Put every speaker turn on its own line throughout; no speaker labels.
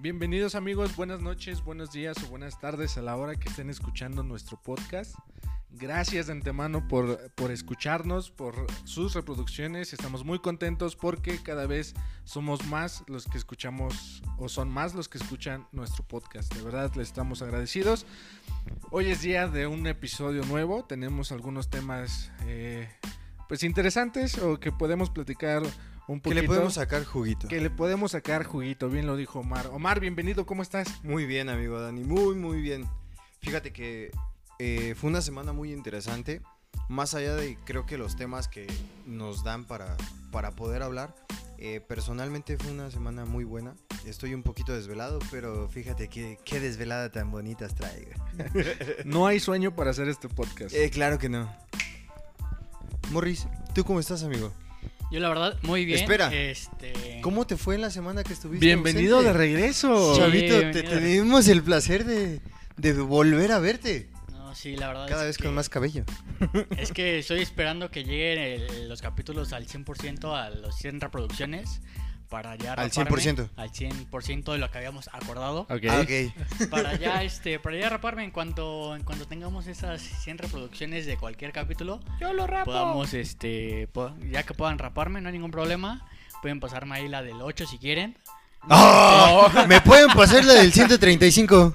Bienvenidos amigos, buenas noches, buenos días o buenas tardes a la hora que estén escuchando nuestro podcast. Gracias de antemano por, por escucharnos, por sus reproducciones. Estamos muy contentos porque cada vez somos más los que escuchamos o son más los que escuchan nuestro podcast. De verdad, les estamos agradecidos. Hoy es día de un episodio nuevo. Tenemos algunos temas eh, pues interesantes o que podemos platicar un
Que
poquito.
le podemos sacar juguito.
Que le podemos sacar juguito, bien lo dijo Omar. Omar, bienvenido, ¿cómo estás?
Muy bien, amigo Dani, muy, muy bien. Fíjate que eh, fue una semana muy interesante. Más allá de, creo que los temas que nos dan para, para poder hablar, eh, personalmente fue una semana muy buena. Estoy un poquito desvelado, pero fíjate que, qué desvelada tan bonitas traigo.
No hay sueño para hacer este podcast.
Eh, claro que no. Morris, ¿tú cómo estás, amigo?
Yo la verdad, muy bien.
Espera.
Este...
¿Cómo te fue en la semana que estuviste?
bienvenido de
ausente?
regreso.
Sí.
Chavito, te
bienvenido.
tenemos el placer de, de volver a verte.
No, sí, la verdad.
Cada
es
vez
que-
con más cabello.
Es que estoy esperando que lleguen el- los capítulos al 100%, a los 100 reproducciones, para ya.
Al
raparme,
100%.
Al 100% de lo que habíamos acordado.
Ok.
Ah, ok.
Para ya, este, para ya raparme en cuanto, en cuanto tengamos esas 100 reproducciones de cualquier capítulo. Yo lo rapo. Podamos, este, po- ya que puedan raparme, no hay ningún problema. Pueden pasarme ahí la del 8 si quieren.
¡Ah! Me pueden pasar la del 135.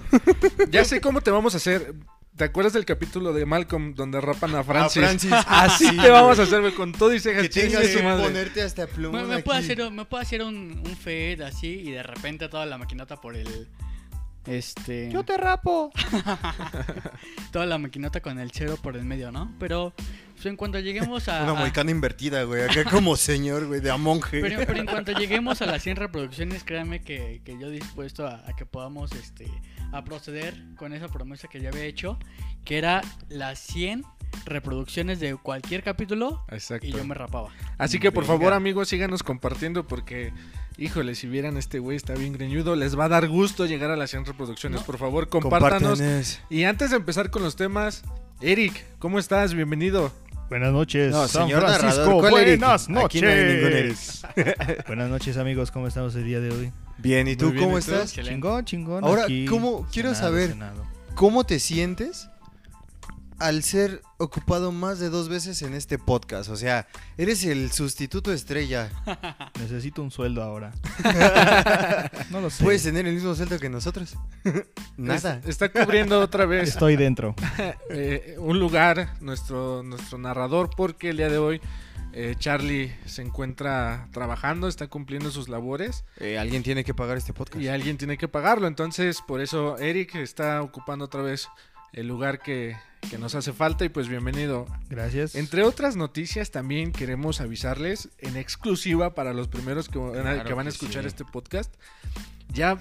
Ya sé cómo te vamos a hacer. ¿Te acuerdas del capítulo de Malcolm donde rapan a Francis?
Ah, Francis.
Así
Sí,
te
güey.
vamos a hacer güey, con todo y cejas.
Que tengas
Chingue su
que
madre.
ponerte hasta plumón.
Me, me
aquí.
puede hacer, un- me puede hacer un, un fade así y de repente toda la maquinota por el. Este. Yo te rapo. toda la maquinota con el cero por el medio, ¿no? Pero pues, en cuanto lleguemos a.
Una
a-
moicana invertida, güey. Acá como señor, güey, de a monje.
pero, pero en cuanto lleguemos a las 100 reproducciones, créanme que, que yo dispuesto a, a que podamos este, a proceder con esa promesa que ya había hecho, que era las 100 reproducciones de cualquier capítulo
Exacto.
y yo me rapaba.
Así que por
Venga.
favor, amigos, síganos compartiendo porque, híjole, si vieran este güey está bien greñudo, les va a dar gusto llegar a las 100 reproducciones.
No.
Por favor, compártanos.
Compártanos.
Y antes de empezar con los temas, Eric, ¿cómo estás? Bienvenido.
Buenas noches,
No,
San
señor
Francisco.
narrador, ¿cuál Eric?
Buenas
Aquí no hay ningún Eric.
noches. Buenas noches, amigos. ¿Cómo estamos el día de hoy?
Bien, ¿y tú
bien,
cómo
¿y tú?
estás?
Excelente.
Chingón, chingón.
Ahora,
aquí,
¿cómo? Quiero saber.
cenado.
¿Cómo te sientes al ser ocupado más de dos veces en este podcast? O sea, eres el sustituto estrella.
Necesito un sueldo ahora. no lo sé.
¿Puedes tener el mismo sueldo que nosotros? Nada.
Es- Está cubriendo otra vez
Estoy dentro.
eh, un lugar, nuestro, nuestro narrador, porque el día de hoy eh, Charlie se encuentra trabajando, está cumpliendo sus labores
Eh, Alguien tiene que pagar este podcast.
y alguien tiene que pagarlo. Entonces, por eso Eric está ocupando otra vez el lugar que, que nos hace falta y pues bienvenido.
Gracias.
Entre otras noticias, también queremos avisarles en exclusiva para los primeros que, van a-
Claro
que van a
que
escuchar
sí.
este podcast. Ya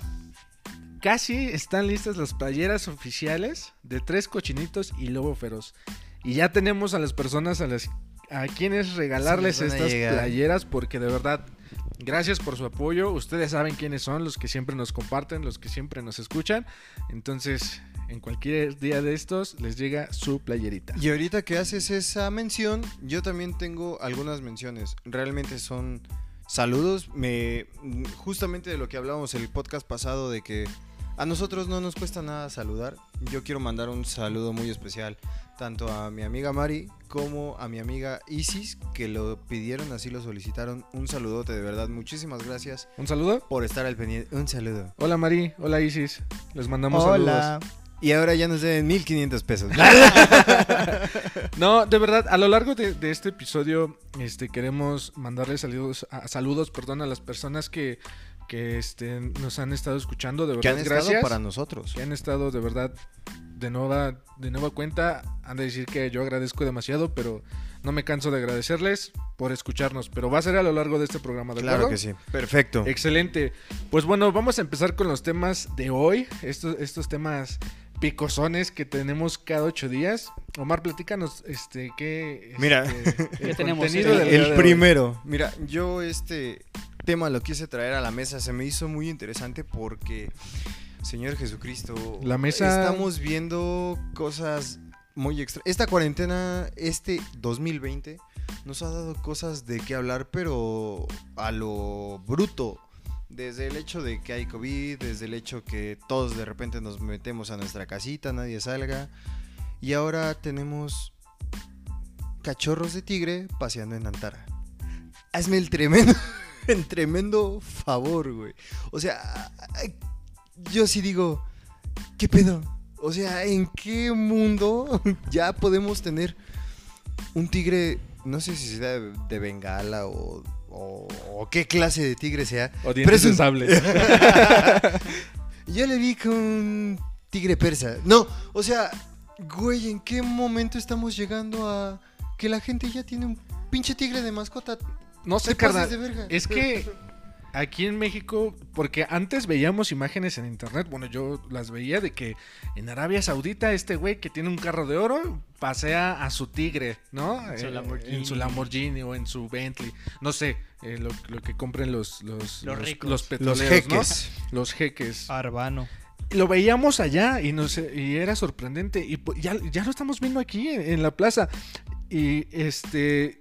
casi están listas las playeras oficiales de Tres Cochinitos y Lobo Feroz. Y ya tenemos a las personas a las a quienes regalarles
Sí, les van a
estas
llegar.
playeras porque de verdad gracias por su apoyo. Ustedes saben quiénes son los que siempre nos comparten, los que siempre nos escuchan. Entonces, en cualquier día de estos les llega su playerita.
Y ahorita que haces esa mención, yo también tengo algunas menciones. Realmente son saludos. Me, justamente de lo que hablábamos el podcast pasado, de que a nosotros no nos cuesta nada saludar. Yo quiero mandar un saludo muy especial tanto a mi amiga Mari como a mi amiga Isis, que lo pidieron, así lo solicitaron. Un saludote, de verdad. Muchísimas gracias
¿Un saludo?
por estar al pendiente. Un saludo.
Hola Mari, hola Isis, les mandamos
Hola.
Y ahora ya nos deben 1500 pesos.
saludos. No, de verdad, a lo largo de, de este episodio, este, queremos mandarles saludos, a, saludos, perdón, a las personas que, que este, nos han estado escuchando, de
que
verdad,
han estado
gracias.
para nosotros.
que han estado de verdad de nueva, de nueva cuenta. Han de decir que yo agradezco demasiado, pero no me canso de agradecerles por escucharnos. Pero va a ser a lo largo de este programa, ¿de
Claro
acuerdo?
que sí. Perfecto.
Excelente. Pues bueno, vamos a empezar con los temas de hoy. Estos, estos temas picosones que tenemos cada ocho días. Omar, platícanos, este, qué...
Mira.
este, el
tenemos?
contenido del día de
el
hoy.
primero. Mira, yo este tema lo quise traer a la mesa. Se me hizo muy interesante porque, Señor Jesucristo,
La mesa-
estamos viendo cosas muy extra. Esta cuarentena, este 2020, nos ha dado cosas de qué hablar, pero a lo bruto. Desde el hecho de que hay COVID, desde el hecho que todos de repente nos metemos a nuestra casita, nadie salga. Y ahora tenemos cachorros de tigre paseando en Antara. Hazme el tremendo, el tremendo favor, güey. O sea, yo sí digo, ¿qué pedo? O sea, ¿en qué mundo ya podemos tener un tigre, no sé si sea de, de bengala o, o- o qué clase de tigre sea?
O
Pero
dientes
es
de
un-
sable.
Yo le vi con un tigre persa. No, o sea, güey, ¿en qué momento estamos llegando a que la gente ya tiene un pinche tigre de mascota?
No sé,
Te pasas de
carnal.
verga.
Es que aquí en México, porque antes veíamos imágenes en internet, bueno, yo las veía de que en Arabia Saudita este güey que tiene un carro de oro pasea a su tigre, ¿no?
En su
Eh,
Lamborghini.
en su Lamborghini o en su Bentley, no sé, eh, lo, lo que compren los los,
Los ricos.
los
Los
petroleros,
jeques.
¿no? Los jeques.
Arbano.
Lo veíamos allá y, nos, y era sorprendente. Y po- ya, ya lo estamos viendo aquí en, en la plaza. Y este.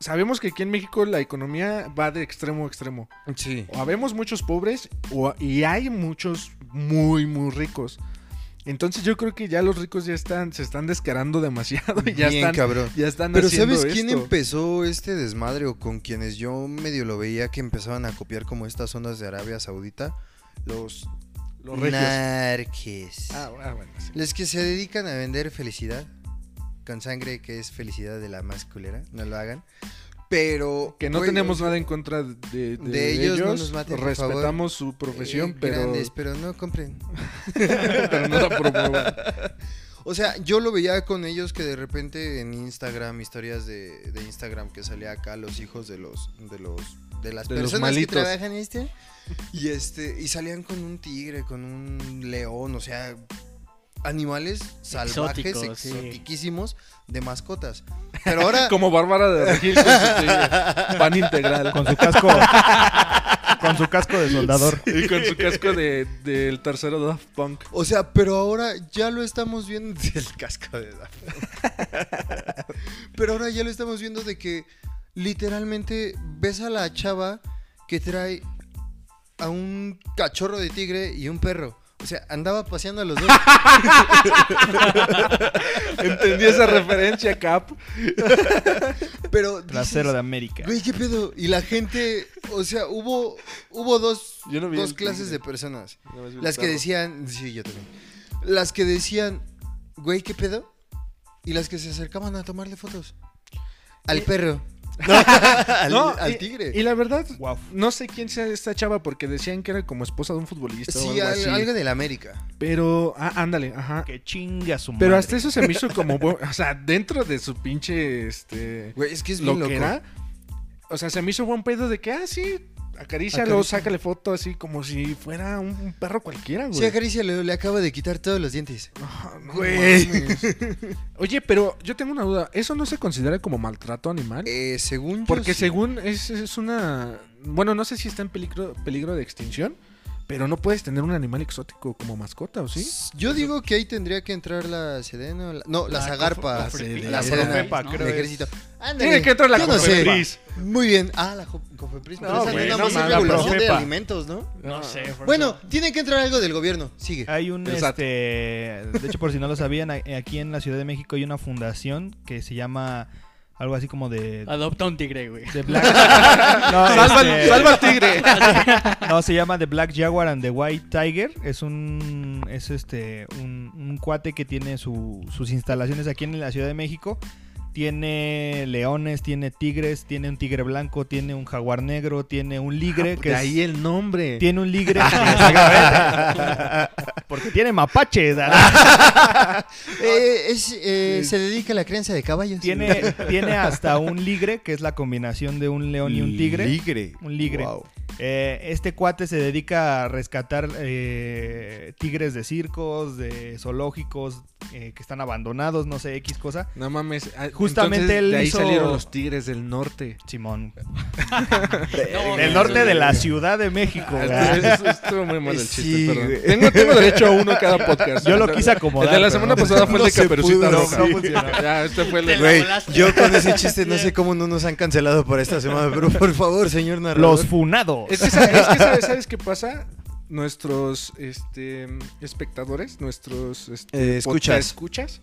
Sabemos que aquí en México la economía va de extremo a extremo.
Sí.
O habemos muchos pobres o, y hay muchos muy, muy ricos. Entonces yo creo que ya los ricos ya están, se están descarando demasiado y ya
Bien,
están,
cabrón.
ya están
Pero
haciendo
¿sabes quién
esto.
empezó este desmadre o con quienes yo medio lo veía que empezaban a copiar como estas ondas de Arabia Saudita? Los,
Los regios.
narques.
Ah, ah, bueno, sí.
Los que se dedican a vender felicidad con sangre, que es felicidad de la más culera, no lo hagan. Pero.
Que no
güey,
tenemos
o
nada en contra de, de-
de
de
ellos,
ellos.
no nos maten, por favor.
Respetamos su
sea,
profesión,
eh,
pero,
grandes, pero no compren.
pero no la promuevan.
O sea, yo lo veía con ellos que de repente en Instagram, historias de, de Instagram que salía acá los hijos de los de los de las
De los
personas que
malitos.
trabajan este y este y salían con un tigre, con un león, o sea, animales salvajes,
Exóticos, sí.
exotiquísimos de mascotas. Pero ahora
Como Bárbara de Regil con su tigre. pan integral.
Con su casco. con su casco de soldador.
Y con su casco de- del tercero Daft Punk.
O sea, pero ahora ya lo estamos viendo. El casco de Daft Punk. pero ahora ya lo estamos viendo de que literalmente ves a la chava que trae a un cachorro de tigre y un perro. O sea, andaba paseando a los dos.
Entendí esa referencia, Cap.
pero. dices,
Trasero de América.
Güey, ¿qué pedo? Y la gente. O sea, hubo, hubo dos,
Yo no vi
dos
el
clases
tigre.
de personas.
No, es
Las que
bizarro.
decían, sí, yo también. Las que decían, güey, ¿qué pedo? Y las que se acercaban a tomarle fotos. Al perro. al,
No,
al
y-
tigre.
Y la verdad,
Guau.
no sé quién sea esta chava porque decían que era como esposa de un futbolista o
sí,
algo
al-
así.
algo del América.
Pero, ah, ándale, ajá.
Que chinga su
Pero
madre.
hasta eso se me hizo como... bu- O sea, dentro de su pinche, este...
Güey, es que es
lo
bien loco.
que era. O sea, se me hizo buen pedo de que, ah, sí, acarícialo,
Acaricia.
sácale foto, así como si fuera un un perro cualquiera, güey.
Sí, a Caricia le, le acaba de quitar todos los dientes.
Ah, no
Güey.
mames. Oye, pero yo tengo una duda. ¿Eso no se considera como maltrato animal?
Eh, según yo,
Porque
sí.
según es, es una... Bueno, no sé si está en peligro, peligro de extinción, pero no puedes tener un animal exótico como mascota, ¿o sí?
Yo digo que ahí tendría que entrar la Sedena. o la- no, la
La
Zagarpa.
Cofre-
eh, La,
la
Sedena.
Cofepa, creo
El
es.
ejército.
Tiene que entrar la
Yo no sé.
Cofepris.
Muy bien. Ah, la jo- Cofepris. pero
No,
esa
güey,
nada
no
más es
mames, la
regulación de
Profepa.
alimentos, ¿no?
Ah.
No sé. por
Bueno,
eso-
tiene que entrar algo del gobierno. Sigue.
Hay un,
El SAT.
este, de hecho, por si no lo sabían, a- aquí en la Ciudad de México hay una fundación que se llama algo así como de,
Adopta un tigre, güey.
de Black. no,
Salva,
este,
salva al tigre.
no, se llama The Black Jaguar and the White Tiger. Es un, es este, un, un cuate que tiene su- sus instalaciones aquí en la Ciudad de México. Tiene leones, tiene tigres, tiene un tigre blanco, tiene un jaguar negro, tiene un ligre. que
Ah, pues de
es-
ahí el nombre.
Tiene un ligre. Porque tiene mapaches. ¿verdad?
Eh, es, eh, se dedica a la crianza de caballos.
tiene, tiene hasta un ligre, que es la combinación de un león y un tigre.
Ligre.
Un ligre.
Wow.
Eh, este cuate se dedica a rescatar eh, tigres de circos, de zoológicos, eh, que están abandonados, no sé, X cosa.
No mames. ah, entonces,
Justamente él
de ahí
hizo-
salieron los tigres del norte.
Simón.
No,
Del
no,
norte
no,
de
no.
la Ciudad de México.
Ah,
¿verdad?
estuvo- Estuvo muy mal el chiste,
Sí,
perdón.
güey.
Tengo, tengo derecho a uno cada podcast.
Yo lo quise acomodar.
El de la
pero
semana
no.
pasada fue el de
No se
Caperucita
pudo,
Roja.
no funcionó.
Ya, este fue el
Te
de...
la
Güey,
volaste.
yo con ese chiste no sé cómo no nos han cancelado por esta semana, pero por favor, señor narrador.
Los funados.
Es que, sa- es que ¿sabes, ¿sabes qué pasa? Nuestros este, espectadores, nuestros este,
Eh,
podcast
escuchas.
escuchas,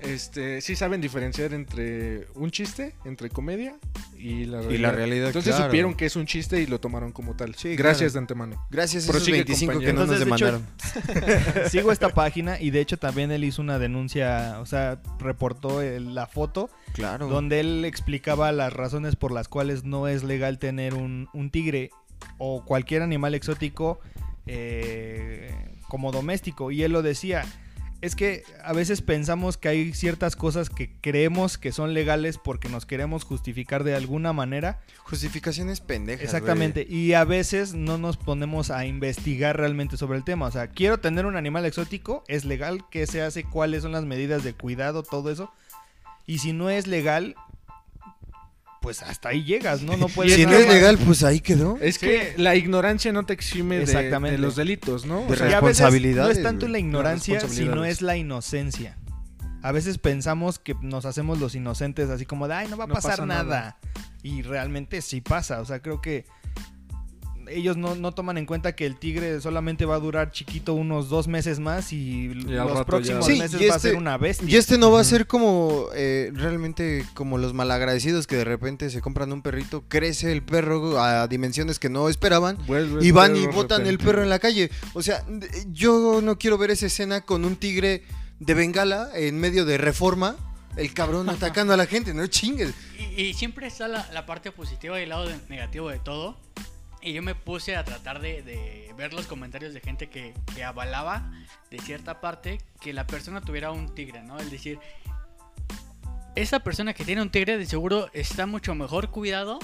este, sí saben diferenciar entre un chiste, entre comedia y la realidad.
Y la realidad,
Entonces
claro.
supieron que es un chiste y lo tomaron como tal.
Sí,
Gracias de antemano.
Gracias a esos
Prosigue,
25 que
compañero.
no nos
Entonces, de hecho,
demandaron.
Sigo esta página y de hecho también él hizo una denuncia, o sea, reportó el- la foto
claro.
donde él explicaba las razones por las cuales no es legal tener un, un tigre o cualquier animal exótico eh, como doméstico. Y él lo decía, es que a veces pensamos que hay ciertas cosas que creemos que son legales porque nos queremos justificar de alguna manera
Justificaciones pendejas. güey.
Exactamente, y a veces no nos ponemos a investigar realmente sobre el tema. O sea, quiero tener un animal exótico, es legal, qué se hace, cuáles son las medidas de cuidado, todo eso. Y si no es legal, pues hasta ahí llegas, ¿no? No puedes.
Si no
nada
es
más- Este,
legal, pues ahí quedó.
Es que la ignorancia no te exime de- de,
Exactamente.
los delitos, ¿no?
De
O sea,
Y a veces no
responsabilidades,
es tanto
güey.
la ignorancia,
Las
sino
responsabilidades.
es la inocencia. A veces pensamos que nos hacemos los inocentes, así como de, ay, no va a
No
pasar
pasa
nada.
nada".
Y realmente sí pasa. O sea, creo que ellos no, no toman en cuenta que el tigre solamente va a durar chiquito unos dos meses más y,
Y al rato
los
ya-
próximos
Sí,
meses
y
va a ser
este-
una bestia.
Y este no va a ser como eh, realmente como los malagradecidos que de repente se compran un perrito, crece el perro a dimensiones que no esperaban
vuelve
y
el
van y
perro
botan el
repentino.
perro en la calle. O sea, n- yo no quiero ver esa escena con un tigre de Bengala en medio de reforma, el cabrón atacando a la gente, no chingues.
Y, y siempre está la, la parte positiva y el lado de- negativo de todo. Y yo me puse a tratar de, de ver los comentarios de gente que, que avalaba de cierta parte que la persona tuviera un tigre, ¿no? Es decir, esa persona que tiene un tigre de seguro está mucho mejor cuidado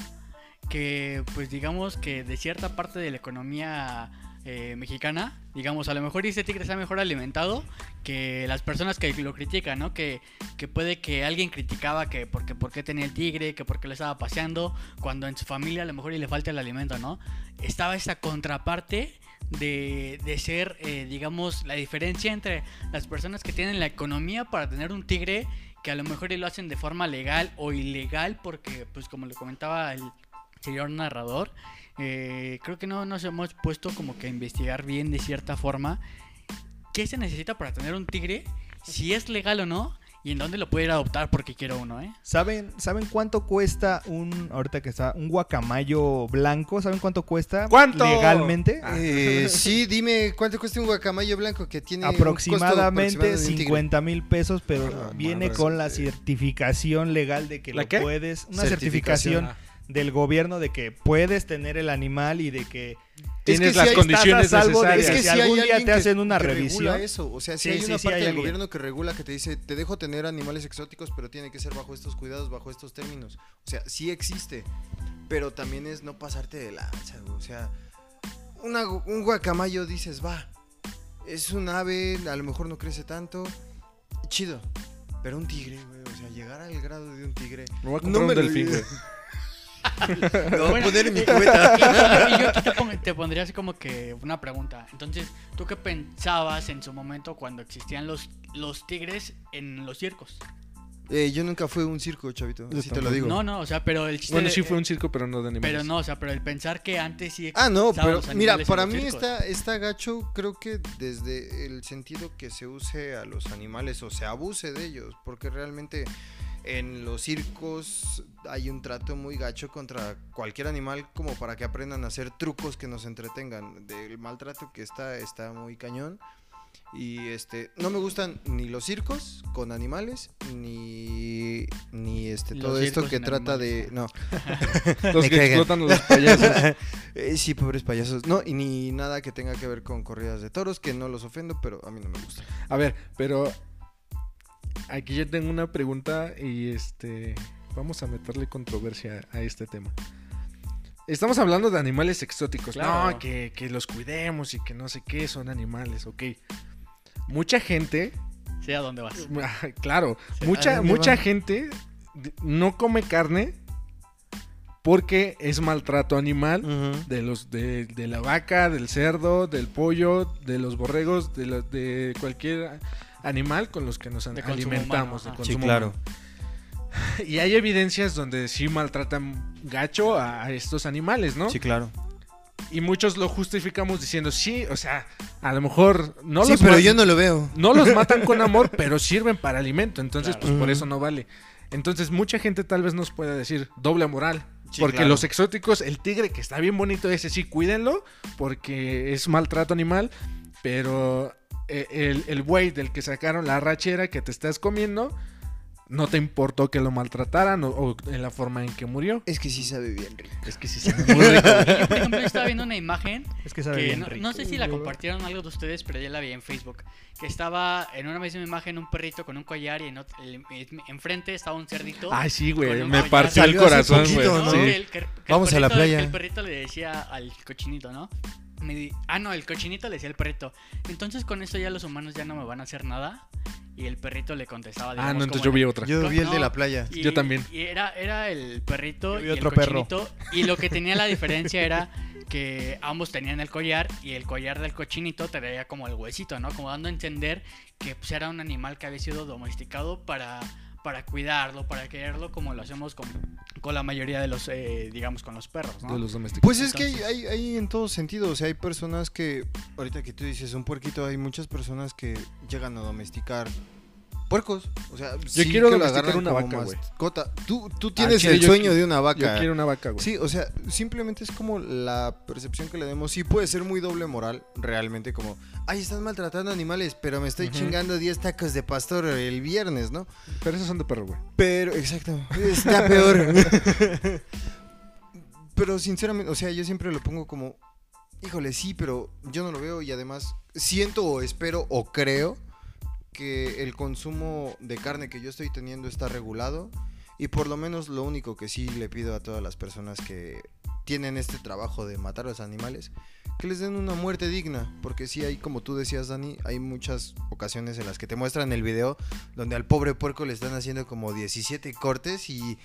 que, pues digamos que de cierta parte de la economía eh, mexicana, digamos, a lo mejor ese tigre está mejor alimentado que las personas que lo critican, ¿no? Que, que puede que alguien criticaba que porque por qué tenía el tigre, que por qué lo estaba paseando, cuando en su familia a lo mejor y le falta el alimento, ¿no? Estaba esa contraparte de, de ser, eh, digamos, la diferencia entre las personas que tienen la economía para tener un tigre que a lo mejor y lo hacen de forma legal o ilegal porque, pues como le comentaba el señor narrador, eh, creo que no nos hemos puesto como que a investigar bien de cierta forma qué se necesita para tener un tigre, si es legal o no y en dónde lo puedo ir a adoptar porque quiero uno, ¿eh?
¿Saben, ¿Saben cuánto cuesta un, ahorita que está, un guacamayo blanco? ¿Saben cuánto cuesta
¿Cuánto?
legalmente?
Ah.
Eh, sí, dime cuánto cuesta un guacamayo blanco que tiene un costo
aproximadamente
aproximado de un tigre?
50 mil pesos, pero
Ah,
viene
madres,
con la
eh.
certificación legal de que
¿La
lo
qué?
puedes, una
Certificación.
certificación
Ah.
del gobierno de que puedes tener el animal y de que
Tienes
si
las
hay-
condiciones
estás a salvo de-
necesarias.
Es que
Si
si
algún
hay
día
alguien
te
que-
hacen una
que regula
revisión.
eso, o sea, si
Sí,
hay
sí,
una
sí,
parte
hay
del
alguien.
gobierno que regula que te dice, "Te dejo tener animales exóticos, pero tiene que ser bajo estos cuidados, bajo estos términos." O sea, sí existe, pero también es no pasarte de lanza, güey. o sea, una gu- un guacamayo dices, "Va. Es un ave, a lo mejor no crece tanto." Chido. Pero un tigre, güey, o sea, llegar al grado de un tigre.
Me voy a
No
comprar
me
un
lo-
delfín, güey.
Lo voy a
Bueno,
poner en mi
y-
cubeta.
Y yo, y yo aquí te, pon- te pondría así como que una pregunta. Entonces, ¿tú qué pensabas en su momento cuando existían los, los tigres en los circos?
Eh, yo nunca fui a un circo, chavito,
Yo
así te lo digo.
No, no, o sea, pero el chiste
Bueno,
de-
sí fue un circo, pero no de animales.
Pero no, o sea, pero el pensar que antes sí
Ah, no,
estaban
pero
los
mira,
animales en
para
los
mí
circos.
está, está gacho, creo que desde el sentido que se use a los animales o se abuse de ellos, porque realmente en los circos hay un trato muy gacho contra cualquier animal como para que aprendan a hacer trucos que nos entretengan. Del maltrato que está, está muy cañón. Y este, no me gustan ni los circos con animales, ni, ni este,
Los
todo esto
circos
que
sin
trata
animales.
de... No,
Los
Me
que
cagan.
explotan a los payasos.
Eh, sí, pobres payasos. No, y ni nada que tenga que ver con corridas de toros, que no los ofendo, pero a mí no me gusta.
A ver, pero aquí yo tengo una pregunta y este vamos a meterle controversia a este tema. Estamos hablando de animales exóticos.
Claro.
No, que, que los cuidemos y que no sé qué son animales, ok. Mucha gente,
Sí, ¿a dónde vas?
pues, ah, claro,
Sí,
¿a
mucha,
dónde
mucha
va?
gente d- no come carne porque es maltrato animal. de los de, de la vaca, del cerdo, del pollo, de los borregos, de, la- de cualquier animal con los que nos
De consumo
alimentamos.
humano,
de
ajá.
consumo humano. Y hay evidencias donde sí maltratan gacho a, a estos animales, ¿no?
claro.
Y muchos lo justificamos diciendo, sí, o sea, a lo mejor no
sí,
los
pero
ma-
yo no lo veo.
no los matan con amor, pero sirven para alimento. Entonces,
Claro.
pues por
Ujú.
eso no vale. Entonces, mucha gente tal vez nos pueda decir doble moral.
Sí,
porque
claro.
los exóticos, el tigre que está bien bonito, ese sí, cuídenlo, porque es maltrato animal. Pero eh, el el buey del que sacaron la rachera que te estás comiendo, no te importó que lo maltrataran o, o en la forma en que murió.
Es que sí sabe bien rico.
Es que sí, sabe muy rico.
Yo, por ejemplo, estaba viendo una imagen
Es que sabe
que
bien
no,
rico.
no sé si la compartieron algo de ustedes, pero ya la vi en Facebook. Que estaba en una misma imagen un perrito con un collar y en ot- el- enfrente estaba un cerdito.
Ay, sí,
Con
güey,
un
me
collar.
partió el
Salió hace
corazón, güey. Ah,
poquito, ¿no?
sí.
Que el- que el- que el
Vamos a la
perrito-
playa.
que El perrito le decía al cochinito, ¿no? Me di- ah, no, el cochinito le decía al perrito. Entonces con eso ya los humanos ya no me van a hacer nada. Y el perrito le contestaba.
Ah,
digamos,
no, entonces
como
yo
en-
vi otra.
Yo vi el de
No.
la playa.
Yo también.
Y era, era el perrito
Yo vi
y
otro
el
perro.
cochinito. Y lo que tenía la diferencia era que ambos tenían el collar y el collar del cochinito traía como el huesito, ¿no? Como dando a entender que pues, era un animal que había sido domesticado para, para cuidarlo, para quererlo, como lo hacemos con, con la mayoría de los, eh, digamos, con los perros, ¿no?
De los domésticos.
Pues es que hay,
Entonces-
hay, hay en todo sentido, o sea, hay personas que, ahorita que tú dices un puerquito, hay muchas personas que llegan a domesticar puercos, o sea,
Yo quiero
que lo
domesticar
agarran
una
como
vaca, güey.
mascota. Tú, tú tienes
chile,
el
yo
sueño
qui-
de una vaca.
Yo quiero una vaca, güey.
Sí, o sea, simplemente es como la percepción que le demos. Sí, puede ser muy doble moral, realmente, como, ay, están maltratando animales, pero me estoy
Ujú.
chingando 10 tacos de pastor el viernes, ¿no?
Pero esos son de perro, güey.
Pero, exacto, está peor. pero sinceramente, o sea, yo siempre lo pongo como, híjole, sí, pero yo no lo veo y además siento o espero o creo que el consumo de carne que yo estoy teniendo está regulado y por lo menos lo único que sí le pido a todas las personas que tienen este trabajo de matar a los animales, que les den una muerte digna, porque sí hay, como tú decías Dani, hay muchas ocasiones en las que te muestran el video donde al pobre puerco le están haciendo como 17 cortes y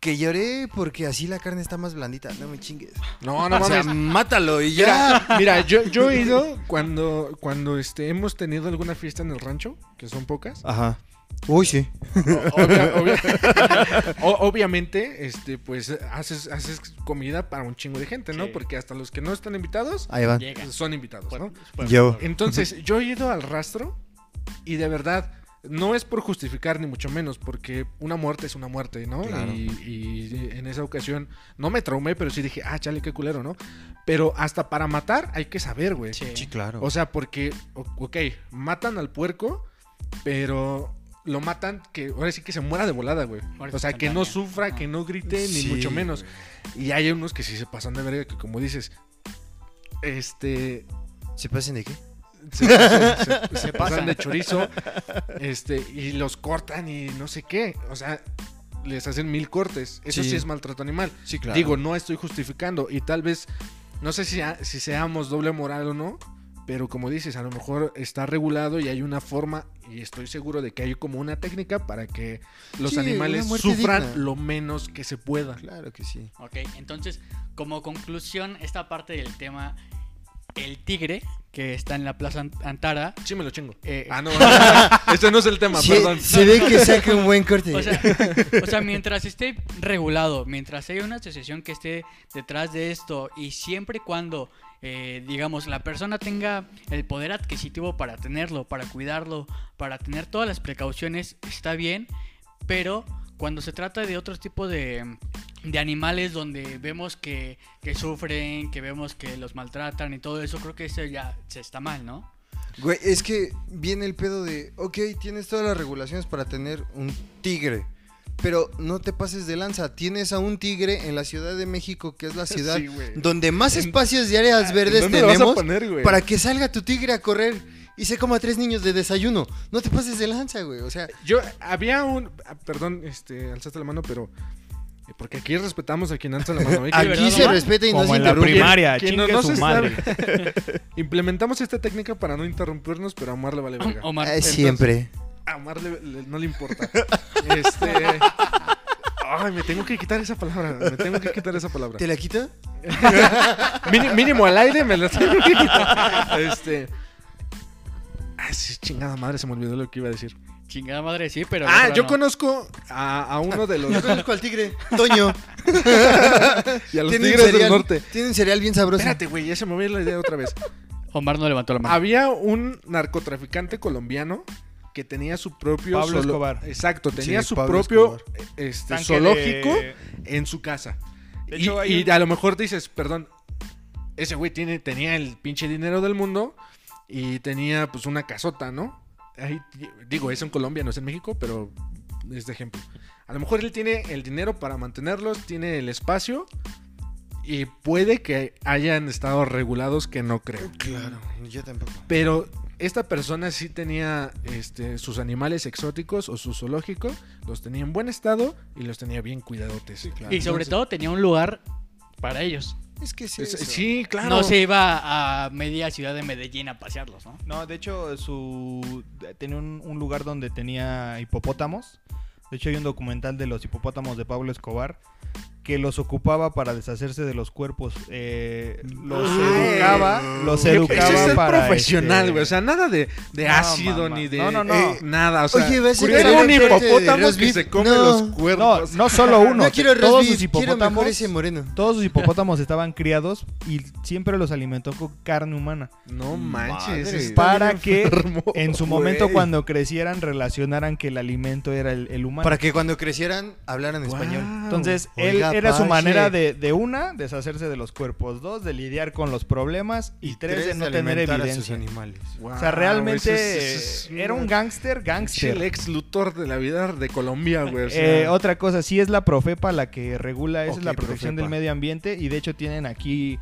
que lloré porque así la carne está más blandita, no me chingues.
No, no
O sea,
mames.
mátalo y ya.
Mira, mira, yo, yo he ido cuando, cuando este, hemos tenido alguna fiesta en el rancho, que son pocas.
Ajá. Uy, sí.
Obvia- obvia- o- obviamente, este, pues haces, haces comida para un chingo de gente, ¿no?
Sí. Pues,
Porque hasta los que no están invitados
Ahí van.
Llega.
son invitados, ¿no?
Yo.
Entonces, yo he ido al rastro y de verdad, no es por justificar ni mucho menos, porque una muerte es una muerte, ¿no?
Claro.
Y, y en esa ocasión no me traumé, pero sí dije, ah, chale, qué culero, ¿no? Pero hasta para matar hay que saber, güey.
pues, Sí.
claro.
O sea, porque, o- ok, matan al puerco, pero lo matan que ahora sí que se muera de volada, güey.
Muerte
O sea, que no
instantánea.
sufra,
Ajá.
que no grite,
Ah. Sí,
ni mucho menos. Y hay unos que sí se pasan de verga, que como dices, este,
¿Se pasen de qué?
se, se- se- se pasan de chorizo este, y los cortan y no sé qué. O sea, les hacen mil cortes. Eso
Sí.
sí, es maltrato animal.
Sí,
Digo, no estoy justificando y tal vez, no sé si, a- si seamos doble moral o no, pero como dices, a lo mejor está regulado y hay una forma, y estoy seguro de que hay como una técnica para que los
Sí,
animales
una muerte
sufran
digna.
lo menos que se pueda.
Claro que sí.
Ok, entonces, como conclusión, esta parte del tema, el tigre que está en la Plaza Ant- Antara.
Sí, me lo chingo.
eh,
Ah, no, no, no, este no es el tema, perdón.
Se, se ve que saca un buen
Este.
corte.
O sea, o sea, mientras esté regulado, mientras haya una asociación que esté detrás de esto y siempre y cuando, eh, digamos, la persona tenga el poder adquisitivo para tenerlo, para cuidarlo, para tener todas las precauciones, está bien, pero cuando se trata de otro tipo de, de animales donde vemos que, que sufren, que vemos que los maltratan y todo eso, creo que eso ya se está mal, ¿no?
Güey, es que viene el pedo de, ok, tienes todas las regulaciones para tener un tigre, pero no te pases de lanza. Tienes a un tigre en la Ciudad de México, que es la ciudad
Sí, güey.
donde más espacios y áreas verdes
¿Dónde lo vas a
tenemos
poner, güey?
para que salga tu tigre a correr y se coma a tres niños de desayuno. No te pases de lanza, güey. O sea,
Yo, había un. ah, Perdón, este, alzaste la mano, pero. eh, Porque aquí respetamos a quien alza la mano. ¿eh? Que-
aquí
¿verdad,
se
Omar?
respeta y no
Como
se
en la
interrumpe.
primaria,
Quien
chingue
no- no
su
se
madre.
Implementamos esta técnica para no interrumpirnos, pero a Omar le vale verga.
Omar,
Eh, siempre.
A Omar le- le- no le importa. Este. Ay, me tengo que quitar esa palabra. Me tengo que quitar esa palabra.
¿Te la quito?
Mini- mínimo al aire me la tengo ah, que quitar. Este. Ay, sí, chingada madre, se me olvidó lo que iba a decir.
Chingada madre, sí, pero.
ah,
otro
yo
no.
conozco a, a uno de los.
Yo conozco al tigre, Toño.
y a los Tigres del
cereal,
Norte.
Tienen cereal bien sabroso.
Espérate, güey, ya se me va a ir la idea otra vez.
Omar no levantó la mano.
Había un narcotraficante colombiano que tenía su propio.
Pablo Escobar.
Exacto, tenía
Sí,
su
Pablo
propio
Escobar.
este,
Tanque
zoológico
de-
en su casa.
De
y
hecho, hay
y
un-
a lo mejor dices, perdón, ese güey tiene, tenía el pinche dinero del mundo y tenía pues una casota, ¿no? Ahí, di- digo, es en Colombia, no es en México, pero es de ejemplo. A lo mejor él tiene el dinero para mantenerlos, tiene el espacio y puede que hayan estado regulados que no creo.
Claro, yo tampoco.
Pero esta persona sí tenía este, sus animales exóticos o su zoológico, los tenía en buen estado y los tenía bien cuidadotes.
Y sobre todo tenía un lugar para ellos.
Es que sí.
Es- eh, sí, claro.
No se iba a media ciudad de Medellín a pasearlos, ¿no?
No, de hecho, su tenía un, un lugar donde tenía hipopótamos. De hecho, hay un documental de los hipopótamos de Pablo Escobar que los ocupaba para deshacerse de los cuerpos. Eh, los
Ay.
educaba, los
Qué-
educaba
Ah. Ese es el
para,
profesional,
este,
güey. O sea, nada de, de
No,
ácido
mamá.
ni de eh,
No, no, no.
nada. O sea,
Oye, va a ser
curioso, era un
diferente de
hipopótamo que
Rosby.
se come
No.
los
no,
cuerpos.
no solo uno.
No quiero
todos
Rosby,
sus
quiero mejor
hipopótamos.
ese moreno.
Todos sus hipopótamos estaban criados y siempre los alimentó con carne humana.
No manches.
Madre.
está
Para
bien
que
enfermo,
en su momento,
güey.
cuando crecieran, relacionaran que el alimento era el, el humano.
Para que cuando crecieran hablaran
Guau.
español.
Entonces,
Oiga,
él era su
Pache.
manera de, de una, deshacerse de los cuerpos, dos, de lidiar con los problemas y, tres, de no tener
alimentar a sus
evidencia.
animales.
Guau,
O sea, realmente
ese es- ese es
era un gángster,
pinche
gángster.
Lex Luthor de la vida de Colombia, güey. o sea.
Eh, otra cosa, sí es la Profepa la que regula, esa
Ok,
es la protección
Profepa.
del medio ambiente y de hecho tienen aquí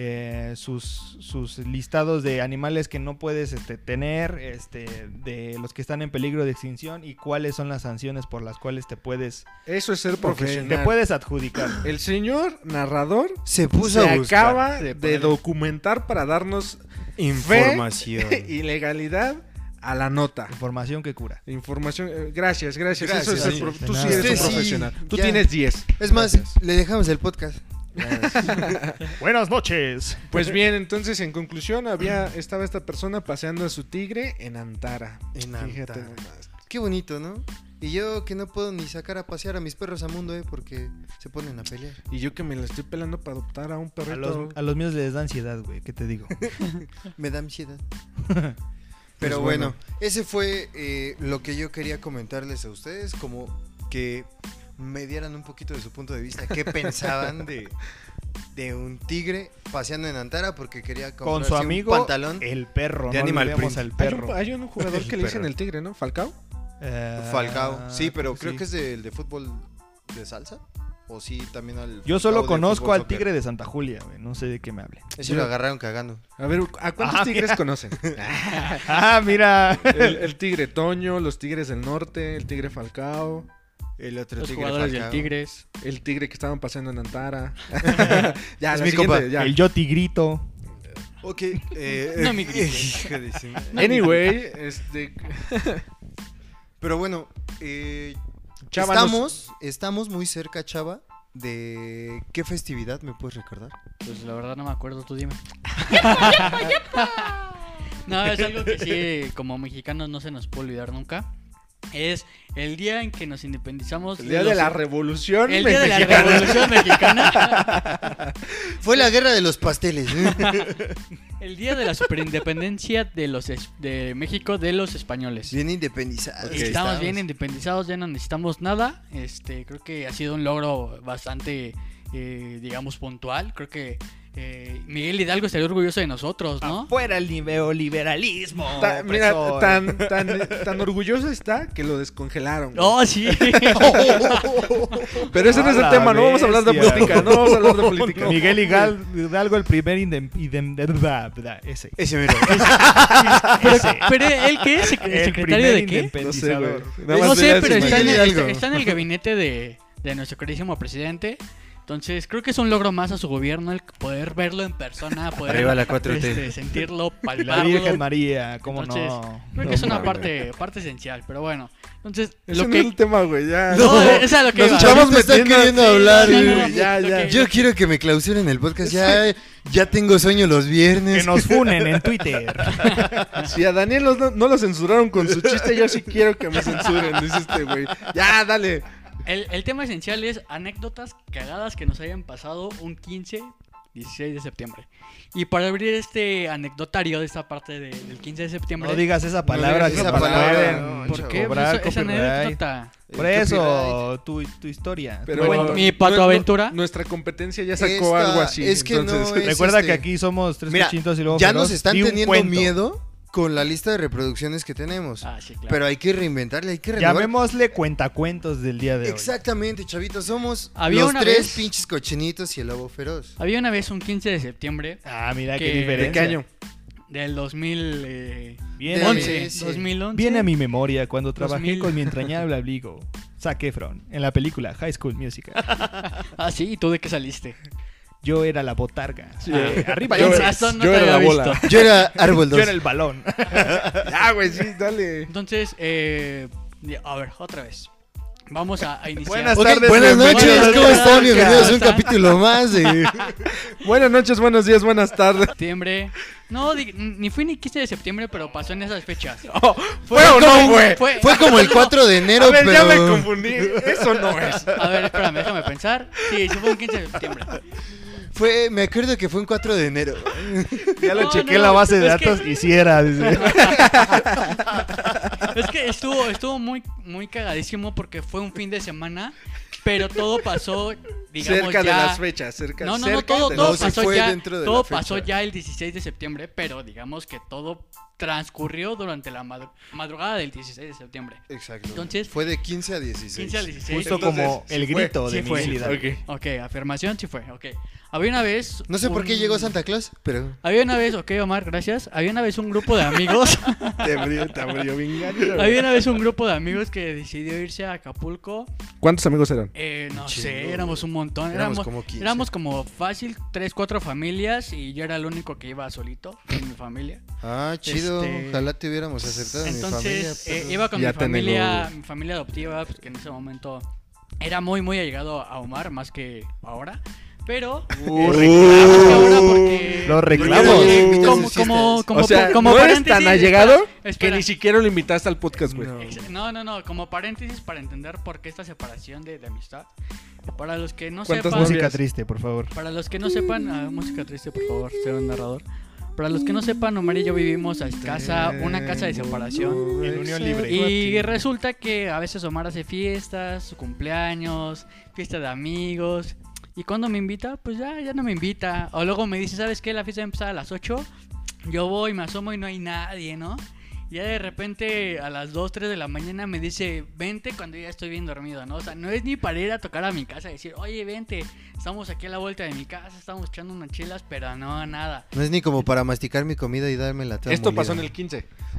eh, sus, sus listados de animales que no puedes este, tener, este, de los que están en peligro de extinción y cuáles son las sanciones por las cuales te puedes,
Eso es ser profesional.
te puedes adjudicar.
El señor narrador
Se puso
se
a buscar
acaba
Se
de
pone-
documentar para darnos
información.
ilegalidad a la nota.
Información que cura.
Información. eh, Gracias, gracias.
Gracias,
Eso es ser
sí.
pro-
De
Tú sí eres
nada.
un
Usted sí,
profesional. Tú
ya.
tienes 10.
Es más,
Gracias.
le dejamos el podcast.
Buenas noches.
Pues bien, entonces en conclusión había estaba esta persona paseando a su tigre en Antara.
En
Fíjate
Antara.
nomás.
Qué bonito, ¿no? Y yo que no puedo ni sacar a pasear a mis perros a mundo, ¿eh? Porque se ponen a pelear.
Y yo que me la estoy pelando para adoptar a un
A
perrito.
los, a los míos les da ansiedad, güey, ¿qué te digo?
Me da ansiedad. Pero bueno, ese fue eh, lo que yo quería comentarles a ustedes, como que me dieran un poquito de su punto de vista, qué pensaban de, de un tigre paseando en Antara, porque quería
Con
comprarse
su
un
amigo, eh,
pantalón.
el perro.
de
no
Animal
olvidemos
Print.
al
Hay un,
perro.
hay un jugador que le dicen
Perro.
el tigre, ¿no? Falcao.
Eh,
Falcao, sí, pero creo
pues sí.
que es del de fútbol de salsa, o sí también al.
Yo solo
Falcao de
conozco
fútbol
al
soccer.
tigre de Santa Julia, güey, no sé de qué me hable.
Ese lo agarraron cagando.
A ver, ¿a cuántos
Ah,
tigres
mira.
conocen?
Ah, mira.
El, el tigre Toño, los tigres del norte, el tigre Falcao,
El otro
Los
tigre.
jugadores
Falcao.
del Tigres.
el tigre que estaban pasando en Antara. ya,
Es
la
mi
siguiente,
compa,
ya.
El yo tigrito.
Ok, eh,
No, mi grito.
hijo de su madre.
Anyway, este
Pues
Pero bueno, eh,
Chava, nos-
estamos, estamos muy cerca, Chava, de qué festividad me puedes recordar.
Pues la verdad no me acuerdo, tú dime. no, es algo que sí, como mexicanos no se nos puede olvidar nunca. Es el día en que nos independizamos.
el día
los-
de la revolución
El día de la
mexicana.
Revolución Mexicana.
Fue la guerra de los pasteles. ¿eh?
El día de la superindependencia de, los es- de México de los españoles.
Bien independizados.
Ok,
estamos, bien independizados, ya no necesitamos nada. Este, creo que ha sido un logro bastante, eh, digamos, puntual. Creo que eh, Miguel Hidalgo estaría orgulloso de nosotros, ¿no?
Fuera el neoliberalismo.
Ta- mira,
opresor.
tan, tan, tan orgulloso está que lo descongelaron. güey.
¡Oh, sí!
Pero ese no es el
A la
tema, no vamos a hablar de
bestia.
política, no vamos a hablar de política.
Miguel Higal- Hidalgo, el primer indem, idem- de- da- da- ese.
Ese mero.
Ese.
¿Pero él qué es? ¿Sec-
Ah, El
¿Secretario
primer
de qué?
No sé, güey.
independizador.
Nada
no
más
sé,
era
pero
ese,
está
güey.
en, el,
Miguel Hidalgo.
está en el gabinete de, de nuestro queridísimo presidente. Entonces, creo que es un logro más a su gobierno el poder verlo en persona, poder
Arriba la 4T.
este, sentirlo,
La Virgen
palparlo.
María, cómo
Entonces,
no.
Creo
No
que es una
mames.
parte, parte esencial, pero bueno. Entonces,
Ese
lo
no es el
que.
tema, güey, ya.
No, es a lo que
Nos
iba.
estamos
Ahorita está
metiendo-
queriendo
Sí,
hablar,
no,
güey.
no,
no,
ya,
lo
ya.
que-
eh. Yo quiero que me clausuren el podcast. Ya, ya tengo sueño los
Que
viernes.
nos funen en Twitter.
Si a Daniel los- no, no lo censuraron con su chiste, yo sí quiero que me censuren, dice este güey. Ya, dale.
El, el tema esencial es anécdotas cagadas que nos hayan pasado un 15, 16 de septiembre. Y para abrir este anecdotario de esta parte de- del 15 de septiembre.
No digas esa palabra
digas
que
esa
nos
palabra,
pueden
no,
¿Por
chavo.
qué? Pues eso-
cobrar
esa
copyright.
anécdota.
Por
El
eso, tu, tu historia.
Pero
Bueno,
bueno,
mi Pato
no- no-
Aventura.
nuestra competencia ya sacó
Esta-
algo así.
es que no
entonces-
es-
Recuerda
este-
que aquí somos tres
Mira,
cuchintos y luego
copyright. Ya
feroz,
nos están
y un
teniendo
cuento.
miedo con la lista de reproducciones que tenemos.
Ah, sí, claro.
Pero hay que reinventarle, hay que renovar.
Llamémosle cuentacuentos del día de hoy.
Exactamente, chavitos, somos
Había
los
una
tres
vez-
pinches cochinitos y el lobo feroz.
Había una vez un 15 de septiembre
Ah, mira qué
Que-
¿De qué
diferencia.
año?
del eh, 2011.
Viene,
De-
11,
sí.
2011.
viene a mi memoria cuando trabajé
2000.
con mi entrañable abrigo, Zac Efron, en la película High School Musical.
Ah, sí, ¿y tú de qué saliste?
Yo era la botarga.
Sí.
Ah, arriba
Yo
yo,
era-
razón, no
yo
te
era la
había
bola.
visto.
Yo era árbol
yo
2.
era el balón.
Ya, güey, sí, dale.
Entonces, eh, a ver, otra vez. Vamos a, a iniciar.
Buenas
Ok,
tardes,
buenas
bienvenidos
noches,
al
¿cómo están?
podcast.
Bienvenidos a un
¿Cómo están?
capítulo más de...
Buenas noches, buenos días, buenas tardes.
septiembre. No, di- ni fue ni 15 de septiembre, pero pasó en esas fechas.
¿Fue o no, güey?
Fue-
Fue como el 4 de enero,
A ver, ya me
pero...
confundí. Eso no es.
A ver, espérame, déjame pensar. Sí, sí fue un 15 de septiembre.
Fue, me acuerdo que fue un 4 de enero.
Ya lo
No,
chequé
no,
en la base de
es que-
datos, hiciera. dice.
Es que estuvo, estuvo muy, muy cagadísimo porque fue un fin de semana, pero todo pasó, digamos,
cerca de
ya-
las fechas, cerca,
No, no, no,
cerca
todo,
de
todo
No,
las-
sí
pasó
fue
ya.
dentro de
Todo
la fecha.
pasó ya el 16 de septiembre, pero digamos que todo transcurrió durante la madru- madrugada del 16 de septiembre.
Exacto.
Entonces-
fue de 15 a 16.
15 al 16.
Justo
Entonces,
como
sí
el
fue,
grito
sí
de
fue.
mi vida.
Ok.
Ok, afirmación sí fue, ok. Había una vez.
No sé por qué
un-
llegó Santa Claus, pero...
Había una vez, ok, Omar, gracias. Había una vez un grupo de amigos.
Te abrió, te abrió bien gacho, güey.
había una vez un grupo de amigos que decidió irse a Acapulco.
¿Cuántos amigos eran?
Eh, no
Un
sé,
chingo,
éramos un montón.
Éramos
Éramos,
como 15.
éramos como fácil, tres, cuatro familias y yo era el único que iba solito en mi familia.
Ah, chido.
Este-
Ojalá te hubiéramos acertado en mi familia. pues,
Entonces eh,
pero-
iba con
Ya
mi familia,
tengo-
mi familia adoptiva, pues, que en ese momento era muy, muy allegado a Omar, más que ahora. Pero...
Uh,
eh, reclamo que
Ah,
ahora porque-
pues,
Los
Porque
reclamos.
le invitas
Como,
sus
como,
citas.
como,
o sea,
como
no eres
paréntesis,
tan allegado
espera,
que
espera.
ni siquiera lo invitaste al podcast, güey.
Ex- No, no, no, como paréntesis para entender por qué esta separación de, de amistad. Para los que no
¿Cuántas
sepan,
Música
novias?
triste, por favor.
para los que no sepan, ah, música triste, por favor, señor narrador. Para los que no sepan, Omar y yo vivimos a escasa, una casa de separación.
En unión libre.
Y resulta que a veces Omar hace fiestas, su cumpleaños, fiesta de amigos. Y cuando me invita, pues ya, ya no me invita. O luego me dice, ¿sabes qué? La fiesta empezaba a las 8. Yo voy, me asomo y no hay nadie, ¿no? Y ya de repente a las 2, 3 de la mañana me dice, vente cuando ya estoy bien dormido, ¿no? O sea, no es ni para ir a tocar a mi casa y decir, oye, vente, estamos aquí a la vuelta de mi casa, estamos echando unas chelas, pero no, nada.
No es ni como para masticar mi comida y dármela toda
Esto pasó en
molida.
el 15.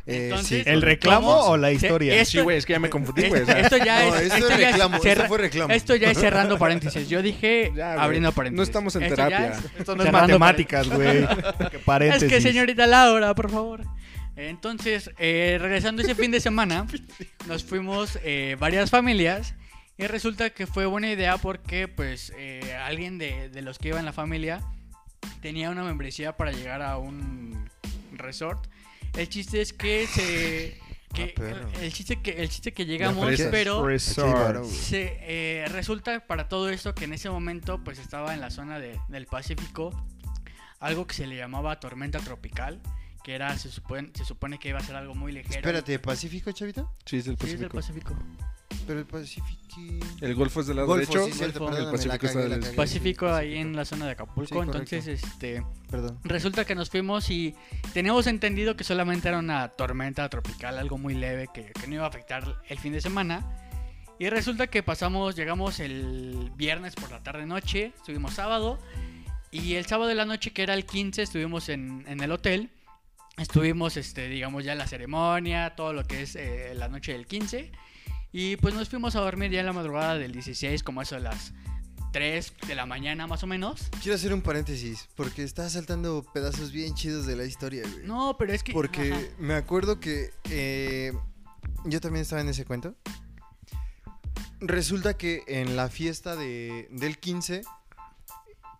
Eh,
Entonces-
sí.
¿El reclamo
¿Cómo?
o la historia?
Esto-
Sí, güey, es que ya me confundí, güey. o
Esto,
sea,
esto ya
No,
es,
esto
esto
es
ya es
reclamo, esto
cerra-
fue reclamo.
Esto ya es cerrando paréntesis. Yo dije
Ya, güey.
abriendo
No
paréntesis.
estamos en
Esto
terapia.
ya
Esto no es
cerrando
matemáticas, güey. Que
paréntesis.
paréntesis.
Es que señorita Laura, por favor. Entonces, eh, regresando ese fin de semana, nos fuimos eh, varias familias y resulta que fue buena idea porque pues eh, alguien de, de los que iba en la familia tenía una membresía para llegar a un resort. El chiste es que se... que-
Ah, perro.
el, chiste que, el chiste que llegamos,
fresas.
pero...
Aquí hay varo, güey.
Se, eh, resulta para todo esto que en ese momento pues estaba en la zona de- del Pacífico algo que se le llamaba tormenta tropical, que era, se supone, se supone que iba a ser algo muy ligero.
Espérate, ¿Pacífico, chavito?
Sí, es del
Sí, es del
Pacífico.
Pacífico.
Pero el Pacífico...
El Eh, Golfo es del lado
Golfo,
derecho.
sí, cierto,
Golfo.
perdóname,
El Pacífico
la
está
cagué,
del-
la cagué.
Pacífico ahí en
Pacífico.
la zona de Acapulco,
Sí, correcto.
entonces este
Perdón.
resulta que nos fuimos y teníamos entendido que solamente era una tormenta tropical, algo muy leve que, que no iba a afectar el fin de semana. Y resulta que pasamos, llegamos el viernes por la tarde noche, estuvimos sábado y el sábado de la noche que era el 15 estuvimos en, en el hotel. Estuvimos, este, digamos, ya en la ceremonia, todo lo que es eh, la noche del 15. Y pues nos fuimos a dormir ya en la madrugada del 16, como eso de las 3 de la mañana más o menos.
Quiero hacer un paréntesis, porque estás saltando pedazos bien chidos de la historia, güey.
No, pero es que...
Porque
ajá.
me acuerdo que eh, yo también estaba en ese cuento. Resulta que en la fiesta de- del 15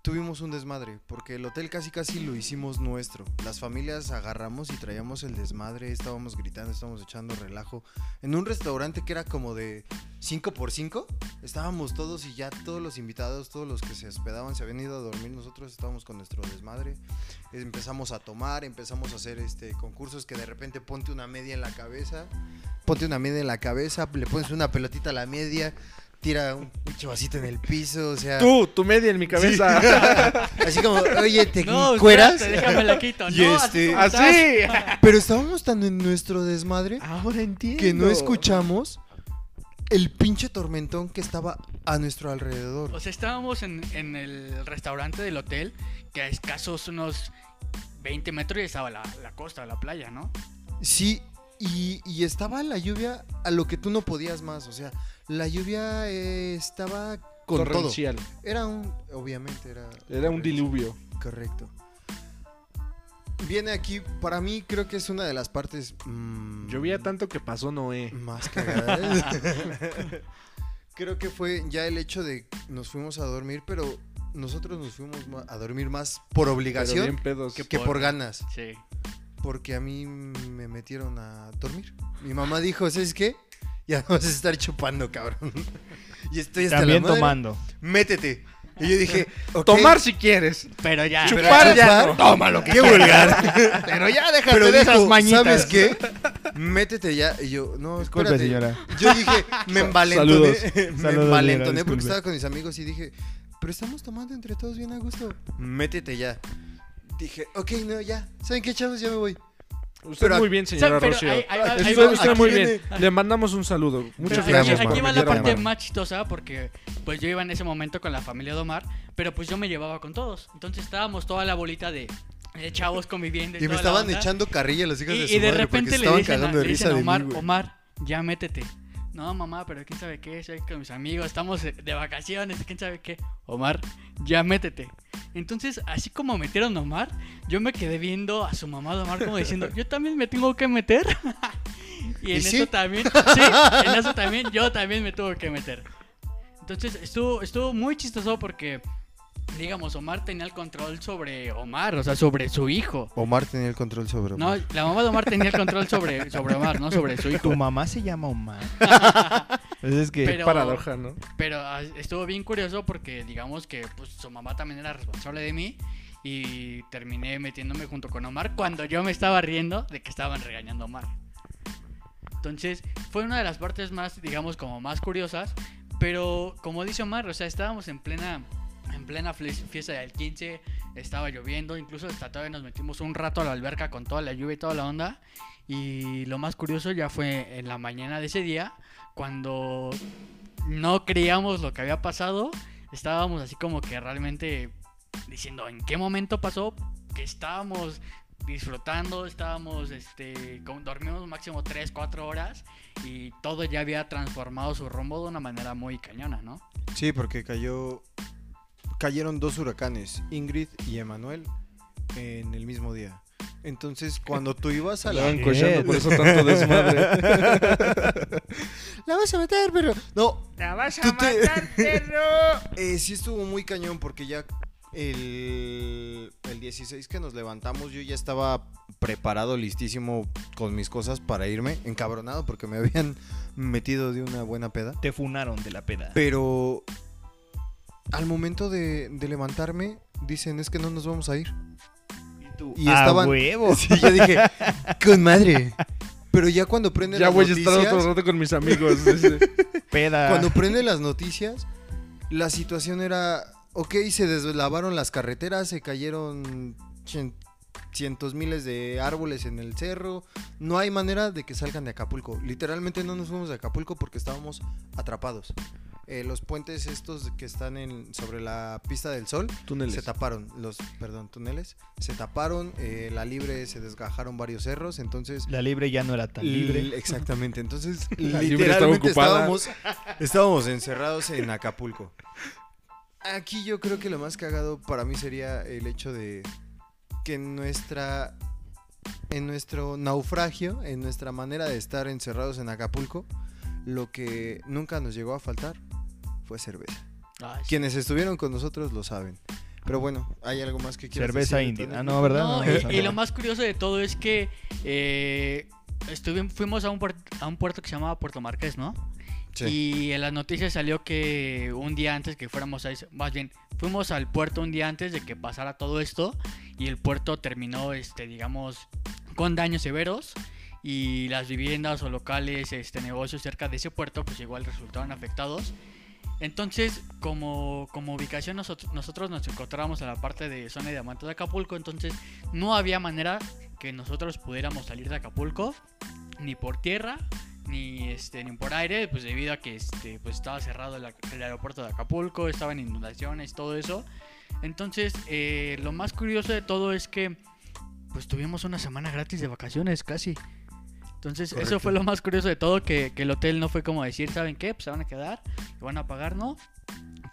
tuvimos un desmadre, porque el hotel casi casi lo hicimos nuestro. Las familias agarramos y traíamos el desmadre, estábamos gritando, estábamos echando relajo. En un restaurante que era como de 5x5, estábamos todos y ya todos los invitados, todos los que se hospedaban se habían ido a dormir, nosotros estábamos con nuestro desmadre empezamos a tomar, empezamos a hacer este concursos que de repente ponte una media en la cabeza, ponte una media en la cabeza, le pones una pelotita a la media, tira un pinche vasito en el piso, o sea,
Tú, tu media en mi cabeza.
así como, oye, te
No,
cueras.
espérate, déjame la quito.
Y
no,
este-
así como estás.
Así.
Pero estábamos tan en nuestro desmadre
Ahora entiendo.
que no escuchamos el pinche tormentón que estaba a nuestro alrededor.
O sea, estábamos en, en el restaurante del hotel, que a escasos unos 20 metros y estaba la, la costa, la playa, ¿no?
Sí, y, y estaba la lluvia a lo que tú no podías más, o sea, la lluvia eh, estaba con todo.
Torrencial.
Era un, obviamente era...
Era un diluvio.
Correcto. Viene aquí, para mí creo que es una de las partes... mm,
Llovía tanto que pasó Noé.
Más cagadas. creo que fue ya el hecho de nos fuimos a dormir, pero nosotros nos fuimos ma- a dormir más por
Pero
obligación
bien pedos.
Que-
que
por-
por ganas.
Sí.
Porque a mí me metieron a dormir. Mi mamá dijo, ¿sabes qué? Ya vas a estar chupando, cabrón. y estoy hasta
También
la madre.
tomando.
Métete. Y yo dije, "Ok,
Tomar si quieres.
Pero ya.
pero
chupar ya
chupar,
no.
Toma lo que Qué vulgar.
Pero ya déjate
Pero
de esas
dijo,
mañitas.
¿sabes qué? Métete ya. Y yo, no,
Disculpe,
espérate.
señora.
Yo dije, me envalentoné.
Saludos.
me
Saludos,
envalentoné
señora,
porque
disculpe.
estaba con mis amigos y dije, pero estamos tomando entre todos bien a gusto. Métete ya. Dije, ok, no, ya. ¿Saben qué, chavos? Ya me voy.
Usted
Pero-
muy bien, señora
pero
Rocío.
ahí- ahí- ahí
Usted,
va-
usted
aquí
muy
viene-
bien. Le mandamos un saludo. Muchas
Pero aquí-
gracias.
Aquí,
por
va
venir
la
a
parte
grabar.
más chistosa porque pues yo iba en ese momento con la familia de Omar, pero pues yo me llevaba con todos. Entonces estábamos toda la bolita de, de chavos conviviendo.
Y me
toda la
estaban
onda.
echando carrilla los hijos
Y,
de
y
su
de
madre porque
repente
se
le
estaban
dicen, a,
cagando
le
de risa
dicen a
de mí,
Omar,
güey.
Omar, ya métete. No, mamá, pero quién sabe qué, soy con mis amigos, estamos de vacaciones, quién sabe qué. Omar, ya métete. Entonces, así como metieron a Omar, yo me quedé viendo a su mamá de Omar como diciendo, yo también me tengo que meter. y
¿Y
en eso
sí?
también, sí, en eso también, yo también me tuve que meter. Entonces, estuvo, estuvo muy chistoso porque, digamos, Omar tenía el control sobre Omar, o sea, sobre su hijo.
Omar tenía el control sobre
No,
Omar.
la mamá de Omar tenía el control sobre, sobre Omar, no sobre su hijo.
Tu mamá se llama Omar. Entonces es que
Qué
Pero-
Paradoja, ¿no?
Pero ah, estuvo bien curioso porque digamos que pues, su mamá también era responsable de mí y terminé metiéndome junto con Omar cuando yo me estaba riendo de que estaban regañando a Omar. Entonces fue una de las partes más, digamos, como más curiosas. Pero como dice Omar, o sea, estábamos en plena, en plena fle- fiesta del 15, estaba lloviendo, incluso hasta todavía nos metimos un rato a la alberca con toda la lluvia y toda la onda. Y lo más curioso ya fue en la mañana de ese día, cuando no creíamos lo que había pasado, estábamos así como que realmente diciendo en qué momento pasó, que estábamos disfrutando, estábamos, este, con- dormimos máximo 3, 4 horas y todo ya había transformado su rumbo de una manera muy cañona, ¿no?
Sí, porque cayó... Cayeron dos huracanes, Ingrid y Emanuel, en el mismo día. Entonces, cuando tú ibas a la...
Estaban cochando, Pues por eso tanto desmadre.
La vas a matar, perro. No. La vas a matar, perro. Eh, sí estuvo muy cañón porque ya el, el 16 que nos levantamos yo ya estaba preparado, listísimo con mis cosas para irme, encabronado porque me habían metido de una buena peda.
te funaron de la peda.
Pero al momento de, de levantarme dicen es que no nos vamos a ir. Y
A
estaban...
Oh.
huevo.
Sí, yo dije, con madre. Pero ya cuando prende
Ya
las
voy a estar
noticias-
otro rato con mis amigos. Dice,
Peda.
Cuando prende las noticias, la situación era, ok, se deslavaron las carreteras, se cayeron cien- cientos miles de árboles en el cerro, no hay manera de que salgan de Acapulco. Literalmente no nos fuimos de Acapulco porque estábamos atrapados. Eh, los puentes estos que están en, sobre la pista del sol
Túneles.
se taparon, los, perdón, túneles, se taparon, eh, la libre se desgajaron varios cerros, entonces
La libre ya no era tan libre.
L- Exactamente. Entonces,
La libre estaba
literalmente
ocupada.
estábamos, estábamos encerrados en Acapulco. Aquí yo creo que lo más cagado para mí sería el hecho de que en nuestra en nuestro naufragio, en nuestra manera de estar encerrados en Acapulco, lo que nunca nos llegó a faltar fue cerveza.
Ay, sí.
Quienes estuvieron con nosotros lo saben. Pero bueno, hay algo más que quieras
Cerveza
decir,
india.
Antonio?
Ah, no, ¿verdad?
No,
No, no,
y, y
no.
lo más curioso de todo es que eh, estuvim- fuimos a un, puer- a un puerto que se llamaba Puerto Marqués, ¿no?
Sí.
Y en las noticias salió que un día antes que fuéramos a ese- más bien, fuimos al puerto un día antes de que pasara todo esto y el puerto terminó, este, digamos, con daños severos y las viviendas o locales, este, negocios cerca de ese puerto, pues igual resultaron afectados. Entonces, como, como ubicación, nosotros, nosotros nos encontrábamos en la parte de zona de diamantes de Acapulco, entonces no había manera que nosotros pudiéramos salir de Acapulco, ni por tierra, ni, este, ni por aire, pues debido a que este, pues estaba cerrado el, a- el aeropuerto de Acapulco, estaban inundaciones, todo eso. Entonces, eh, lo más curioso de todo es que pues tuvimos una semana gratis de vacaciones casi. Entonces, eso fue lo más curioso de todo, que, que el hotel no fue como decir, ¿saben qué? Pues se van a quedar, y van a pagar, ¿no?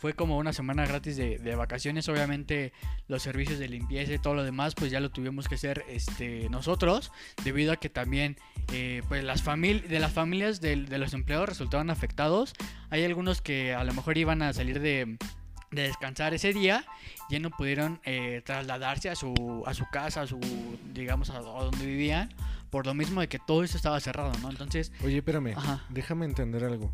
Fue como una semana gratis de, de vacaciones, obviamente los servicios de limpieza y todo lo demás, pues ya lo tuvimos que hacer este, nosotros, debido a que también eh, pues las famili- de las familias del- de, los empleados resultaban afectados. Hay algunos que a lo mejor iban a salir de, de descansar ese día, ya no pudieron eh, trasladarse a su, a su casa, a su, digamos, a, a donde vivían, por lo mismo de que todo eso estaba cerrado, ¿no? Entonces,
Oye, espérame,
Ajá.
déjame entender algo.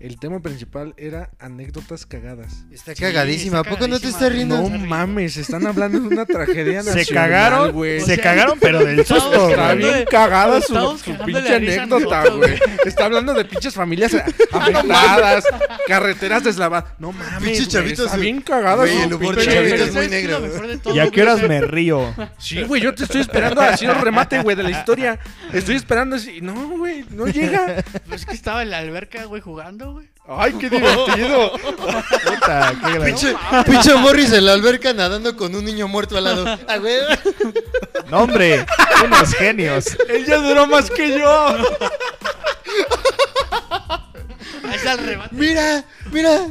El tema principal era anécdotas cagadas.
Está
Sí,
cagadísima. ¿A
está
poco no te
cagadísima.
estás riendo?
No
Está riendo.
mames, están hablando de una tragedia nacional,
Se cagaron,
güey.
O
se
sea,
cagaron, pero del
estamos
Está
susto. güey.
cagando
bien
de-
cagada su,
estamos
su
cagando de
pinche
risa
anécdota,
nosotros,
güey. Ah, Está hablando de pinches familias afectadas, carreteras deslavadas. No mames,
Pinche
güey,
chavito
está
su-
bien cagada
Güey,
su
el humor de
pinche-
chavito
pero
es muy
¿sabes qué es lo
negro.
mejor de todo,
¿Y a qué horas
güey?
me río?
Sí, güey, yo te estoy esperando así el remate, güey, de la historia. Estoy esperando así. No, güey, no llega.
Pues es que estaba en la alberca, güey, jugando, güey.
Ay, qué divertido.
Puta, qué gra-
Pinche, pinche Morris en la alberca nadando con un niño muerto al lado. Ah, güey.
No, hombre, unos genios.
Ella duró más que yo.
Ahí está el remate.
Mira, mira.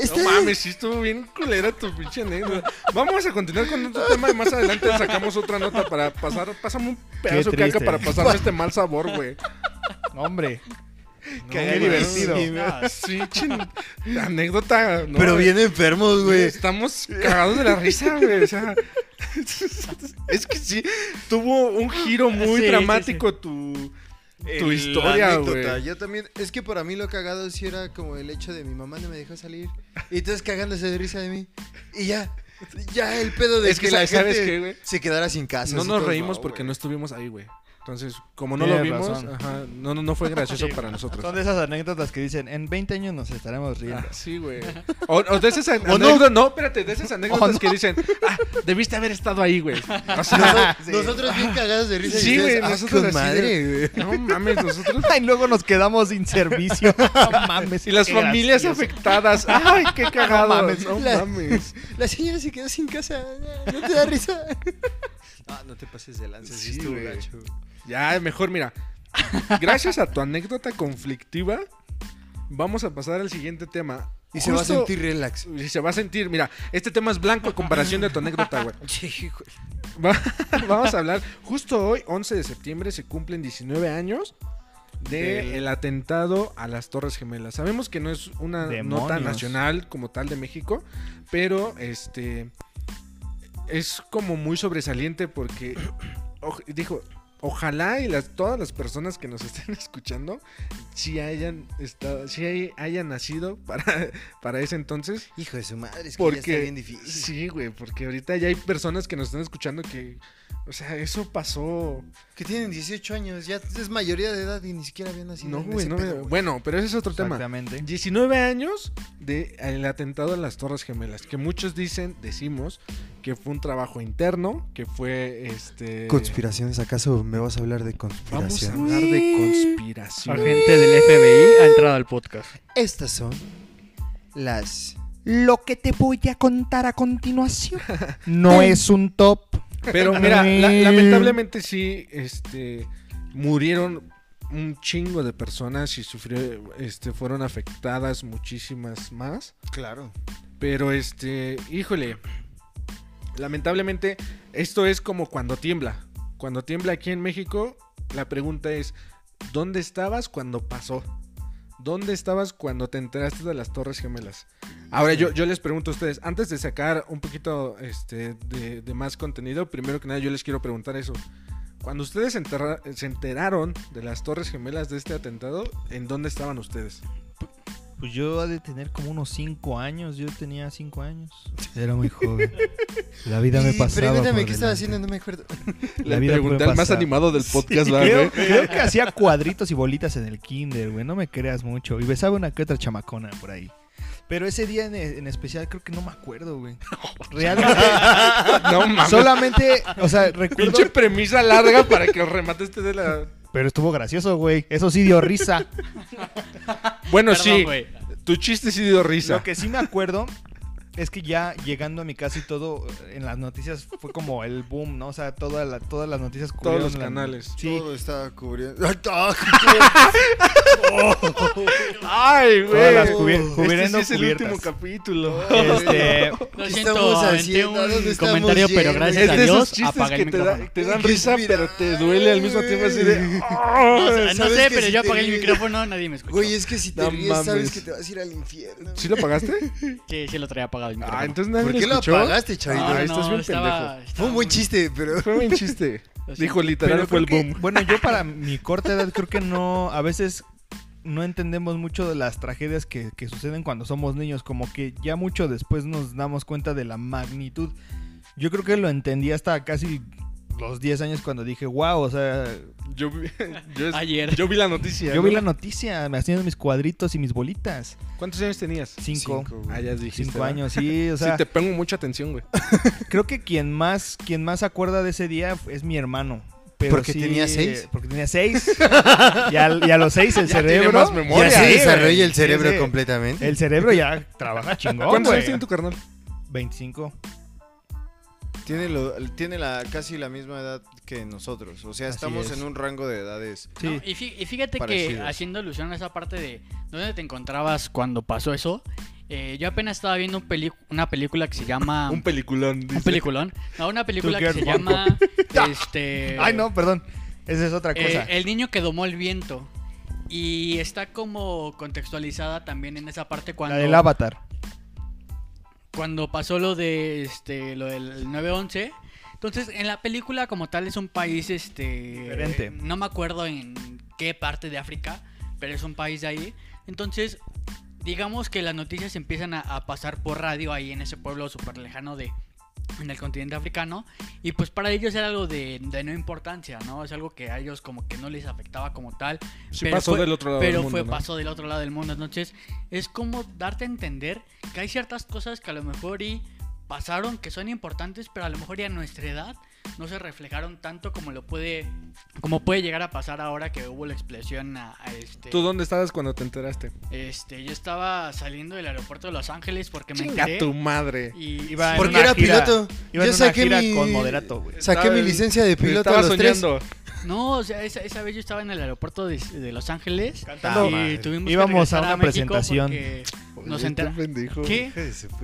Este
No mames, sí estuvo bien culera tu pinche anécdota. Vamos a continuar con otro tema y más adelante sacamos otra nota para pasar. Pásame un pedazo de caca
triste.
para pasarme este mal sabor, güey.
No, hombre.
Qué
mames.
divertido.
Sí,
No,
Sí, chin, anécdota. ¿no?
Pero bien enfermos, güey.
Estamos cagados de la risa, güey. O sea, es que sí, tuvo un giro muy
Sí, sí,
dramático tu, tu
El- la
historia, güey.
anécdota. Yo también, es que para mí lo cagado sí era como el hecho de mi mamá no me dejó salir. Y entonces cagándose de risa de mí. Y ya, ya el pedo de
Es que
que, la
sa- ¿sabes
gente
qué, güey?
se quedara sin casa.
No
así
nos
como,
reímos
"Wow,
porque
güey".
no estuvimos ahí, güey. Entonces, como no lo
Tienes
vimos,
razón.
ajá, no, no, no fue gracioso para nosotros.
Son de esas anécdotas que dicen, en 20 años nos estaremos riendo.
Ah, sí, güey. O, o de esas
no.
anécdotas. No. espérate, de esas anécdotas que dicen, ah, debiste haber estado ahí, güey. O sea,
Noso- Nosotros bien cagados de risa. y
Sí,
dices,
güey,
"Ah,
nosotros
con
así
madre,
de-
güey.
no mames, nosotros.
Y luego nos quedamos sin servicio. No mames.
Y las
qué
familias
gracioso.
afectadas. Ay, qué cagado. No
mames,
mames, no
la-
mames.
La señora se quedó sin casa. ¿No te da risa? No, no te pases de lanza.
sí estuvo gacho, Ya, mejor, mira. Gracias a tu anécdota conflictiva, vamos a pasar al siguiente tema.
Y se va a
Justo-
sentir relax.
Y se va a sentir, mira, este tema es blanco a comparación de tu anécdota, güey. Va- vamos a hablar, justo hoy, 11 de septiembre, se cumplen 19 años del
Del-
atentado a las Torres Gemelas. Sabemos que no es una nota
Demonios.
nacional como tal de México, pero este es como muy sobresaliente porque oj- dijo, ojalá y las, todas las personas que nos estén escuchando si hayan estado, si hay- hayan nacido para, para ese entonces.
Hijo de su madre, es que ya
Porque
está bien difícil.
sí, güey, porque ahorita ya hay personas que nos están escuchando que, o sea, eso pasó.
Que tienen 18 años, ya es mayoría de edad y ni siquiera habían nacido.
no,
en
güey,
ese
no,
pedo, güey.
bueno, pero ese es otro tema.
Exactamente.
19 años del atentado a las Torres Gemelas, que muchos dicen, decimos, que fue un trabajo interno, que fue este
¿Conspiraciones? ¿Acaso me vas a hablar de
Vamos a
conspiración?
hablar de conspiración.
Agente del FBI ha entrado al podcast.
Estas son las.
Lo que te voy a contar a continuación no es un top.
Pero mira, la- lamentablemente sí, este, murieron un chingo de personas y sufrió, este, fueron afectadas muchísimas más.
Claro.
Pero este, híjole, lamentablemente esto es como cuando tiembla. Cuando tiembla aquí en México, la pregunta es, ¿dónde estabas cuando pasó? ¿Dónde estabas cuando te enteraste de las Torres Gemelas? Ahora yo, yo les pregunto a ustedes, antes de sacar un poquito este, de, de más contenido, primero que nada yo les quiero preguntar eso. Cuando ustedes se enterra- se enteraron de las Torres Gemelas de este atentado, ¿en dónde estaban ustedes?
Pues yo he de tener como unos 5 años. Yo tenía 5 años. Era muy joven. La vida me
Y
pasaba.
Pregúntame
por
qué estaba
delante.
haciendo, no me acuerdo.
La vida
pregunté
fue
al más
pasada.
animado del podcast, ¿verdad, güey?
Creo, creo que hacía cuadritos y bolitas en el kinder, güey. No me creas mucho. Y besaba una que otra chamacona por ahí. Pero ese día en, en especial creo que no me acuerdo, güey. Realmente.
No mames.
solamente, o sea, recuerdo.
Pinche premisa larga para que remates de la.
Pero estuvo gracioso, güey. Eso sí dio risa.
Bueno,
Perdón,
sí,
güey.
tu chiste sí dio risa.
Lo que sí me acuerdo es que ya llegando a mi casa y todo, en las noticias fue como el boom, ¿no? O sea, toda la- todas las noticias
Todos
cubrieron
los
la-
canales.
Sí.
Todo estaba cubriendo. ¡Ah!
Ay,
Todas las
güey.
cubier-
Este
cubriendo
sí es el
cubiertas.
último capítulo.
Este,
Lo
¿Qué
siento,
estamos
aventé
haciendo? ¿A dónde
un
estamos
comentario, pero
yendo?
Es
gracias a
de esos
Dios
chistes
apagué
que
el
te, da-
micrófono.
te dan risa, pero te duele al mismo tiempo así de. "Ah".
No,
eh,
sé- no
¿Sabes
sé,
que
pero
si
yo
te
apagué el
ríes?
micrófono, nadie me escuchó.
Güey, es que si te
No
ríes, sabes
mames.
que te vas a ir al infierno.
¿Sí lo pagaste?
Sí, sí lo traía apagado el micrófono.
Ah, entonces nadie
¿Por qué
lo
lo
escuchó.
apagaste, chavito?
Ah, estás bien pendejo.
Fue un buen chiste, pero.
Fue un chiste.
Lo siento.
Dijo literal,
pero
fue el
creo que-
boom.
bueno, yo para mi corta edad creo que no, a veces no entendemos mucho de las tragedias que, que suceden cuando somos niños, como que ya mucho después nos damos cuenta de la magnitud. Yo creo que lo entendí hasta casi los 10 años cuando dije, wow, o sea,
Yo, vi- yo es-
Ayer.
yo vi la noticia.
yo vi
¿no?
la noticia, me haciendo mis cuadritos y mis bolitas.
¿Cuántos años tenías?
Cinco.
Cinco, güey.
Ah, ya dijiste.
Cinco
¿verdad?
años, sí, o sea,
sí, te pongo mucha atención, güey.
creo que quien más, quien más se acuerda de ese día es mi hermano. Pero
¿Porque
sí-
tenía seis?
Porque tenía seis. y, al- y a los seis el
Ya tiene
cerebro.
más memoria.
sí,
Ya se
güey.
desarrolla el
Sí,
cerebro
sí.
completamente.
El cerebro ya trabaja chingón.
¿Cuántos
güey.
años tiene tu carnal?
25.
Tiene, lo- tiene la, casi la misma edad que nosotros. O sea,
Así
estamos
es.
en un rango de edades.
Sí.
No, y, fí- y fíjate que
Parecidos.
haciendo alusión a esa parte de dónde te encontrabas cuando pasó eso, eh, yo apenas estaba viendo un peli- una película que se llama...
Un
Ah. un,
peliculón. dice.
peliculón. No, una película que
girl,
se
Marco.
llama... este,
Ay, no, perdón. Esa es otra
eh,
cosa.
el niño que domó el viento. Y está como contextualizada también en esa parte cuando...
La del avatar.
cuando pasó lo de este lo del 911. Entonces, en la película como tal es un país este
Diferente.
no me acuerdo en qué parte de África, pero es un país de ahí. Entonces, digamos que las noticias empiezan a, a pasar por radio ahí en ese pueblo súper lejano de en el continente africano y pues para ellos era algo de, de no importancia, ¿no? Es algo que a ellos como que no les afectaba como tal,
Sí,
Pero
pasó
fue-
del otro lado
pero
del mundo,
fue
¿no?
pasó del otro lado del mundo. Entonces, es como darte a entender que hay ciertas cosas que a lo mejor y pasaron, que son importantes, pero a lo mejor y a nuestra edad no se reflejaron tanto como lo puede como puede llegar a pasar ahora que hubo la explosión a, a este
¿Tú dónde estabas cuando te enteraste?
este yo estaba saliendo del aeropuerto de Los Ángeles porque me
Chinga
enteré
tu madre.
y
Iba en
Porque
una
era
gira-
piloto.
Iba en
Yo
una
saqué
gira
mi-
con moderato, güey.
Saqué
Estaba-
mi licencia de piloto
Estaba
a los tres.
soñando.
no, o sea, esa, esa vez yo estaba en el aeropuerto de, de Los Ángeles
Cantando.
y
madre.
tuvimos que
Íbamos a
regresar
una
México
presentación.
porque nos
Oye,
entera
qué pendejo.
¿Qué?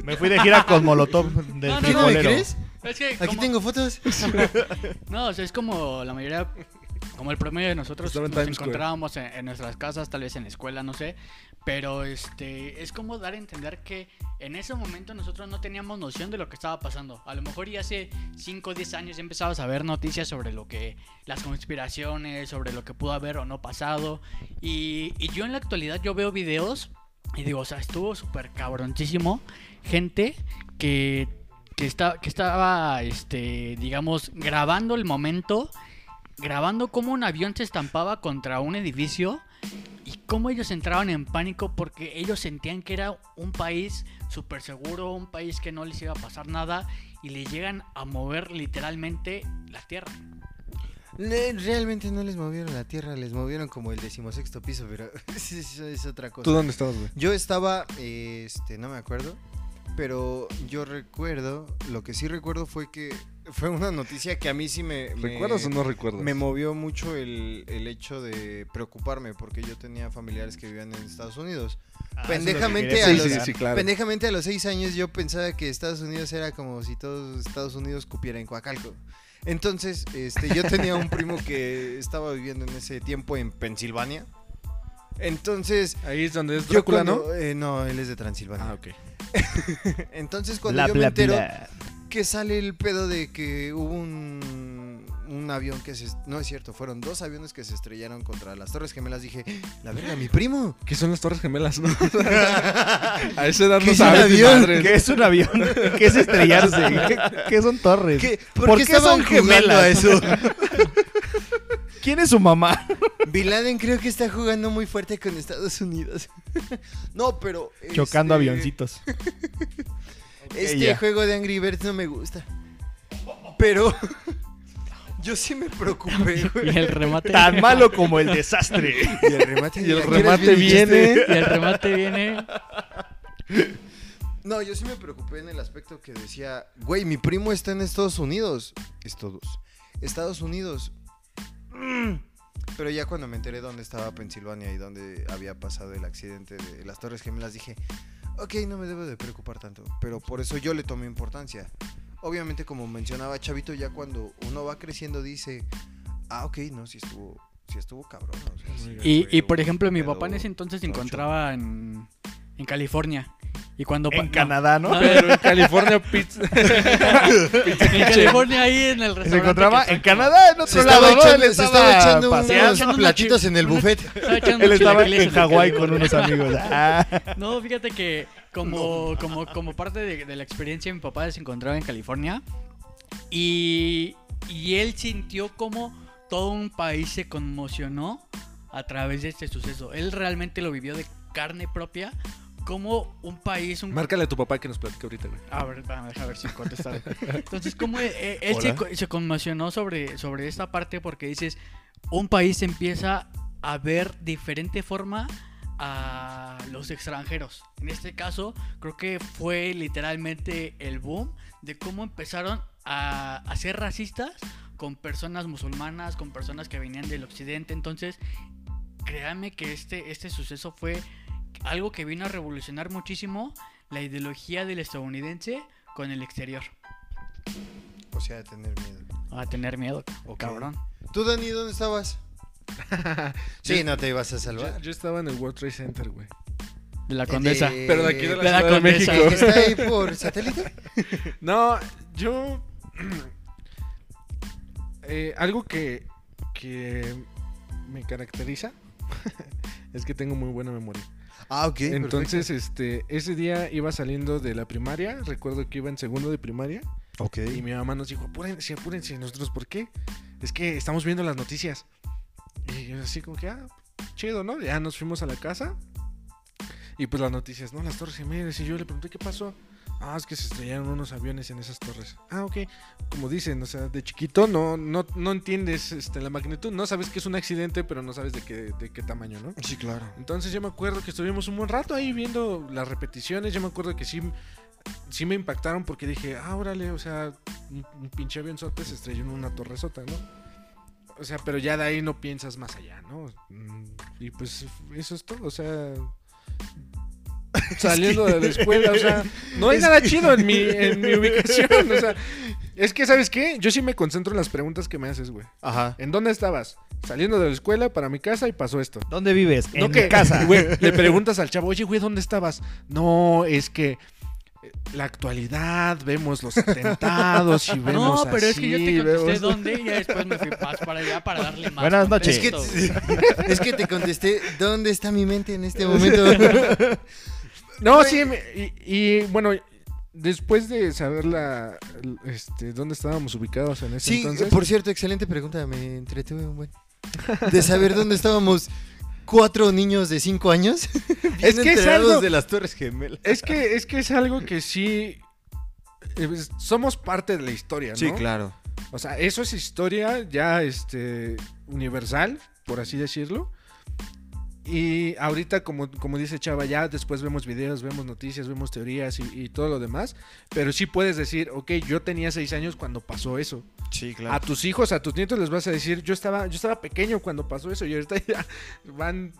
Me fui de gira con Molotov del
No,
Ah,
no,
¿Qué no me
frijolero.
crees?
Es que
Aquí
como-
tengo fotos.
No, o sea, es como la mayoría, como el promedio de
Pues,
nosotros
Estaba en
nos
Times Square.
encontrábamos en, en nuestras casas, tal vez en la escuela, no sé. Pero este es como dar a entender que en ese momento nosotros no teníamos noción de lo que estaba pasando. A lo mejor y hace 5 o 10 años ya empezabas a ver noticias sobre lo que, las conspiraciones, sobre lo que pudo haber o no pasado. Y, y yo en la actualidad yo veo videos y digo, o sea, estuvo súper cabroncísimo. Gente que, que, está, que estaba, este, digamos, grabando el momento, grabando cómo un avión se estampaba contra un edificio y cómo ellos entraban en pánico porque ellos sentían que era un país súper seguro, un país que no les iba a pasar nada y le llegan a mover literalmente la tierra.
Le- Realmente no les movieron la tierra, les movieron como el decimosexto piso, pero eso es otra cosa.
¿Tú dónde estabas, güey?
Yo estaba, eh, este, no me acuerdo, pero yo recuerdo, lo que sí recuerdo fue que fue una noticia que a mí sí me... me-
¿Recuerdas o no recuerdas?
Me movió mucho el, el hecho de preocuparme porque yo tenía familiares que vivían en Estados Unidos. Pendejamente
quería
a, los,
Sí, sí, sí, claro.
pendejamente a los seis años yo pensaba que Estados Unidos era como si todos Estados Unidos cupiera en Coacalco. Entonces, este, yo tenía un primo que estaba viviendo en ese tiempo en Pensilvania. Entonces,
Ahí es donde es
yo
Drácula, ¿no?
cuando- eh, no, él es de Transilvania.
Ah, ok.
Entonces, cuando yo me entero que sale el pedo de que hubo un, un avión que se... est- No es cierto, fueron dos aviones que se estrellaron contra las Torres Gemelas. Dije, la verga, mi primo.
¿Qué son las Torres Gemelas, no? a esa edad
¿Qué
no
es
sabes
un
ni
avión?
madres.
¿Qué es un avión? ¿Qué es estrellarse? ¿Qué, qué son torres?
¿Qué-
¿Por
¿Por qué
qué
estaban
son
jugando a
gemelas?
eso?
¿Quién es su mamá?
Bin Laden creo que está jugando muy fuerte con Estados Unidos. no, pero...
Chocando
este,
avioncitos.
Este
ya.
juego de Angry Birds no me gusta. Pero... yo sí me preocupé, güey.
Y el remate.
Tan malo como el desastre.
Y el remate,
Y el
¿quieres
remate
bien el chiste?
viene.
Y el remate viene.
No, yo sí me preocupé en el aspecto que decía, güey, mi primo está en Estados Unidos. Estados. Estados Unidos. Mm. Pero ya cuando me enteré dónde estaba Pensilvania y dónde había pasado el accidente de las Torres Gemelas, dije, ok, no me debo de preocupar tanto. Pero por eso yo le tomé importancia. Obviamente, como mencionaba Chavito, ya cuando uno va creciendo dice, ah, ok, no, sí estuvo, sí estuvo cabrón. o sea, sí
Y,
fue
y por
un
ejemplo, mi
pedo
papá en ese entonces se
tocho".
encontraba en, en California. Y cuando. pa-
En
no,
Canadá, ¿no?
no,
Pero en California Pizza.
en California, ahí en el restaurante.
Se encontraba
que
en
está-
Canadá, en
Se
otro
estaba
lado, ¿no? Él
echando, se estaba echando unos
paseando.
unos
platitos en el
unos-
buffet.
estaba echando
Él estaba
chilaquiles
en Hawái con
California.
unos amigos. Ah.
No, fíjate que como, como, como parte de, de la experiencia mi papá se encontraba en California y, y él sintió como todo un país se conmocionó a través de este suceso. Él realmente lo vivió de carne propia, como un país, un...
Márcale a tu papá que nos platique ahorita, güey.
Ah, A ver, vamos a ver si contestar. Entonces, ¿cómo e- e- él, se,
Hola.
co- se conmocionó sobre, sobre esta parte? Porque dices, un país empieza a ver diferente forma a los extranjeros. En este caso, creo que fue literalmente el boom de cómo empezaron a, a ser racistas con personas musulmanas, con personas que venían del occidente. Entonces, créanme que este, este suceso fue algo que vino a revolucionar muchísimo la ideología del estadounidense con el exterior.
O sea, pues de tener miedo.
A tener miedo,
Ok.
cabrón.
¿Tú, Dani, dónde estabas? sí, no te ibas a
Yo,
salvar.
yo estaba en el World Trade Center, güey.
De la condesa.
Eh,
Pero de aquí de la
de la
Ciudad de
Condesa.
México.
¿Está ahí por satélite?
No, yo. eh, algo que, que me caracteriza es que tengo muy buena memoria.
Ah, ok.
Entonces, este, ese día iba saliendo de la primaria. Recuerdo que iba en segundo de primaria.
Ok.
Y mi mamá nos dijo: apúrense, apúrense. Y nosotros, ¿por qué? Es que estamos viendo las noticias. Y yo, así como que, ah, chido, ¿no? Ya nos fuimos a la casa. Y pues las noticias, ¿no? Las Torres Gemelas. Y yo le pregunté, ¿qué pasó? Ah, es que se estrellaron unos aviones en esas torres. Ah, ok. Como dicen, o sea, de chiquito no, no, no entiendes este, la magnitud. No sabes que es un accidente, pero no sabes de qué, de qué tamaño, ¿no?
Sí, claro.
Entonces yo me acuerdo que estuvimos un buen rato ahí viendo las repeticiones. Yo me acuerdo que sí, sí me impactaron porque dije, ah, órale, o sea, un, un pinche avión sorte se estrelló en una torre sota, ¿no? O sea, pero ya de ahí no piensas más allá, ¿no? Mm, Y pues eso es todo, o sea... Saliendo de la escuela, o sea, no hay nada chido en mi, en mi ubicación, o sea, es que, ¿sabes qué? Yo sí me concentro en las preguntas que me haces, güey.
Ajá.
¿En dónde estabas? Saliendo de la escuela para mi casa y pasó esto.
¿Dónde vives?
No
en
que-
casa.
Güey, le preguntas al chavo, oye, güey, ¿dónde estabas? No, es que eh, la actualidad, vemos los atentados y vemos
Ah, No, pero es que yo te
así,
contesté
vemos-
dónde y ya después me fui pas- para allá para darle más.
Buenas noches.
Es que,
contexto.
es que te contesté, ¿dónde está mi mente en este momento?
No, sí, me- y, y, bueno, después de saber la, el- este, dónde estábamos ubicados en ese
Sí,
entonces...
por cierto, excelente pregunta, me entretuve un buen. De saber dónde estábamos cuatro niños de cinco años.
Es
bien
que es
enterados
algo-
de las Torres Gemelas.
Es que, es que es algo que sí... eh, es- Somos parte de la historia, ¿no?
claro.
O sea, eso es historia ya este, universal, por así decirlo. Y ahorita, como, como dice Chava, ya después vemos videos, vemos noticias, vemos teorías y, y todo lo demás. Pero sí puedes decir, ok, yo tenía seis años cuando pasó eso.
Sí,
A tus hijos, a tus nietos les vas a decir, yo estaba, yo estaba pequeño cuando pasó eso y ahorita ya van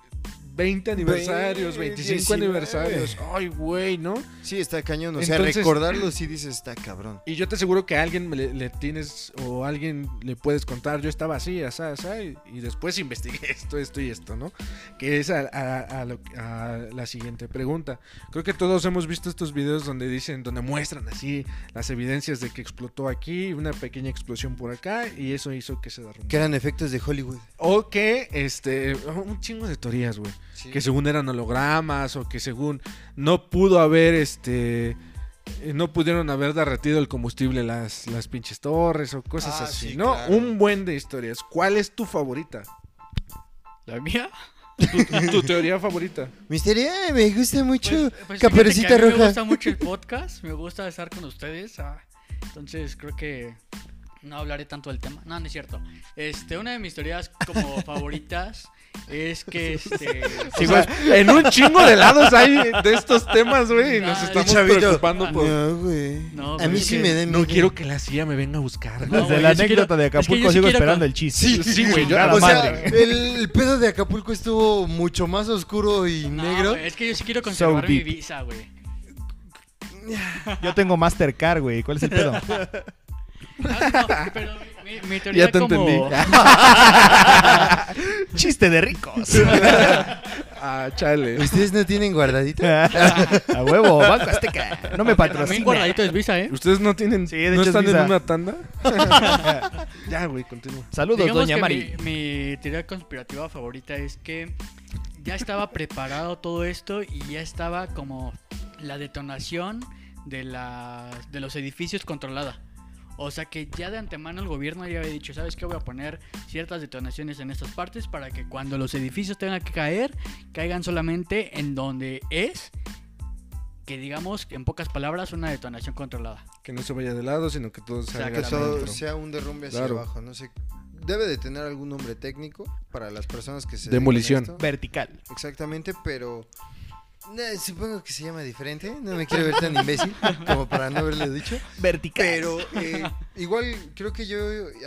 20 aniversarios, 25
19.
aniversarios. Ay, güey, ¿no?
Sí, está cañón. O sea,
Ah, Entonces-
recordarlo sí dices, está cabrón.
Y yo te aseguro que a alguien me le, le tienes o a alguien le puedes contar, yo estaba así, asá, asá, y, y después investigué esto, esto y esto, ¿no? Que es a, a- a lo- a la siguiente pregunta. Creo que todos hemos visto estos videos donde dicen, donde muestran así las evidencias de que explotó aquí, una pequeña explosión por acá, y eso hizo que se
Que
derrumbara.
eran efectos de Hollywood.
O que, este, un chingo de teorías, güey que según eran hologramas o que según no pudo haber este eh, no pudieron haber derretido el combustible las, las pinches torres o cosas
Ah,
así,
sí,
¿no?
claro.
Un buen de historias. ¿Cuál es tu favorita?
¿La mía?
Tu, tu teoría favorita.
Misterio, ay, me gusta mucho.
Pues- pues fíjate que a
Caperucita
mí Me
Roja.
gusta mucho el podcast, me gusta estar con ustedes. ah, entonces creo que no hablaré tanto del tema. No, no es cierto. Este, una de mis teorías como favoritas es que este.
Sí, güey, en un chingo de lados hay de estos temas, güey, y nos
Nah,
estamos
chavito.
preocupando por...
No, güey.
No,
a
pero
mí
es
sí
que
me da
No
miedo.
quiero que la CIA me venga a buscar.
No,
güey.
Desde
güey,
la
yo sí
anécdota
quiero-
de
es que yo
Acapulco
sí
sigo
quiero
esperando
con-
el chiste.
Sí, sí, güey. yo-
Chingada
o
O
sea,
sea, el, el pedo de Acapulco estuvo mucho más oscuro y
No,
negro.
güey, es que yo sí quiero conservar mi
deep.
visa, güey.
Yo tengo Mastercard, güey. ¿Cuál es el pedo?
Ah, no, pero mi, mi teoría
Ya te
como...
entendí.
Chiste de ricos.
Ah, chale.
¿Ustedes no tienen guardadito?
A huevo, Banco Azteca. No me
También
patrocina.
guardadito es visa, ¿eh?
¿Ustedes no tienen...
Sí, de
¿No
hecho es
están en
visa.
una tanda? ya, güey, continúa.
Saludos,
Digamos
doña
que
Mari.
Mi, mi teoría conspirativa favorita es que ya estaba preparado todo esto y ya estaba como la detonación de, las de los edificios controlada. O sea que ya de antemano el gobierno ya había dicho, ¿sabes qué? Voy a poner ciertas detonaciones en estas partes para que cuando los edificios tengan que caer, caigan solamente en donde es, que digamos, en pocas palabras, una detonación controlada.
Que no se vaya de lado, sino que todo
sea,
salga
Que
de
todo
adentro.
sea un derrumbe hacia
Claro.
abajo, no sé. Debe de tener algún nombre técnico para las personas que se... dedican a
Demolición.
esto.
Vertical.
Exactamente, pero... nah, supongo que se llama diferente. No me quiero ver tan imbécil como para no haberle dicho.
Vertical.
Pero eh, igual, creo que yo,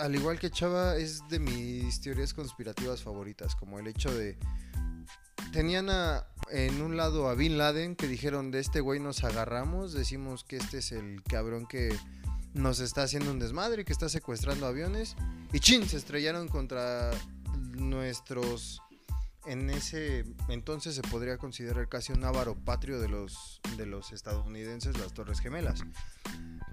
al igual que Chava, es de mis teorías conspirativas favoritas, como el hecho de... Tenían a- en un lado a Bin Laden que dijeron, de este güey nos agarramos, decimos que este es el cabrón que nos está haciendo un desmadre, que está secuestrando aviones, y chin, se estrellaron contra nuestros... En ese entonces se podría considerar casi un avaro patrio de los, de los estadounidenses, las Torres Gemelas.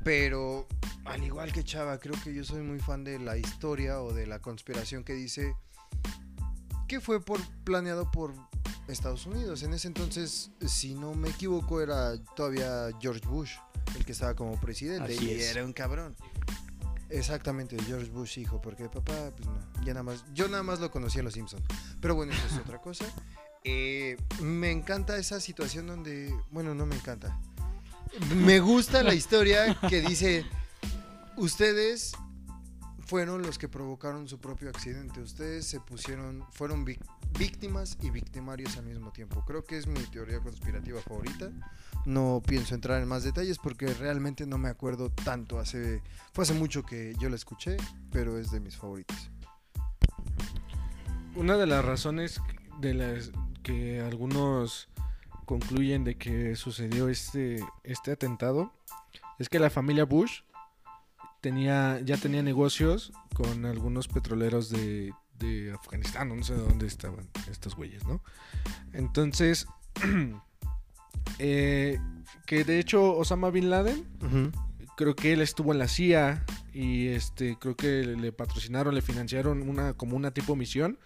Pero al igual que Chava, creo que yo soy muy fan de la historia o de la conspiración que dice que fue por planeado por Estados Unidos. En ese entonces, si no me equivoco, era todavía George Bush el que estaba como presidente
Así
y
es.
era un cabrón. Exactamente, George Bush hijo, porque papá, pues no, ya nada más, yo nada más lo conocí a los Simpson. Pero bueno, eso es otra cosa. Eh, me encanta esa situación donde, bueno, no me encanta. Me gusta la historia que dice, ustedes fueron los que provocaron su propio accidente, ustedes se pusieron, fueron vic- víctimas y victimarios al mismo tiempo. Creo que es mi teoría conspirativa favorita. No pienso entrar en más detalles porque realmente no me acuerdo tanto. Hace, fue hace mucho que yo la escuché, pero es de mis favoritas.
Una de las razones de las que algunos concluyen de que sucedió este, este atentado es que la familia Bush tenía, ya tenía negocios con algunos petroleros de, de Afganistán, no sé de dónde estaban estos güeyes, ¿no? Entonces, eh, que de hecho Osama Bin Laden creo que él estuvo en la CIA y este creo que le le patrocinaron, le financiaron una como una tipo misión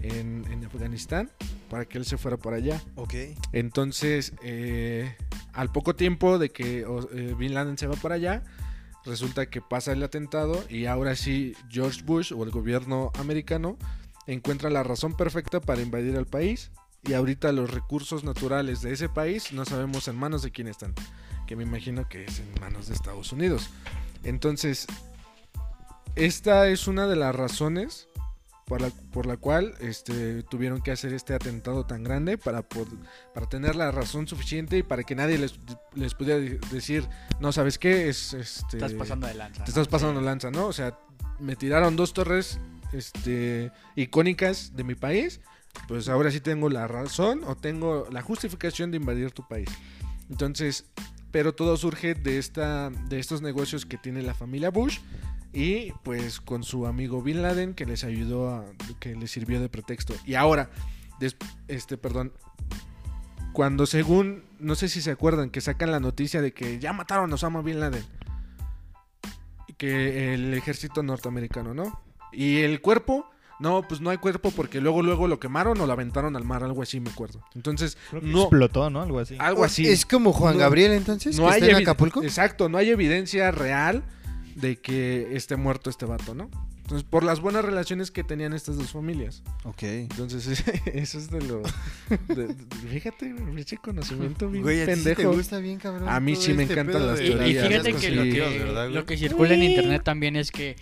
en, en Afganistán para que él se fuera para allá.
Ok.
Entonces, eh, al poco tiempo de que o- eh, Bin Laden se va para allá, resulta que pasa el atentado y ahora sí George Bush o el gobierno americano encuentra la razón perfecta para invadir al país y ahorita los recursos naturales de ese país no sabemos en manos de quién están, que me imagino que es en manos de Estados Unidos. Entonces, esta es una de las razones por la, por la cual este, tuvieron que hacer este atentado tan grande para, pod- para tener la razón suficiente y para que nadie les, les pudiera de- decir, no sabes qué, es, este,
Estás pasando de lanza.
te
¿no?
estás pasando lanza, ¿no? O sea, me tiraron dos torres este, icónicas de mi país, pues ahora sí tengo la razón o tengo la justificación de invadir tu país. Entonces, pero todo surge de, esta, de estos negocios que tiene la familia Bush y pues con su amigo Bin Laden que les ayudó, a, que les sirvió de pretexto. Y ahora, des- este, perdón, cuando según, no sé si se acuerdan, que sacan la noticia de que ya mataron a Osama Bin Laden. Que el ejército norteamericano, ¿no? Y el cuerpo, no, pues no hay cuerpo porque luego, luego lo quemaron o lo aventaron al mar, algo así, me acuerdo. Entonces,
Creo que
no,
explotó, ¿no? Algo así.
algo así.
Es como Juan
No.
Gabriel entonces,
no
que
hay
está en
evi-
Acapulco.
Exacto, no hay evidencia real de que esté muerto este vato, ¿no? Entonces, por las buenas relaciones que tenían estas dos familias.
Ok.
Entonces, eso es de lo. de- de- fíjate, ese conocimiento bien
Güey, ¿a ti sí
pendejo.
te gusta bien, cabrón.
A mí
todo
sí me
este
encantan
pedo
las
de-
Y, y
teorías
fíjate que lo
conspirativas,
que,
¿verdad, güey?
lo que circula en internet también es que,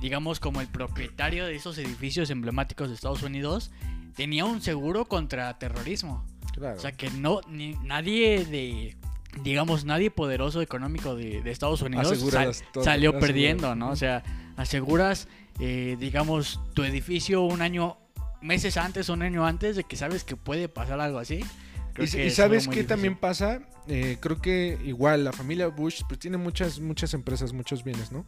digamos, como el propietario de esos edificios emblemáticos de Estados Unidos tenía un seguro contra terrorismo.
Claro.
O sea que no, ni- nadie de, digamos, nadie poderoso económico de, de Estados Unidos
Aseguras todo,
salió
aseguras.
perdiendo, ¿no? O sea, aseguras, eh, digamos, tu edificio un año, meses antes, un año antes de que sabes que puede pasar algo así. Creo
Y,
que
y
es algo
sabes qué
muy
también
difícil.
pasa, Eh, creo que igual la familia Bush pues, tiene muchas, muchas empresas, muchos bienes, ¿no?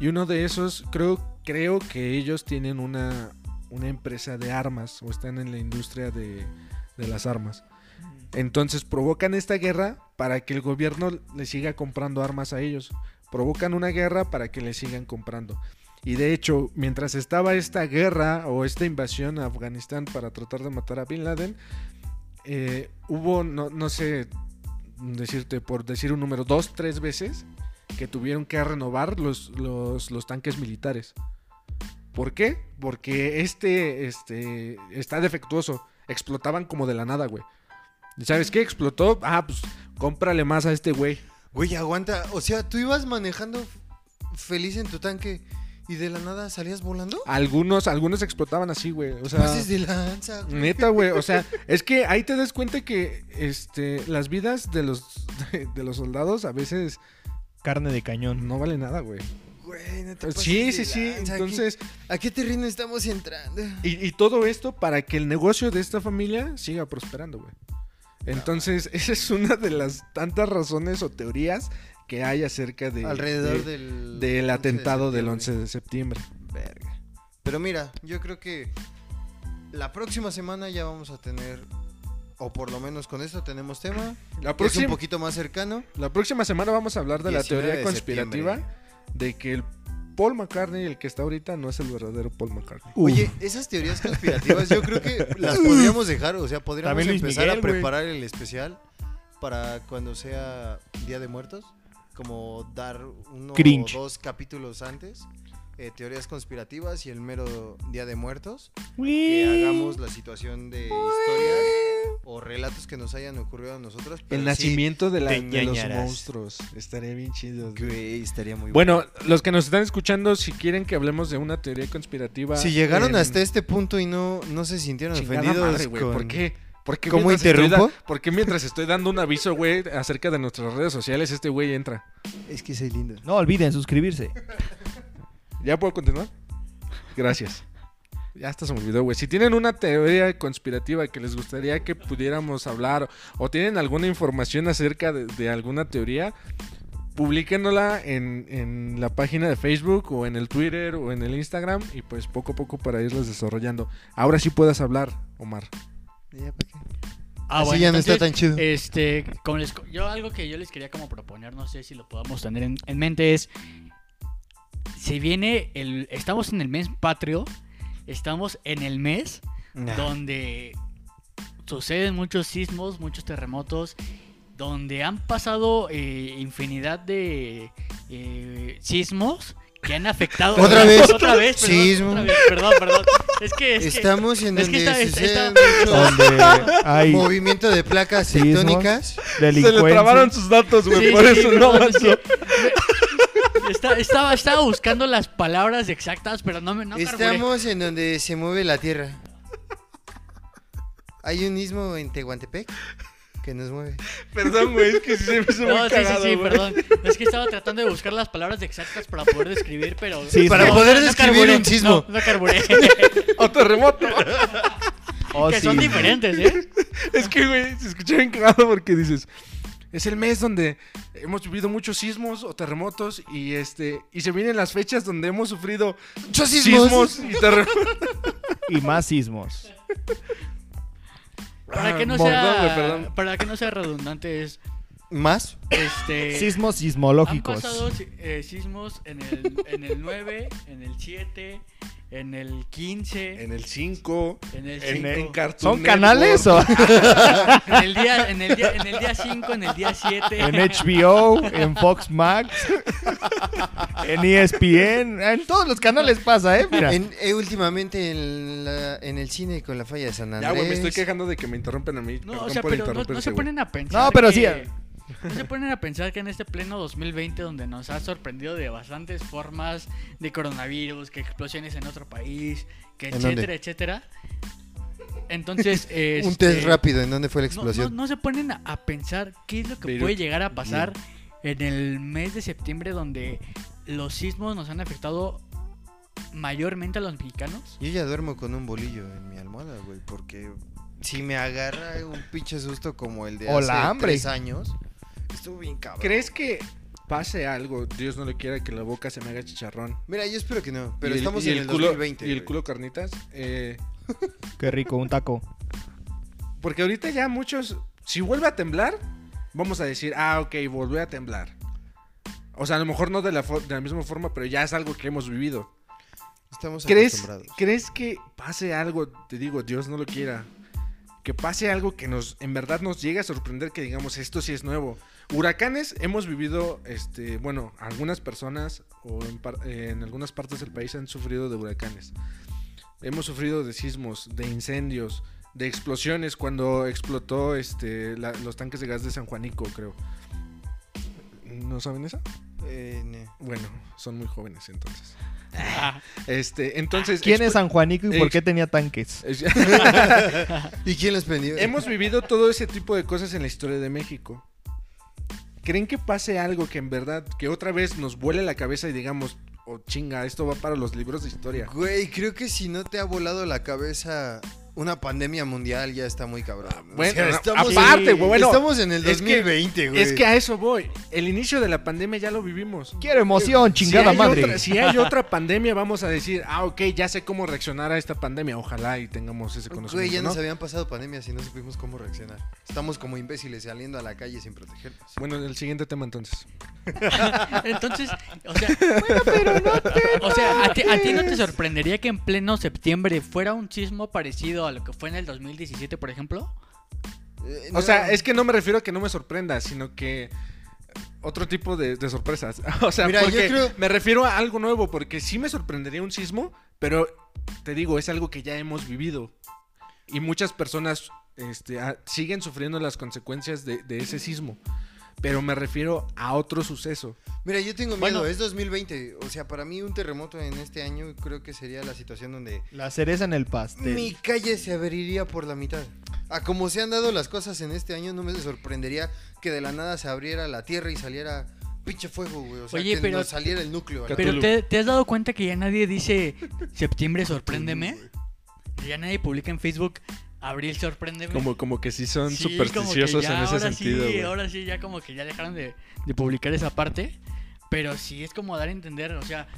Y uno de esos, creo, creo que ellos tienen una, una empresa de armas o están en la industria de, de las armas. Entonces provocan esta guerra para que el gobierno le siga comprando armas a ellos. Provocan una guerra para que le sigan comprando. Y de hecho, mientras estaba esta guerra o esta invasión a Afganistán para tratar de matar a Bin Laden, eh, hubo, no, no sé decirte, por decir un número, dos, tres veces que tuvieron que renovar los, los, los tanques militares. ¿Por qué? Porque este, este está defectuoso. Explotaban como de la nada, güey. ¿Y ¿Sabes qué? Explotó. Ah, pues cómprale más a este güey.
Güey, aguanta. O sea, tú ibas manejando f- feliz en tu tanque y de la nada salías volando.
Ah, Algunos, algunos explotaban así, güey. O sea,
Pases de lanza, güey.
Neta, güey. O sea, es que ahí te das cuenta que este, las vidas de los, de, de los soldados a veces
Carne de cañón.
no vale nada, güey.
Güey, neta, pases
Sí,
de
sí, sí.
Pues lanza. ¿A qué-
Entonces,
¿a qué terreno estamos entrando?
y, y todo esto para que el negocio de esta familia siga prosperando, güey. Entonces, esa es una de las tantas razones o teorías que hay acerca de,
Alrededor
de-
del...
del
11 de
atentado del
septiembre.
11 de septiembre.
Verga. Pero mira, yo creo que la próxima semana ya vamos a tener, o por lo menos con esto tenemos tema.
La
que Es un
próxima,
poquito más cercano.
la próxima semana vamos a hablar de la
19
teoría
de
conspirativa de que el Paul McCartney, el que está ahorita, no es el verdadero Paul McCartney.
Uh.
Oye, esas teorías conspirativas yo creo que las podríamos dejar, o sea, podríamos
También Luis
empezar
Miguel,
a
güey.
preparar el especial para cuando sea Día de Muertos, como dar uno
Cringe.
o dos capítulos antes, eh, teorías conspirativas y el mero Día de Muertos, que hagamos la situación de historias o relatos que nos hayan ocurrido a nosotros. pero
El
sí,
nacimiento de, la-
te
de los
ñañaras.
monstruos. Estaría bien chido. güey.
güey, estaría muy
Bueno, los que nos están escuchando, si quieren que hablemos de una teoría conspirativa.
Si llegaron
en-
hasta este punto y no, no se sintieron
Chingada
ofendidos
madre, güey, ¿Por
con-
qué? ¿Por qué
¿Cómo
mientras estoy
interrumpo?
da- ¿Por qué mientras estoy dando un aviso, güey, acerca de nuestras redes sociales, este güey entra?
Es que soy lindo.
No olviden suscribirse.
¿Ya puedo continuar? Gracias. Ya hasta se me olvidó, güey. Si tienen una teoría conspirativa que les gustaría que pudiéramos hablar o tienen alguna información acerca de, de alguna teoría, publiquéndola en, en la página de Facebook o en el Twitter o en el Instagram y pues poco a poco para irlas desarrollando. Ahora sí puedas hablar, Omar.
Ya, ¿para qué?
Ah,
Así
bueno,
ya no está
entonces,
tan chido.
Este, como les co- yo algo que yo les quería como proponer, no sé si lo podamos tener en, en mente es si viene el estamos en el mes patrio, estamos en el mes
Nah.
donde suceden muchos sismos, muchos terremotos, donde han pasado eh, infinidad de eh, sismos que han afectado
¿Otra vez?
otra vez, perdón,
Sismo.
otra vez, perdón, perdón. Es que es que-
Estamos en
es que
donde
esta- esta-
suceden muchos
Donde hay
movimiento de placas
Sismos.
tectónicas.
delincuencia.
sus datos,
Sí, sí, sí, perdón, es que- Está- estaba, estaba buscando las palabras exactas, pero no me no carburé.
Estamos en donde se mueve la tierra. Hay un istmo en Tehuantepec que nos mueve.
Perdón, güey, es que sí se me hizo
No,
muy
sí,
cagado,
sí, sí,
güey.
perdón. Es que estaba tratando de buscar las palabras exactas para poder describir, pero.
Sí,
no,
para
poder
no
describir
carburé,
un sismo.
No, no carburé.
O terremoto.
Oh,
que
sí.
son diferentes, ¿eh?
Es que, güey, se escucha bien cagado porque dices, es el mes donde hemos vivido muchos sismos o terremotos y este y se vienen las fechas donde hemos sufrido
Muchos sismos.
sismos y terremotos.
Y más sismos.
Para que no
Ah, bordón, güey,
sea,
perdón.
para que no sea redundante es,
¿Más?
este,
Sismos
han pasado
sismológicos.
si- eh, sismos en el, en el 9, en el 7, en el 15,
En el 5,
en el 5,
en, en Cartoon
¿Son canales o
Network.
en el día, en el día, en el día 5, en el día 7.
en HBO, en Fox Max, en E ESPN, en todos los canales pasa, ¿eh? Mira.
En- eh, últimamente en, la- en el cine con la falla de San Andrés.
Ya, güey, me estoy quejando de que me interrumpen a mí.
No,
Perdón
o sea,
por
pero no- no,
interrumpirte,
se
güey.
ponen a pensar.
No, pero sí,
que,
eh.
No se ponen a pensar que en este pleno 2020, donde nos ha sorprendido de bastantes formas de coronavirus, que explosiones en otro país, que
¿En
etcétera,
dónde?
etcétera. Entonces.
Un
este,
test rápido, ¿en dónde fue la
no-
explosión?
No, no se ponen a- a pensar qué es lo que
Beirut.
puede llegar a pasar en el mes de septiembre, donde los sismos nos han afectado mayormente a los mexicanos.
Yo ya duermo con un bolillo en mi almohada, güey, porque si me agarra un pinche susto como el de
O
hace
la hambre.
tres años, estuvo bien cabrón.
¿Crees que pase algo? Dios no le quiera que la boca se me haga chicharrón.
Mira, yo espero que no, pero
Y el-
estamos
y
en el,
culo,
2020.
Y el
güey.
culo carnitas. Eh,
Qué rico, un taco.
porque ahorita ya muchos, si vuelve a temblar, vamos a decir, ah, ok, volvió a temblar. O sea, a lo mejor no de la, fo- de la misma forma, pero ya es algo que hemos vivido.
Estamos
¿Crees,
acostumbrados.
¿Crees que pase algo? Te digo, Dios no lo quiera. Que pase algo que nos, en verdad nos llegue a sorprender que digamos, esto sí es nuevo. Huracanes hemos vivido, este, bueno, algunas personas o en, par- eh, en algunas partes del país han sufrido de huracanes. Hemos sufrido de sismos, de incendios, de explosiones cuando explotó este, la- los tanques de gas de San Juanico, creo. ¿No saben esa?
Eh, no.
Bueno, son muy jóvenes entonces.
Ah,
Este, entonces
¿Quién es
expl-
San Juanico y por
ex-
qué tenía tanques?
¿Y quién los prendió?
Hemos vivido todo ese tipo de cosas en la historia de México. ¿Creen que pase algo que en verdad, que otra vez nos vuele la cabeza y digamos, oh chinga, esto va para los libros de historia?
Güey, creo que si no te ha volado la cabeza una pandemia mundial, ya está muy cabrón. O
Bueno,
sea,
no,
estamos,
aparte,
en-
güey, bueno,
estamos en el
es que-
2020, güey.
es que a eso voy. El inicio de la pandemia ya lo vivimos.
Quiero emoción,
si
chingada
hay
madre.
Otra, si hay otra pandemia, vamos a decir, ah, ok, ya sé cómo reaccionar a esta pandemia. Ojalá y tengamos ese conocimiento.
Güey, ya
¿no?
nos habían pasado pandemias y no supimos cómo reaccionar. Estamos como imbéciles saliendo a la calle sin protegernos.
Bueno, el siguiente tema entonces.
Entonces, o sea, O sea, a ti, a ti no te sorprendería que en pleno septiembre fuera un sismo parecido a lo que fue en el 2017, por ejemplo.
Eh,
O
no,
sea, es que no me refiero a que no me sorprenda, sino que otro tipo de, de sorpresas. O sea,
Mira, yo
porque
creo-
me refiero a algo nuevo, porque sí me sorprendería un sismo, pero te digo, es algo que ya hemos vivido. Y muchas personas este, a- siguen sufriendo las consecuencias de, de ese sismo. Pero me refiero a otro suceso.
Mira, yo tengo miedo,
Bueno.
es 2020. O sea, para mí un terremoto en este año creo que sería la situación donde
La cereza en el pastel.
mi calle se abriría por la mitad. A como se han dado las cosas en este año, no me sorprendería que de la nada se abriera la tierra y saliera pinche fuego, güey. O sea,
Oye,
que
pero-
nos saliera el núcleo. a la
Pero
luz.
¿te, te has dado cuenta que ya nadie dice septiembre sorpréndeme. Ya nadie publica en Facebook abril sorpréndeme.
Como, como que sí son
Sí, como que
supersticiosos
ya
en ese
ahora
sentido.
Sí,
güey.
ahora sí, ya como que ya dejaron de, de publicar esa parte. Pero sí es como dar a entender, o sea,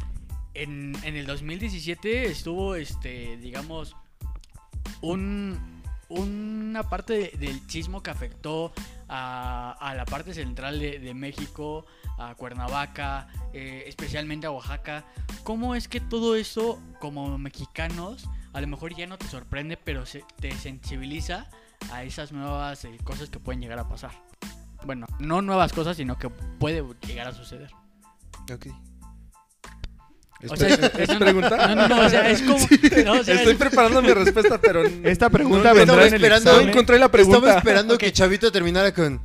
en, en el 2017 estuvo, este, digamos, un, una parte de- del sismo que afectó a, a la parte central de, de México, a Cuernavaca, eh, especialmente a Oaxaca. ¿Cómo es que todo eso, como mexicanos, a lo mejor ya no te sorprende, pero se, te sensibiliza a esas nuevas eh, cosas que pueden llegar a pasar? Bueno, no nuevas cosas, sino que puede llegar a suceder.
Ok.
¿Es,
O sea,
pre-
eso
es
no-
pregunta?
No, no, no, o sea, es como... no, o sea,
Estoy
es-
preparando mi respuesta, pero...
Esta pregunta
no,
vendrá
estaba
en el
esperando
No
examen.
encontré la pregunta.
Estaba esperando que Chavito terminara con.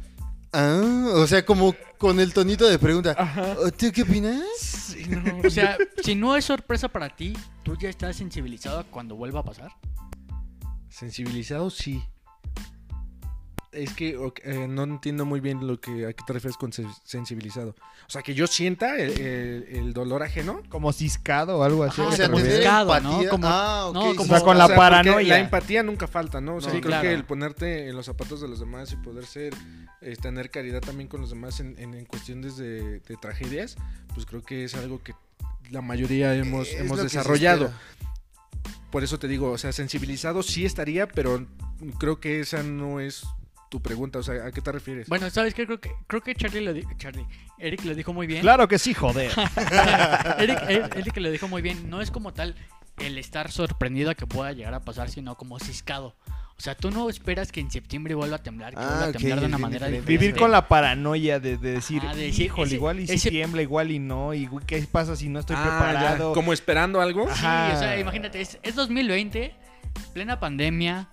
Ah, o sea, como con el tonito de pregunta. "¿O ¿Tú qué opinas?
Sí, no.
O sea, si no es sorpresa para ti, ¿tú ya estás sensibilizado a cuando vuelva a pasar?
Sensibilizado sí. Es que ok, eh, no entiendo muy bien lo que, a qué te refieres con se- sensibilizado. O sea, que yo sienta el, el- el dolor ajeno.
Como ciscado o algo así.
Ajá,
o sea,
como
te
tener
bien.
pescado, ¿no?
empatía.
Como-
ah, ok,
no,
sí,
o
como-
sea, con la
O sea, porque La
paranoia.
empatía nunca falta, ¿no? O sea,
Sí,
creo que
claro.
el ponerte en los zapatos de los demás y poder ser, eh, tener caridad también con los demás en, en, en cuestiones de, de tragedias, pues creo que es algo que la mayoría hemos,
Eh, es
hemos
lo que se
desarrollado.
espera.
Por eso te digo, o sea, sensibilizado sí estaría, pero creo que esa no es tu pregunta. O sea, ¿a qué te refieres?
Bueno, ¿sabes qué? Creo que, creo que Charlie lo di- Charlie, Eric lo dijo muy bien.
Claro que sí, joder.
Eric, Eric- Eric lo dijo muy bien. No es como tal el estar sorprendido a que pueda llegar a pasar, sino como ciscado. O sea, tú no esperas que en septiembre vuelva a temblar, que
Ah,
vuelva a
ok,
temblar de
es
una
bien
manera
diferente.
diferente.
Vivir con la paranoia de, de decir,
Ajá, de decir,
híjole,
ese-
igual y si
ese-
tiembla, igual y no, y güey, qué pasa si no estoy
Ah,
preparado.
ya, Como esperando algo.
Sí,
Ajá.
o sea, imagínate, es, es 2020, plena pandemia,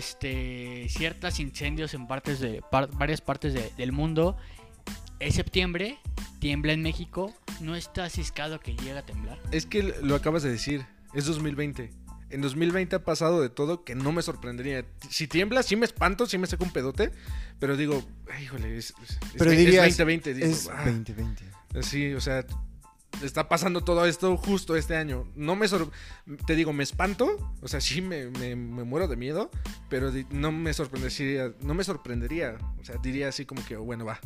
este, ciertos incendios en partes de par- varias partes de- del mundo. Es septiembre, tiembla en México, no está ciscado que llega a temblar.
Es que lo acabas de decir, es 2020. En 2020 ha pasado de todo que no me sorprendería. Si tiembla, sí me espanto, sí me saco un pedote, pero digo, "Ay, híjole, es, es-
Pero
es- es
dirías,
2020. digo,
Es
"Ah".
2020.
Sí, o sea, está pasando todo esto justo este año. No me sor- te digo, me espanto, o sea, sí me, me- me muero de miedo, pero di- no me sorprendería, no me sorprendería, o sea, diría así como que, "Oh, bueno, va.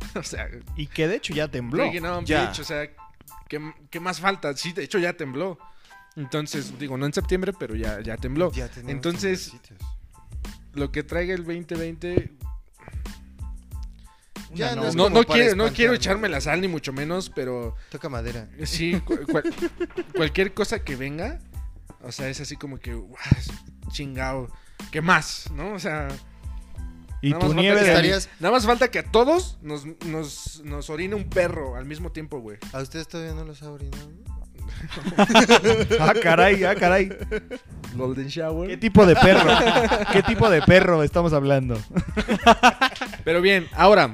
o sea,
Y que de hecho ya tembló.
Breaking on,
ya.
bitch, o sea, ¿qué, qué más falta? Sí, de hecho ya tembló. Entonces, digo, no en septiembre, pero ya, ya tembló.
Ya tenemos
Entonces,
temblorcitos.
Lo que traiga el 2020
Ya
Una
no,
no-
es
no,
como
no
para
quiero, no quiero
espantarnos.
echarme la sal, ni mucho menos, pero
Toca madera.
sí, cu- cual- cualquier cosa que venga, o sea, es así como que, "Guau, chingao, ¿qué más? ¿No? O sea,
Y
nada más
tu
falta
nieve
que-
de...
estarías-
Nada más falta que a todos nos, nos, nos orine un perro al mismo tiempo, güey.
¿A ustedes todavía no los ha orinado?
Ah, caray, ah, caray.
Golden Shower.
¿Qué tipo de perro? ¿Qué tipo de perro estamos hablando?
Pero bien, ahora,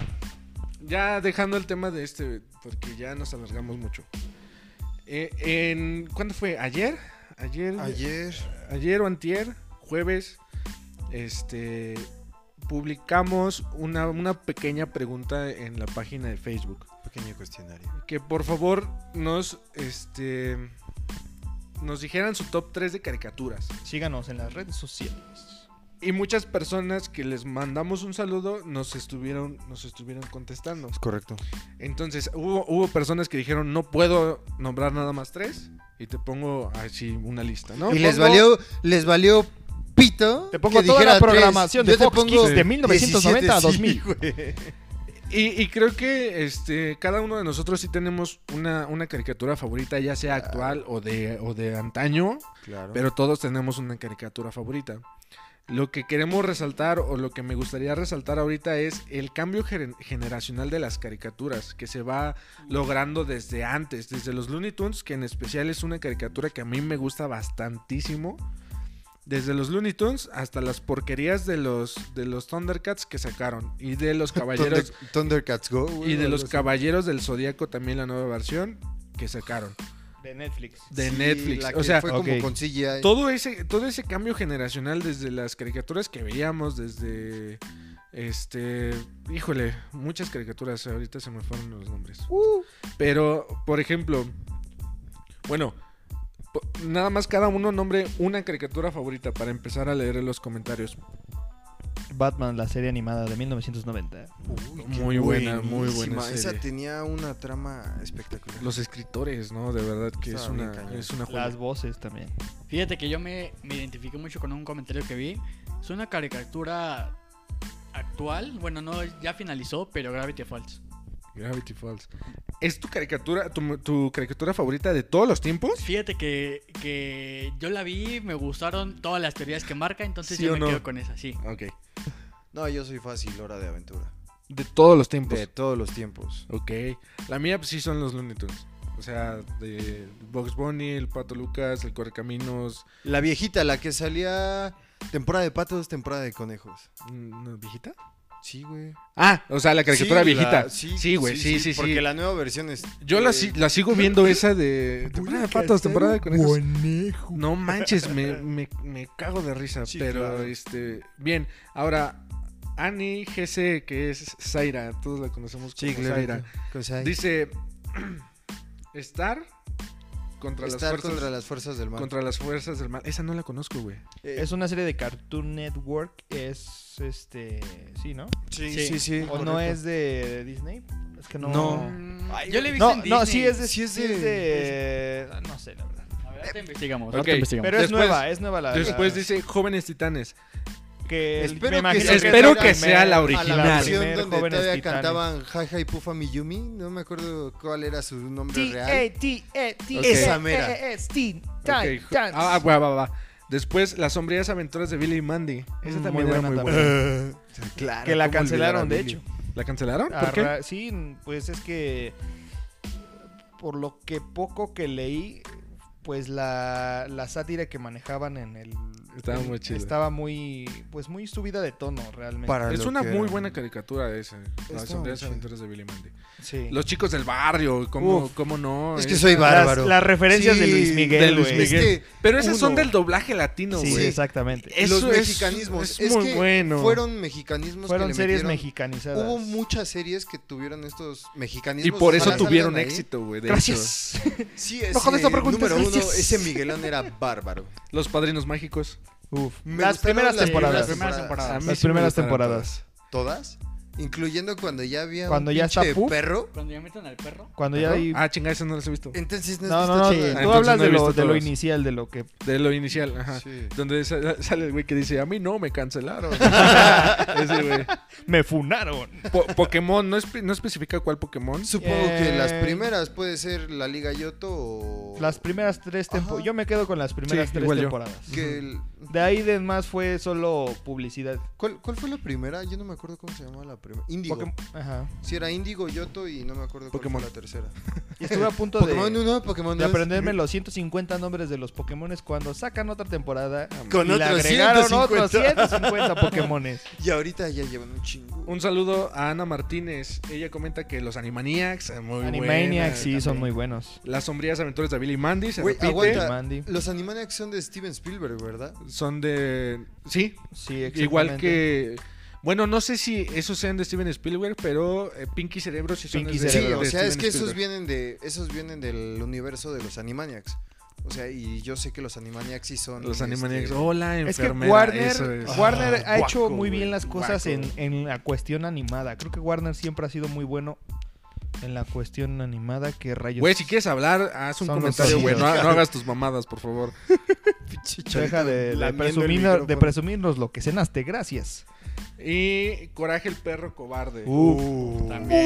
ya dejando el tema de este, porque ya nos alargamos mucho. Eh, en, ¿Cuándo fue? ¿Ayer? ¿Ayer?
Ayer.
ayer o antier, jueves, este, publicamos una, una pequeña pregunta en la página de Facebook.
Pequeño cuestionario.
Que por favor nos, este, nos dijeran su top 3 de caricaturas.
Síganos en las redes sociales.
Y muchas personas que les mandamos un saludo nos estuvieron, nos estuvieron contestando.
Es correcto.
Entonces, hubo, hubo personas que dijeron, no puedo nombrar nada más tres. Y te pongo así una lista, ¿no?
y les
Pongo-
valió, les valió pito.
Te pongo
que
toda la
dijera tres.
programación de
Yo te
Fox
pongo
Kids de 1990 a 2000.
17, sí, güey.
Y, y creo que este, cada uno de nosotros sí tenemos una, una caricatura favorita, ya sea actual o de, o de antaño.
Claro.
Pero todos tenemos una caricatura favorita. Lo que queremos resaltar o lo que me gustaría resaltar ahorita es el cambio gener- generacional de las caricaturas que se va logrando desde antes, desde los Looney Tunes, que en especial es una caricatura que a mí me gusta bastantísimo. Desde los Looney Tunes hasta las porquerías de los, de los Thundercats que sacaron y de los caballeros
Thunder- Thundercats Go. güey,
y de
o
los
algo así.
Caballeros del Zodíaco también la nueva versión que sacaron
De Netflix.
de
Sí,
Netflix.
la
O
que
sea,
fue
ok.
como con CGI.
todo ese, todo ese cambio generacional desde las caricaturas que veíamos, desde este, híjole, muchas caricaturas, ahorita se me fueron los nombres.
Uh.
Pero, por ejemplo, bueno, po- nada más cada uno nombre una caricatura favorita para empezar a leer los comentarios.
Batman, la serie animada de 1990.
Uy, qué
Muy buena, muy buena
buenísima. Esa
serie.
tenía una trama espectacular.
Los escritores, ¿no? De verdad que es
Estaba bien
una,
cañón.
es una joya.
Las voces también.
Fíjate que yo me, me identifiqué mucho con un comentario que vi. Es una caricatura actual, bueno, no, ya finalizó, pero Gravity Falls.
Gravity Falls. ¿Es tu caricatura, tu, tu caricatura favorita de todos los tiempos?
Fíjate que, que yo la vi, me gustaron todas las teorías que marca, entonces
¿Sí
yo
o
me
no?
quedo con esa, sí.
Ok.
No, yo soy fácil, hora de aventura.
De todos los tiempos.
De todos los tiempos.
Ok. La mía pues, sí son los Looney Tunes. O sea, de Box Bunny, el Pato Lucas, el Correcaminos.
La viejita, la que salía temporada de patos, temporada de conejos.
mm, ¿no, ¿Viejita?
Sí, güey.
Ah, o sea, la caricatura
Sí,
viejita.
la-
sí, güey, sí, sí, sí.
Porque la nueva versión es.
Yo la,
eh,
si- la sigo viendo esa de temporada de patos, temporada de conejos.
Conejo.
No manches, me, me- me cago de risa.
Sí,
pero
claro.
este. Bien, ahora, Ani GC, que es Zaira, todos la conocemos como Zaira. Dice estar contra
Estar
las fuerzas
contra las fuerzas del mal.
contra las fuerzas del mal. Esa no la conozco, güey.
Eh,
Es una serie de Cartoon Network. Es este. Sí, ¿no?
sí,
sí.
sí, sí.
¿O no es de, de Disney? Es que no.
No.
Ay, yo le he visto
No,
en
no,
Disney.
sí es de.
Sí
Sí
es
es
de-
de- No sé, la verdad.
A ver, ahorita investigamos.
Ok.
ahorita investigamos.
Pero es
Después-
nueva, es nueva la
Después
la-
dice Jóvenes Titanes.
que el-
Espero
me
que
imagino
sea-
es
espero
la
que sea la
primera-
original.
La
Claro.
canción
primer
donde
Jóvenes
todavía
Titanes.
cantaban Jaja y Pufa Miyumi, no me acuerdo cuál era su nombre
T,
real.
A, T, E, T,
Ok.
E,
Esa
E,
mera.
E, S, T,
Okay.
Titans.
Ah, va, va, va. Después Las sombrías aventuras de Billy y Mandy. Esa
Mm,
también
muy
era
buena
muy
también.
buena.
Claro,
Que la
¿cómo
cancelaron,
olvidar a
de
Billy?
hecho.
¿La cancelaron? ¿Por qué?
Arra- Sí, pues es que por lo que poco que leí, pues la, la sátira que manejaban en el
Estaba
en-
muy chida.
estaba muy pues muy subida de tono realmente.
Para
Es
lo
una
que
muy
era.
buena caricatura esa. Las
muy
sombrías
chida.
aventuras de Billy y Mandy.
Sí.
Los chicos del barrio, ¿cómo,
Uf.
cómo no? Eh,
Es que
Es-
soy
las,
bárbaro.
las referencias de
Sí,
Luis Miguel,
de Luis
güey.
Es que
Pero esas son
uno.
del doblaje latino,
Sí,
güey.
exactamente.
Eso
los
es-
mexicanismos
es
es
muy
que
bueno.
fueron mexicanismos
Fueron
que le
series
metieron-
mexicanizadas.
Hubo muchas series que tuvieron estos
Y
mexicanismos.
por eso
ojalá salgan
tuvieron
ahí.
éxito, güey. de hecho.
Gracias.
Sí, ese,
No jodas, no preguntes,
número uno,
gracias.
ese Miguelón era bárbaro.
Los padrinos mágicos.
Uf.
Me
Las
gustaron
primeras
las
temporadas.
primeras
A mí
Las
sí me
primeras
gustaron
temporadas.
¿Todas? Incluyendo cuando ya había
Cuando
un
ya
pinche
está Puff.
perro.
Cuando ya meten al perro.
Cuando ya hay...
Ah, chinga, eso no los he visto.
Entonces no,
No,
has
no, no.
visto todas.
sí.
Tú
Entonces
hablas
no he
de lo,
visto
de lo
todas.
inicial, de lo que...
De lo inicial, ajá.
Sí.
Donde sa- sale el güey que dice, a mí no, me cancelaron. Ese güey.
Me funaron.
Po- Pokémon, no, espe- no especifica cuál Pokémon.
Supongo que
Eh,
las primeras puede ser la Liga Yoto o...
Las primeras tres temporadas.
Ajá.
Yo me quedo con las primeras
Sí,
tres
igual yo.
temporadas.
que el-
De ahí de más fue solo publicidad.
¿Cuál, cuál fue la primera? Yo no me acuerdo cómo se llamaba la primera. Índigo.
Pokémon. Ajá.
Si era Índigo, Yoto y no me acuerdo cuál
Pokémon.
fue la tercera.
Y estuve a punto de,
Pokémon 1, Pokémon
de
2.
aprenderme los 150 nombres de los Pokémones cuando sacan otra temporada.
Con
y le
otros
agregaron
150.
otros 150 Pokémones.
Y ahorita ya llevan un chingo.
Un saludo a Ana Martínez. Ella comenta que los Animaniacs, eh, muy buena,
Animaniacs, sí, son
también.
muy buenos.
Las sombrías aventuras de Billy y Mandy, se
Güey,
repite.
aguanta.
Mandy.
Los Animaniacs son de Steven Spielberg, ¿verdad?
Son de... Sí,
Sí,
igual
exactamente.
que... Bueno, no sé si esos sean de Steven Spielberg, pero eh, Pinky Cerebro sí son
Pinky
de-
Sí,
Cerebro.
de
o sea, es
Steven
que esos
Spielberg.
vienen de esos vienen del universo de los Animaniacs. O sea, y yo sé que los Animaniacs sí son
Los
este,
Animaniacs. oh, Hola,
Es que
enfermera. eso
Warner,
es.
Warner
Ah,
ha hecho
guaco,
muy bien
güey,
las cosas en,
guaco.
en la cuestión animada. Creo que Warner siempre ha sido muy bueno en la cuestión animada. Que rayos.
Güey, si quieres hablar, haz un
Son los
comentario, güey. No,
sonidos.
no hagas tus mamadas, por favor.
Deja de, de,
lamiendo el
presumir, de
micrófono.
presumirnos lo que cenaste, gracias.
Y Coraje el perro cobarde.
uh,
Uf.
También.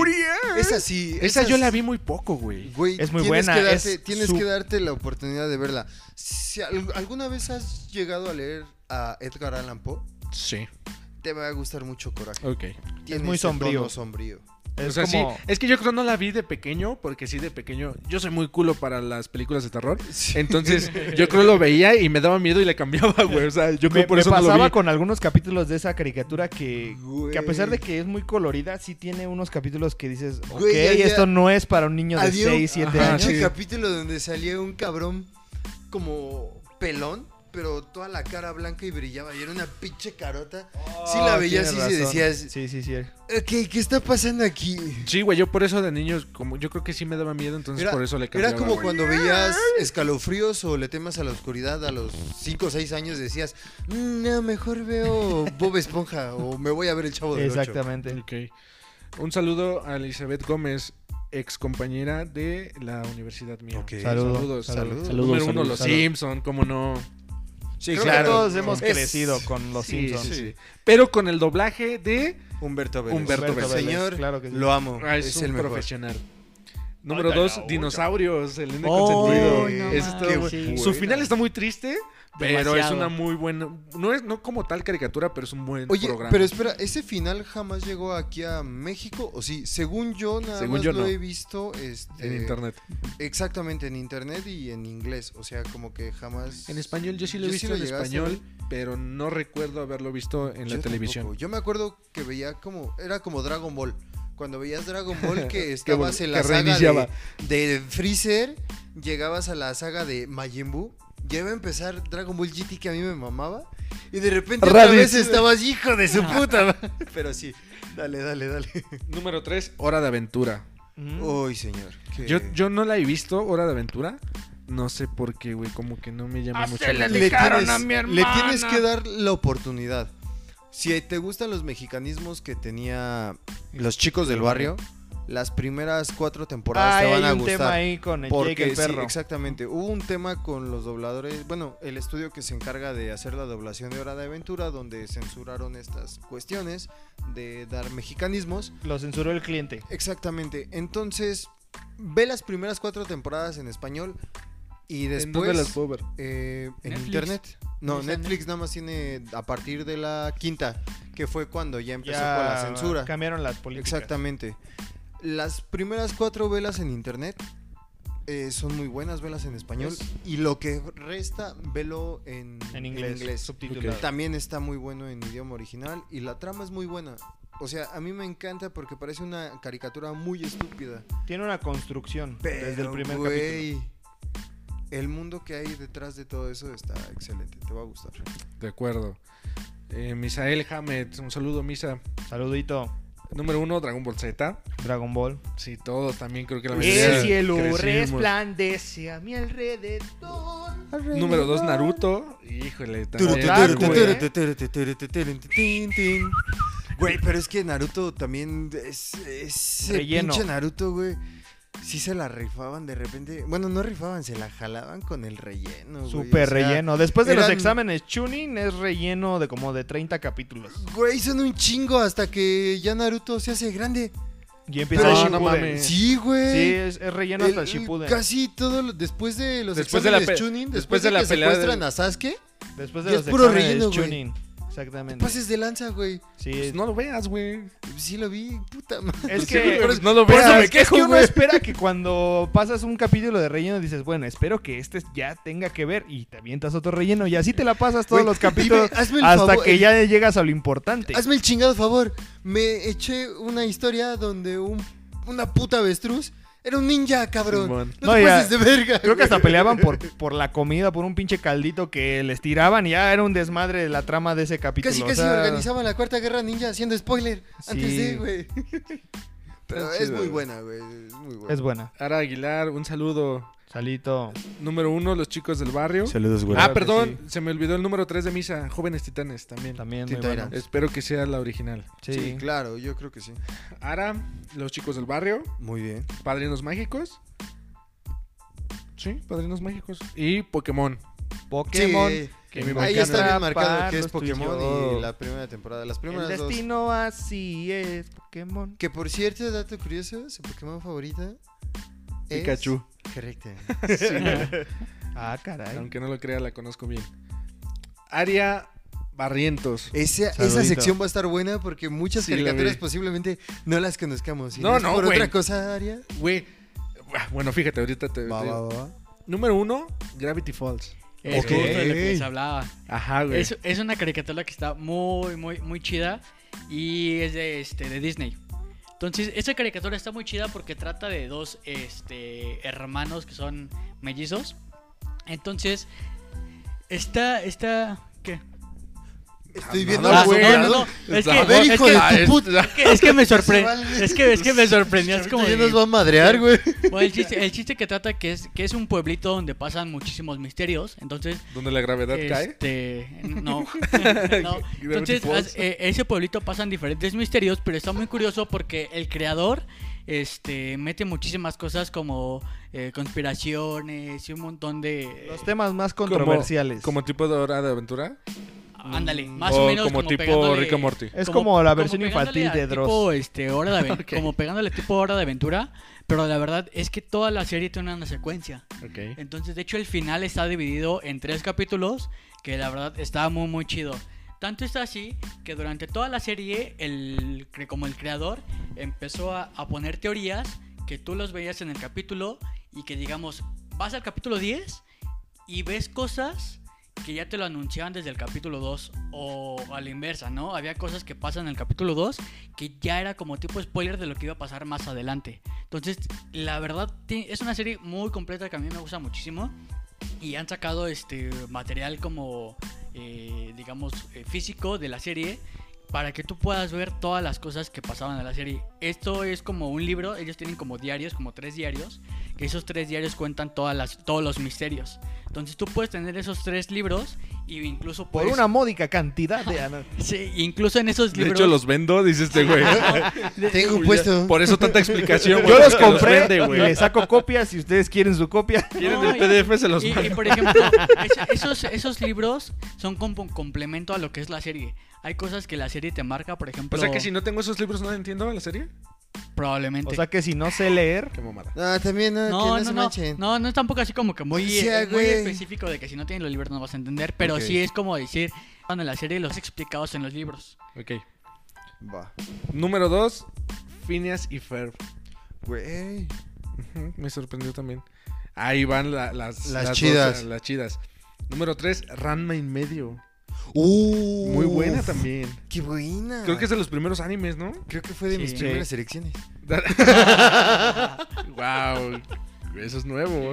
Esa sí,
uh. Esa yo la vi muy poco, güey.
Güey,
Es muy
tienes
buena,
Que darte,
es
tienes
su-
que darte la oportunidad de verla. Si al- alguna vez has llegado a leer a Edgar Allan Poe,
Sí.
te va a gustar mucho Coraje.
Ok.
Tiene
muy
ese
sombrío.
tono sombrío.
Es
o sea,
como.
sí. Es que yo creo no la vi de pequeño, porque sí, de pequeño. Yo soy muy culo para las películas de terror. Entonces, yo creo lo veía y me daba miedo y le cambiaba, güey. O sea, yo creo
me,
por
me
eso no
pasaba
lo vi.
con algunos capítulos de esa caricatura que,
Güey.
que a pesar de que es muy colorida, sí tiene unos capítulos que dices, ok,
Güey, había-
esto no es para un niño de
había un-
6, 7
Ajá,
Hay
años.
sí.
un capítulo donde salía un cabrón como pelón, pero toda la cara blanca y brillaba y era una pinche carota. sí la
Oh,
veías y
tienes
se
razón.
decías,
Sí, sí, sí.
ok, ¿qué está pasando aquí?
Sí, güey, yo por eso de niños, como yo creo que sí me daba miedo, entonces
Era,
por eso le
era
cambiaba.
como
güey.
cuando veías escalofríos o le temas a la oscuridad a los 5 o 6 años decías, "Mm, no, mejor veo Bob Esponja o me voy a ver el chavo del Exactamente.
Exactamente.
Ok. Un saludo a Elizabeth Gómez, ex compañera de la universidad mía.
Ok.
Saludos.
Saludos.
Saludos,
Saludos.
Número uno,
saludos,
los
saludos.
Simpson, cómo no.
Sí,
Creo que todos hemos crecido con los
Sí,
Simpsons.
sí, sí. Pero con el doblaje de
Humberto Vélez.
Humberto Humberto Vélez.
Señor,
claro que sí.
lo amo.
Ah, es,
es
un
el mejor.
profesional. Número dos, Dinosaurios, el nene
Oh,
consentido.
no
Eso está
manches.
muy-
Sí.
Su final está muy triste, pero es
Demasiado.
una muy buena. No es no como tal caricatura, pero es un buen
Oye,
programa.
pero espera, ¿ese final jamás llegó aquí a México? O sí, según yo, nada
Según
más
yo,
lo
no.
he visto este,
en internet.
Exactamente, en internet y en inglés. O sea, como que jamás.
En español, yo sí lo he
Yo sí
visto
lo
en
llegaste a
español, pero no recuerdo haberlo visto en
Yo
la televisión.
tampoco. Yo me acuerdo que veía como. Era como Dragon Ball. Cuando veías Dragon Ball, que
vol-
estabas en la
que
saga
reiniciaba.
de, de Freezer, llegabas a la saga de Majin Buu ya iba a empezar Dragon Ball GT que a mí me mamaba. Y de repente otra
Raditz.
vez estabas hijo de su puta. ma-". Pero sí, dale, dale, dale.
Número 3, Hora de Aventura.
Mm.
Uy, señor. qué-
Yo, yo no la he visto, Hora de Aventura. No sé por qué, güey, como que no me llama mucho la
le tienes, le tienes que dar la oportunidad. Si te gustan los mexicanismos que tenía los chicos del barrio, las primeras cuatro temporadas
Ay,
te van
hay
a
un tema
gustar.
ahí con el
Porque
Jake el
sí,
perro.
exactamente. Hubo un tema con los dobladores. Bueno, el estudio que se encarga de hacer la doblación de Hora de Aventura, donde censuraron estas cuestiones de dar mexicanismos.
Lo censuró el cliente.
Exactamente. Entonces, ve las primeras cuatro temporadas en español y
¿En dónde
después
las puedo ver?
eh, en
Netflix.
internet. No,
No está en
Netflix nada más tiene a partir de la quinta, que fue cuando ya empezó
Ya
con la censura.
Cambiaron las políticas.
Exactamente. Las primeras cuatro velas en internet eh, son muy buenas velas en español.
Es-
Y lo que resta, velo en,
En inglés. Subtitulado.
Ok.
También está muy bueno en idioma original y la trama es muy buena. O sea, a mí me encanta porque parece una caricatura muy estúpida.
Tiene una construcción
Pero,
desde el primer capítulo.
güey, el mundo que hay detrás de todo eso está excelente. Te va a gustar.
De acuerdo. Eh, Misael Hamed, un saludo, Misa.
Saludito,
Número 1, Dragon Ball Z.
Dragon Ball.
Sí, todos también creo que la mayoría
El cielo
crecimos.
resplandece a mi alrededor.
Ah,
Número 2, Naruto. Híjole,
Turu,
también.
Claro,
turu,
güey.
turu, turu, turu, turu, turu, turu, tin, tin. Güey, pero es que Naruto también es ese
Relleno.
pinche Naruto, güey. Sí se la rifaban de repente. Bueno, no rifaban, se la jalaban con el relleno, güey.
Súper
o sea,
relleno. Después de los
eran-
exámenes, Chunin es relleno de como de 30 capítulos.
Güey, son un chingo hasta que ya Naruto se hace grande.
Y empieza
Pero-
el
No, no
Shippuden.
mames.
Sí, güey.
Sí, es, es relleno hasta
El-
el Shippuden.
Casi todo lo- después de los
Después de la
exámenes
pe-
Chunin,
después
después,
de
de,
la
que
pelea de-
secuestran a Sasuke,
Después de
y
los
es puro
exámenes,
relleno, güey.
Chunin. Exactamente.
pases de lanza, güey.
Sí,
Pues no lo veas, güey. Pues
Sí lo vi, puta madre.
Es
Sí, güey,
que
pero no lo
Por
veas.
eso me
Es
quejo,
que
uno
uno es-
espera que cuando pasas un capítulo de relleno dices, bueno, espero que este ya tenga que ver y te avientas otro relleno y así te la pasas todos
Güey,
los capítulos
dime, hazme el
hasta
favor,
que
el-
ya llegas a lo importante.
Hazme el chingado favor. Me eché una historia donde un, una puta avestruz era un ninja, cabrón.
Simón.
No,
No,
te
ya-
pases de verga.
Creo que hasta
güey.
peleaban por, por la comida, por un pinche caldito que les tiraban y ya era un desmadre de la trama de ese capítulo.
Casi
o
casi
sea,
organizaban la cuarta guerra ninja haciendo spoiler antes
Sí.
de, güey. Pero
Está
es
chido,
muy
güey.
buena, güey. Es muy buena.
Es buena.
Ara Aguilar, un saludo.
Salito.
Número 1, Los Chicos del Barrio.
Saludos,
güey.
ah,
Claro que
perdón, se me olvidó el número 3 de Misa, Jóvenes Titanes también.
También muy
Teen
bueno.
Titans.
Espero que sea la original.
Sí.
sí, claro, yo creo que sí.
Ara, Los Chicos del Barrio.
Muy bien.
Padrinos Mágicos. Sí, Padrinos Mágicos. Y Pokémon.
Pokémon.
Sí.
Que mi
Ahí
marcano-
está bien marcado
Atrapar
que es
los tuyos.
Pokémon y la primera temporada, las
El
primeras dos.
destino así es, Pokémon.
Que por cierto, dato curioso, su Pokémon favorita es
Pikachu.
Correcto.
Ah, caray.
Aunque no lo crea, la conozco bien. Aria Barrientos.
Esa,
Saludito.
esa sección va a estar buena porque muchas
Sí, la
caricaturas
vi.
posiblemente no las conozcamos. y
No,
es
no,
Por
güey.
otra cosa, Aria.
Güey. ah, Bueno, fíjate, ahorita te.
Va,
te-
va, va, va.
Número uno, Gravity Falls.
Es
Ok.
justo de lo que les hablaba.
Ajá, güey.
Es, es una caricatura que está muy, muy, muy chida y es de, este, de Disney. Entonces, esta caricatura está muy chida porque trata de dos este, hermanos que son mellizos. Entonces, está, está, ¿qué?
Estoy viendo
nada,
algo
güey,
bueno.
no, no, no. Es que,
A ver,
es
hijo
que-
de
Ah,
tu
es-
puta.
que- es que me sorprendí.
Vale.
Es que, es que me sorprendías como.
Ahorita ya
de-
nos va a madrear, güey.
Bueno, el chiste, el chiste que trata que es que es un pueblito donde pasan muchísimos misterios. Entonces,
Donde la gravedad cae.
este, no. no.
Gravity
Entonces,
Falls.
as- eh, ese pueblito pasan diferentes misterios, pero está muy curioso porque el creador este, mete muchísimas cosas como eh, conspiraciones y un montón de...
Los temas más
Como-
controversiales.
Como, tipo de hora de aventura.
Ándale, más
o
o menos
como, tipo
pegándole-
Rick and Morty.
Mm. es como la versión
pegándole
infantil
a
de Dross.
Tipo, este, hora de aven-
Ok.
Como pegándole tipo hora de aventura, pero la verdad es que toda la serie tiene una secuencia. Entonces, de hecho, el final está dividido en tres capítulos, que la verdad está muy, muy chido. Tanto está así que durante toda la serie, el, cre- como el creador, empezó a, a poner teorías que tú los veías en el capítulo y que, digamos, vas al capítulo 10 y ves cosas que ya te lo anunciaban desde el capítulo 2 o a la inversa, ¿no? Había cosas que pasan en el capítulo 2 que ya era como tipo spoiler de lo que iba a pasar más adelante. Entonces, la verdad, ti- es una serie muy completa que a mí me gusta muchísimo. y han sacado este material como eh, digamos eh, físico de la serie para que tú puedas ver todas las cosas que pasaban en la serie. Esto es como un libro, ellos tienen como diarios, como tres diarios, que esos tres diarios cuentan todas las, todos los misterios. Entonces tú puedes tener esos tres libros y incluso
Por
puedes-
pues
una módica cantidad de...
Sí, incluso en esos
De
libros...
hecho, los vendo, dice este güey.
Tengo puesto.
Por eso tanta explicación.
Yo
güey,
los
porque
compré
vende,
y les
güey.
saco copias. Si ustedes quieren su copia,
Quieren
No,
el
y-
PDF, se los
y, y,
mando.
por ejemplo, es- esos, esos libros son como un complemento a lo que es la serie. Hay cosas que la serie te marca, por ejemplo.
O sea que si no tengo esos libros, no entiendo la serie.
Probablemente.
o sea que si no sé leer,
Qué mamada.
Ah, también, ah, que
no,
no,
no,
se
no,
manchen.
no, no es tampoco así como que muy,
Sí,
eh, muy
güey.
específico de que si no tienes los libros no vas a entender, pero
Ok.
sí es como decir, cuando en la serie los explicados en los libros.
Ok.
Va.
Número 2, Phineas y Ferb.
Güey.
Ujú, Me sorprendió también. Ahí van la- las,
Las
dos,
chidas.
eh, las chidas. Número 3, Ranma y medio.
Uh,
Muy buena también.
Qué buena.
Creo que es de los primeros animes, ¿no?
Creo que fue de mis
Sí.
primeras elecciones.
wow. Eso es nuevo.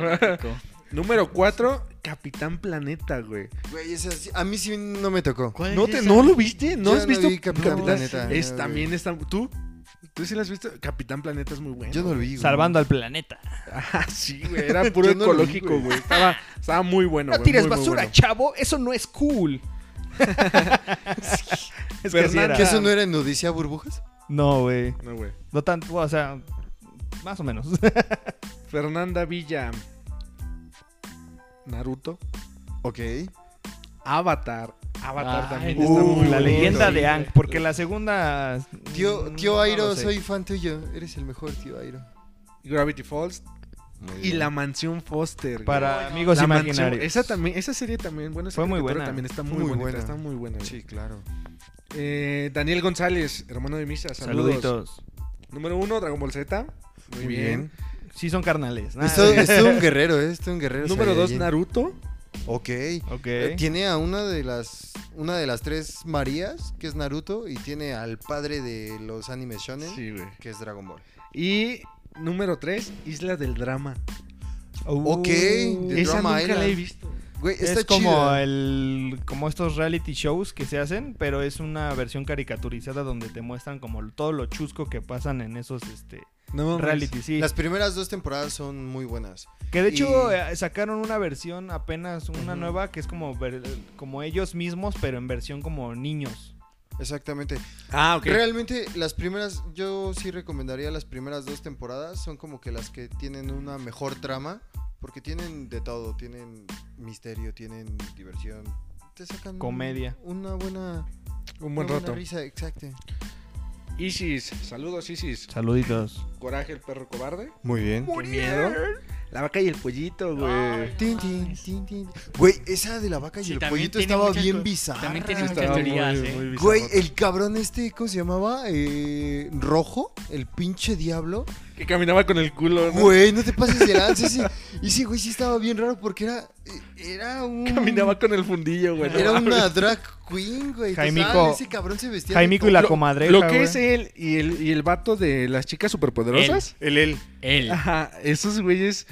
Número 4, Capitán Planeta, güey.
Güey, esa sí- a mí sí no me tocó.
¿Cuál
¿No,
es
te-
esa?
¿No lo viste? ¿No
Yo
has
no
visto
vi Capitán Planeta.
Es,
No,
también está... ¿Tú? ¿Tú sí lo has visto? Capitán Planeta es muy bueno.
Yo no lo vi. güey.
salvando al planeta.
Ah, sí, güey. Era puro
Yo no lo vi,
ecológico,
güey.
güey. Estaba, estaba muy bueno,
No
güey,
tires
muy, muy
basura,
bueno.
chavo. Eso no es cool. es que así
Fernanda.
era.
¿Que eso no era en Odisea Burbujas?
No, güey.
No, güey.
No tanto, o sea, más o menos.
Fernanda Villa. Naruto.
Ok.
Avatar. Avatar
Ay,
también.
no.
está
Uh,
muy
la
bueno.
leyenda
Sí.
de Ang, porque la segunda.
Tío,
mm,
tío
no lo
Airo,
sé.
soy fan tuyo. Eres el mejor, tío Airo.
Gravity Falls. Y La Mansión Foster. güey.
Para
La
amigos
Mansión-
imaginarios.
Esa, también, esa serie también. Bueno, esa
Fue muy
caricatura
buena.
También está muy,
Muy
bonita,
buena.
Está muy buena. güey.
Sí, claro.
Eh, Daniel González, hermano de Misa. Saludos.
Saluditos.
Número uno, Dragon Ball Z. Muy,
Muy
bien.
bien.
Sí, son carnales. nada
Esto,
de-
esto un guerrero, ¿eh? Esto un guerrero.
Número dos,
Saiyajin.
Naruto.
Ok.
Ok.
Eh, Tiene a una de las una de las tres Marías, que es Naruto, y tiene al padre de los animes shonen,
Sí, güey.
que es Dragon Ball.
Y número tres, Isla del Drama.
Uh,
Ok. The
esa
Drama
nunca la he
Island.
visto.
Güey, está
es como
chida.
el como estos reality shows que se hacen, pero es una versión caricaturizada donde te muestran como todo lo chusco que pasan en esos este
No, mames.
reality, sí.
Las primeras dos temporadas son muy buenas.
Que de hecho
y-
eh, sacaron una versión apenas una
Ujú.
nueva que es como ver- como ellos mismos, pero en versión como niños.
Exactamente.
Ah, ok.
Realmente las primeras, yo sí recomendaría las primeras dos temporadas, son como que las que tienen una mejor trama, porque tienen de todo, tienen misterio, tienen diversión, te sacan
Comedia.
Una buena,
Un buen
una buena
rato.
risa, exacto.
Isis, saludos Isis.
Saluditos.
Coraje el perro cobarde.
Muy bien.
Qué miedo. La vaca y el pollito, güey.
Ay.
Tin, tin, tin, tin. Güey, esa de la vaca y
Sí,
el
también
pollito
tiene
estaba
muchas
bien
co-
bizarra.
También tiene
Sí,
muchas
estaba
teorías,
muy-
eh.
muy bizarro.
Güey, el cabrón este, ¿cómo se llamaba? Eh, Rojo, el pinche diablo.
que caminaba con el culo, ¿no?
Güey, no te pases de lanza. Ese, y ese güey sí estaba bien raro porque era, era un...
Caminaba con el fundillo, güey. no
Era
mames.
una drag queen, güey. Entonces,
Jaimico-
ah, ese cabrón se vestía de
Jaimico y
todo.
la
Lo-
comadreja.
Lo que
güey.
es él y el, y el vato de las chicas superpoderosas.
el él.
Él.
Ajá, esos güeyes.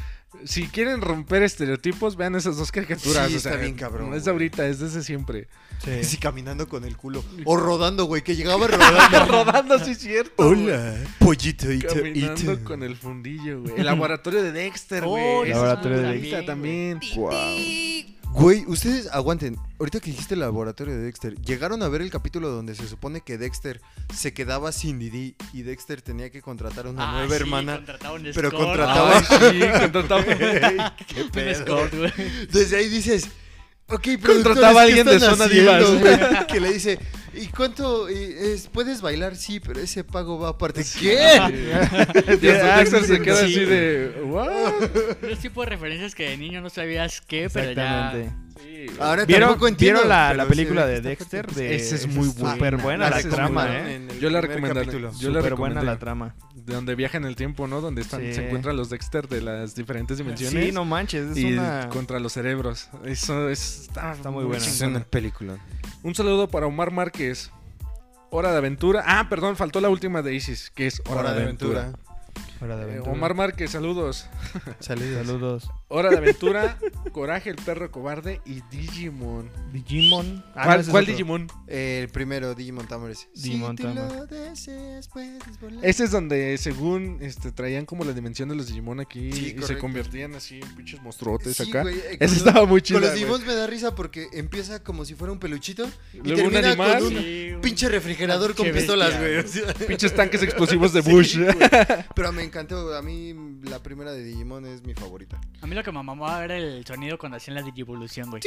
Si quieren romper estereotipos, vean esas dos caricaturas.
Sí,
o
está
sea,
bien cabrón,
No es
güey.
ahorita, es desde siempre.
Sí.
Sí, caminando con el culo. O rodando, güey, que llegaba rodando.
Rodando, sí, es cierto. güey.
Hola, pollito. y tú- y
Caminando
tú.
con el fundillo, güey. El laboratorio de Dexter, güey.
Oh,
Esa es
Laboratorio
una
de
revista
Dexter.
también.
Güey, ustedes aguanten. Ahorita que dijiste el laboratorio de Dexter, llegaron a ver el capítulo donde se supone que Dexter se quedaba sin Didi y Dexter tenía que contratar a una
Ah,
nueva
sí,
hermana.
contrataba un
pero
escort,
contrataba-
Ay, sí, contrataba.
un escort, güey.
Desde ahí dices, ok,
Contrataba a
productores, ¿qué
alguien de
están
Zona
haciendo,
Divas?
güey? Que le dice, ¿y cuánto eh, es- puedes bailar? Sí, pero ese pago va aparte.
Sí.
¿Qué?
Y hasta Dexter se queda
Sí.
así de. ¿What?
Los tipos de referencias que de niño no sabías qué, pero ya.
Exactamente.
Sí, güey.
Ahora
¿Vieron,
tampoco entiendo,
vieron la,
pero
la
sí,
película
está fuerte.
de Dexter? De,
Esa es muy buena.
Súper buena
Esa
la
es muy
trama,
buena.
¿eh?
Yo la recomendaría. Yo la
Súper buena
recomendaría.
la trama.
De donde viajan el tiempo, ¿no? Donde están,
Sí.
se encuentran los Dexter de las diferentes dimensiones.
Sí, no manches. Es
y
una...
contra los cerebros. Eso es- está,
Está muy buena.
Es
chingona.
una película.
Un saludo para Omar Márquez. Hora de aventura. Ah, perdón, faltó la última de Isis, que es Hora, de aventura.
Hora de
Eh,
aventura.
Omar Márquez, saludos.
Saludos.
Saludos.
Hora de Aventura, Coraje el Perro Cobarde y Digimon.
Digimon. Ah, no,
¿Cuál,
ese es
cuál
otro.
Digimon?
El primero, Digimon Tamers.
Digimon
si tú
Tamers.
lo deseas, puedes volar.
Ese es donde, según, este, traían como la dimensión de los Digimon aquí
Sí,
y se
correcto.
convertían así en pinches monstruotes
Sí,
acá.
güey, eh, con
Ese
los-
estaba muy chido.
Con los Digimon me da risa porque empieza como si fuera un peluchito y
Luego un
termina
Ah,
animal,
con un pinche refrigerador con
Qué
pistolas,
bestia,
güey.
güey.
o sea.
pinches tanques explosivos de Bush.
Sí, güey. Pero me encantó. A mí la primera de Digimon es mi favorita.
A mí lo que me mamaba era el sonido cuando hacían la digivolución, güey.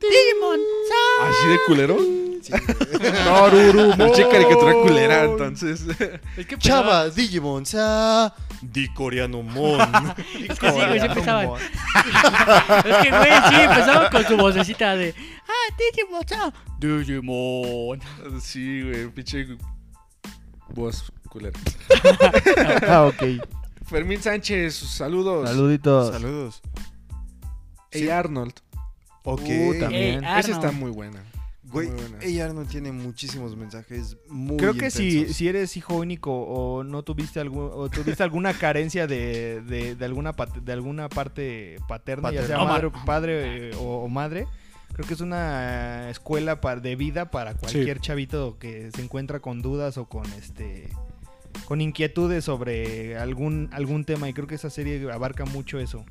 Digimon.
así de culero.
Sí, güey.
No, Ruru, mucha caricatura culera, entonces.
Es que pensaba-
Chava, Digimon, sa. Di coreano mon.
Es que sí, güey, sí
Coreano,
empezaban.
mon.
Es que, güey, sí, empezaban con su vocecita de. Ah, Digimon, chao. Digimon.
sí, güey, pinche voz culera.
Ah, ok.
Fermín Sánchez, saludos.
Saluditos.
Saludos.
Hey
Sí.
Arnold.
Ok.
Uh,
también.
Ey,
Esa
Eh, Arnold.
está muy buena.
Güey,
Muy buena.
ella no tiene muchísimos mensajes muy
Creo que si,
intensos.
si eres hijo único o no tuviste algún, o tuviste alguna carencia de, de, de alguna, pat- de alguna parte paterna, ya sea
Paterna.
madre, o- padre eh, o, o madre, creo que es una escuela pa- de vida para cualquier chavito que se encuentra con dudas o con este con inquietudes sobre algún algún tema y creo que esa serie abarca mucho eso.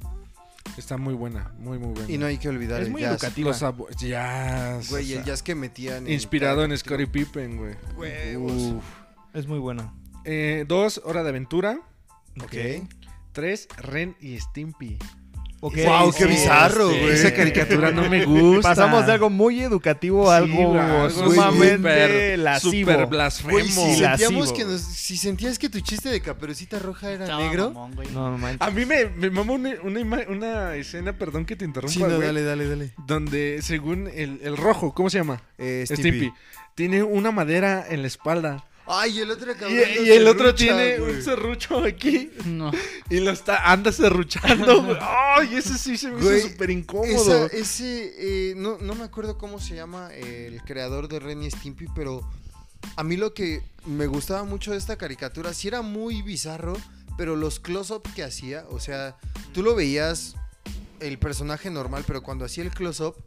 Está muy buena, muy, muy buena.
Y no hay que olvidar
es
el
muy
jazz.
educativa.
Los abo- jazz.
Güey,
o
el
sea,
jazz que metían.
Inspirado en
cada
Scottie
capítulo.
Pippen, güey.
Huevos.
Uf.
Es muy buena.
Eh, dos, Hora de Aventura.
Ok.
Tres, Ren y Stimpy.
Ok.
Guau, qué
Sí.
bizarro,
sí. este,
güey.
Esa caricatura no me gusta.
Pasamos de algo muy educativo a
Sí,
algo,
güey, algo
sumamente
súper-
lascivo.
súper
Güey,
blasfemo.
si
Sí, la-
sentíamos
lascivo,
que
güey.
nos- si sentías que tu chiste de caperucita roja era
Estaba
negro.
mamón, güey.
No, no manches.
A mí me, me mama una, una ima- una escena, perdón que te interrumpa,
Sí, no,
güey,
dale, dale, dale.
Donde según el, el rojo, ¿cómo se llama?
Eh,
Stimpy. Tiene una madera en la espalda.
Ay, el otro cabrón.
Y,
no
y el
se
otro
rucha,
tiene
güey.
un serrucho aquí
No.
y lo está, anda serruchando, güey. Ay, ese sí se me
Güey,
hizo súper
Esa-
incómodo.
ese, eh, no, no me acuerdo cómo se llama eh, el creador de Ren y Stimpy, pero a mí lo que me gustaba mucho de esta caricatura, sí era muy bizarro, pero los close-up que hacía, o sea, tú lo veías el personaje normal, pero cuando hacía el close-up,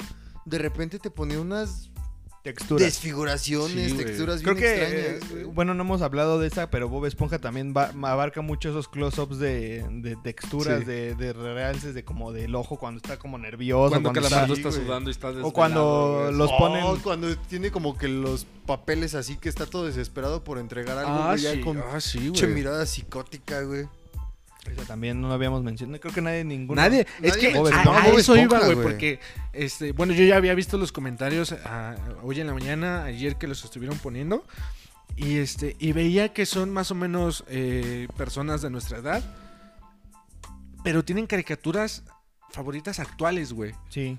de repente te ponía unas
Ah,
Textura.
desfiguraciones,
Sí, güey.
texturas
Creo
bien
que,
extrañas.
eh,
güey.
bueno, no hemos hablado de esa, pero Bob Esponja también va- abarca mucho esos close-ups de, de texturas,
Sí.
de, de realces, de como del ojo cuando está como nervioso.
Cuando
cuando
Calamardo está,
está-
güey.
sudando y está
o cuando
desvelado, güey.
los
Oh,
ponen...
cuando tiene como que los papeles así que está todo desesperado por entregar algo
Ah,
güey, ya
sí,
con
ah, sí,
pinche
güey.
mirada psicótica, güey.
Esa También no lo habíamos mencionado. Creo que nadie, ninguno.
Nadie, es
Nadie
que
Bob
a,
Esponja.
a eso iba,
Bob Esponja,
güey,
güey.
porque este, bueno, yo ya había visto los comentarios ah, hoy en la mañana, ayer que los estuvieron poniendo y este y veía que son más o menos eh, personas de nuestra edad, pero tienen caricaturas favoritas actuales, güey.
Sí.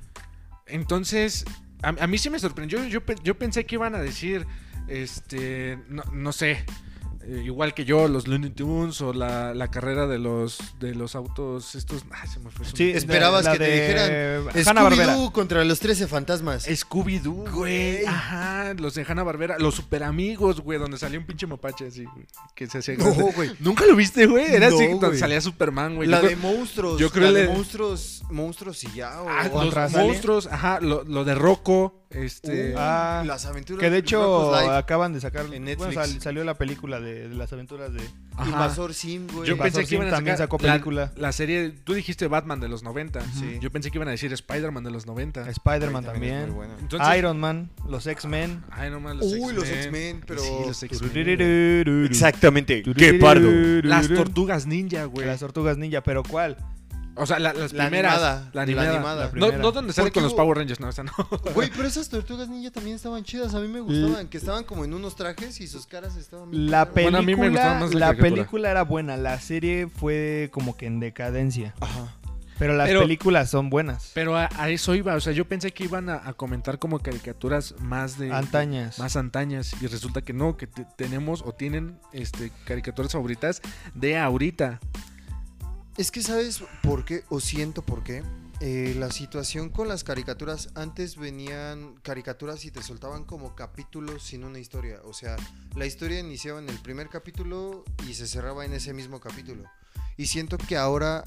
Entonces, a, a mí sí me sorprendió. Yo, pe- yo pensé que iban a decir, este, no, no sé, eh, igual que yo, los Looney Tunes o la, la carrera de los, de los autos, estos, ah, se me fue su
Sí,
nombre.
Esperabas
la
que te
de
dijeran
Hanna-Barbera.
Scooby-Doo contra los 13 fantasmas.
Scooby-Doo, güey. Ajá, los de Hanna-Barbera, los super amigos, güey, donde salía un pinche mapache así, güey, que se hacía grande.
No, güey.
Nunca lo viste, güey. Era
No,
así donde
güey.
salía Superman, güey.
La
Yo
de monstruos.
yo creo
la de
le-
monstruos. Monstruos y ya. O,
creo- ah,
o
los
Contra Sally.
monstruos, ajá, lo, lo de Rocco,
Uh,
este...
Ah,
las aventuras.
Que de hecho
Rocko's Life,
acaban de sacar...
En
bueno,
Netflix.
sal- salió la película de, de las aventuras de...
ajá.
Invasor Sim, güey.
Yo pensé
Invasor
que iban a
Sim también
sacar
sacó
la-
película.
La, serie, tú dijiste Batman de los 90.
Sí.
Yo pensé que iban a decir Spider-Man de los 90.
Ay, también
Spider-Man
es
también.
muy buena.
Entonces,
Iron Man, los X-Men.
ay, no mames,
Uy, los X-Men, pero.
Sí, los X-Men. güey.
Exactamente.
qué pardo.
Las tortugas ninja, güey.
Las tortugas ninja, pero ¿cuál?
O sea, la- las
La
primeras.
animada,
la
la
animada.
animada.
No-
primera.
No, donde salen
Porque
con los
hubo-
Power Rangers, no, esa no.
Güey, pero esas tortugas ninja también estaban chidas. A mí me gustaban. Que estaban como en unos trajes y sus caras estaban. bien
La
raras.
Bueno, a mí me
película,
gustaba más la
la
caricatura.
película era buena, la serie fue como que en decadencia,
Ajá.
pero las
Pero-
películas son buenas,
Pero a, a eso iba. O sea, yo pensé que iban a, a comentar como caricaturas más de.
antañas.
Más antañas. Y resulta que no, que te- tenemos o tienen este, caricaturas favoritas de ahorita.
Es que sabes por qué, o siento por qué, eh, la situación con las caricaturas, antes venían caricaturas y te soltaban como capítulos sin una historia. O sea, la historia iniciaba en el primer capítulo y se cerraba en ese mismo capítulo. Y siento que ahora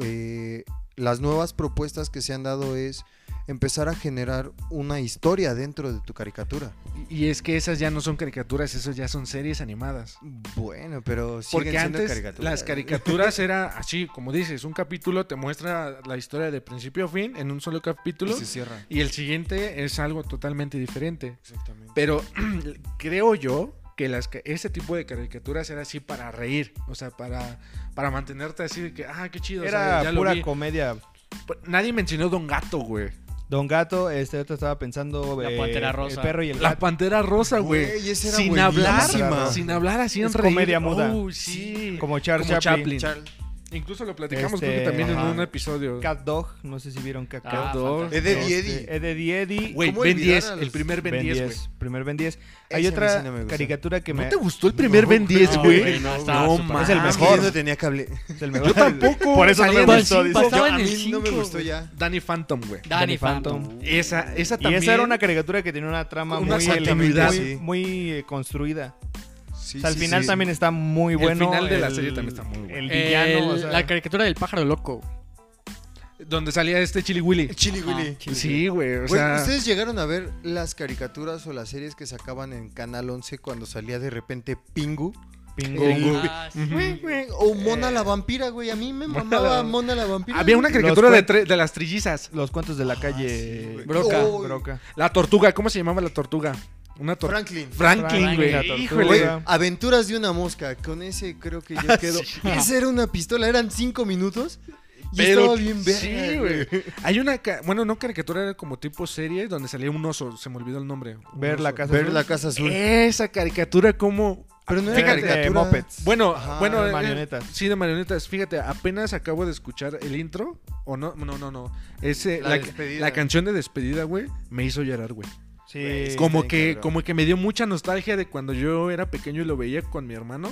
eh, las nuevas propuestas que se han dado es empezar a generar una historia dentro de tu caricatura.
Y es que esas ya no son caricaturas, esas ya son series animadas.
Bueno, pero siguen
Porque
siendo
antes
caricaturas.
las caricaturas era así, como dices, un capítulo te muestra la historia de principio a fin en un solo capítulo
Y se cierran.
y el siguiente es algo totalmente diferente.
Exactamente.
Pero creo yo que las ca- este tipo de caricaturas era así para reír, o sea, para, para mantenerte así de que, ah, qué chido. o sea,
Era
ya lo
pura
vi.
comedia.
Pu- Nadie mencionó Don Gato, güey.
Don Gato, este otro estaba pensando.
La
eh,
Pantera Rosa.
El perro y el
La
gato.
Pantera Rosa, güey.
Güey, esa era
Sin hablar,
buenísima.
sin hablar, así en
Es
reír.
comedia muda.
Oh, sí.
Como Charles
Como
Chaplin.
Charles.
Incluso lo platicamos creo que
Este,
también
ajá.
en un episodio.
Cat Dog, no sé si vieron Cat
Ah,
Dog.
Dog.
fantástico.
Es de Diedi.
Este, Eddie Eddy.
Güey,
¿Cómo
Ben
olvidar
10,
a los
el primer Ben
Ben
10,
10,
güey.
primer Ben 10. Hay
Ese a mí
otra
sí no me gusta.
caricatura que
¿No
me...
te gustó el primer
No,
Ben 10,
no,
güey?
güey, no, estaba súper
mames.
Es el
Es que
mejor.
yo no tenía cable.
es el mejor.
Yo tampoco.
Por eso no me
Saliendo al
Pues
gustó. dice.
cinco.
Estaba
Yo-
en
a
el
mí no me
cinco,
gustó
güey.
ya.
Danny Phantom, güey.
Danny
Danny
Phantom.
Phantom.
Esa, esa
Y
también.
esa era una caricatura que tenía una trama
Una
muy,
continuidad.
muy, muy, eh, construida.
Sí,
O sea, al
sí,
final
sí.
también está muy
El
bueno.
final de la serie también está muy bueno.
El
El-
villano, o sea,
La caricatura del pájaro loco.
Donde salía este Chili Willy.
Chili Willy.
Chili
Sí, güey. O
Güey,
sea,
¿Ustedes llegaron a ver las caricaturas o las series que sacaban en Canal 11 cuando salía de repente Pingu?
Pingu.
Pingu.
Ah, sí.
Güey, güey, O Mona la vampira, güey. A mí me
Mona
mamaba
la-
Mona la vampira.
había una
güey.
caricatura
Los
de,
cuen-
tre- de las trillizas.
Los cuentos
Ah,
de la calle.
güey.
Broca.
Uy.
Broca.
La tortuga, ¿cómo se llamaba la tortuga? Una tortuga.
Franklin.
Franklin,
Franklin,
güey.
la tortuga.
Híjole.
Güey,
Tortuga.
aventuras de una mosca. Con ese creo que yo quedo. Esa era una pistola, eran cinco minutos. Y estaba bien verga,
Sí, güey. Hay una. ca- Bueno, no caricatura, era como tipo serie donde salía un oso. Se me olvidó el nombre. Un
Ver la
oso.
casa.
Ver
azul.
la casa azul.
Esa caricatura, como.
Pero no era
Fíjate,
caricatura.
Muppets.
Bueno,
Ajá,
bueno.
de
eh,
marionetas.
Sí, de marionetas. Fíjate, apenas acabo de escuchar el intro. O no, no, no, no. Ese,
La
la,
despedida.
la canción de despedida, güey, me hizo llorar, güey.
Sí.
como
bien
que,
cabrón.
como que me dio mucha nostalgia de cuando yo era pequeño y lo veía con mi hermano.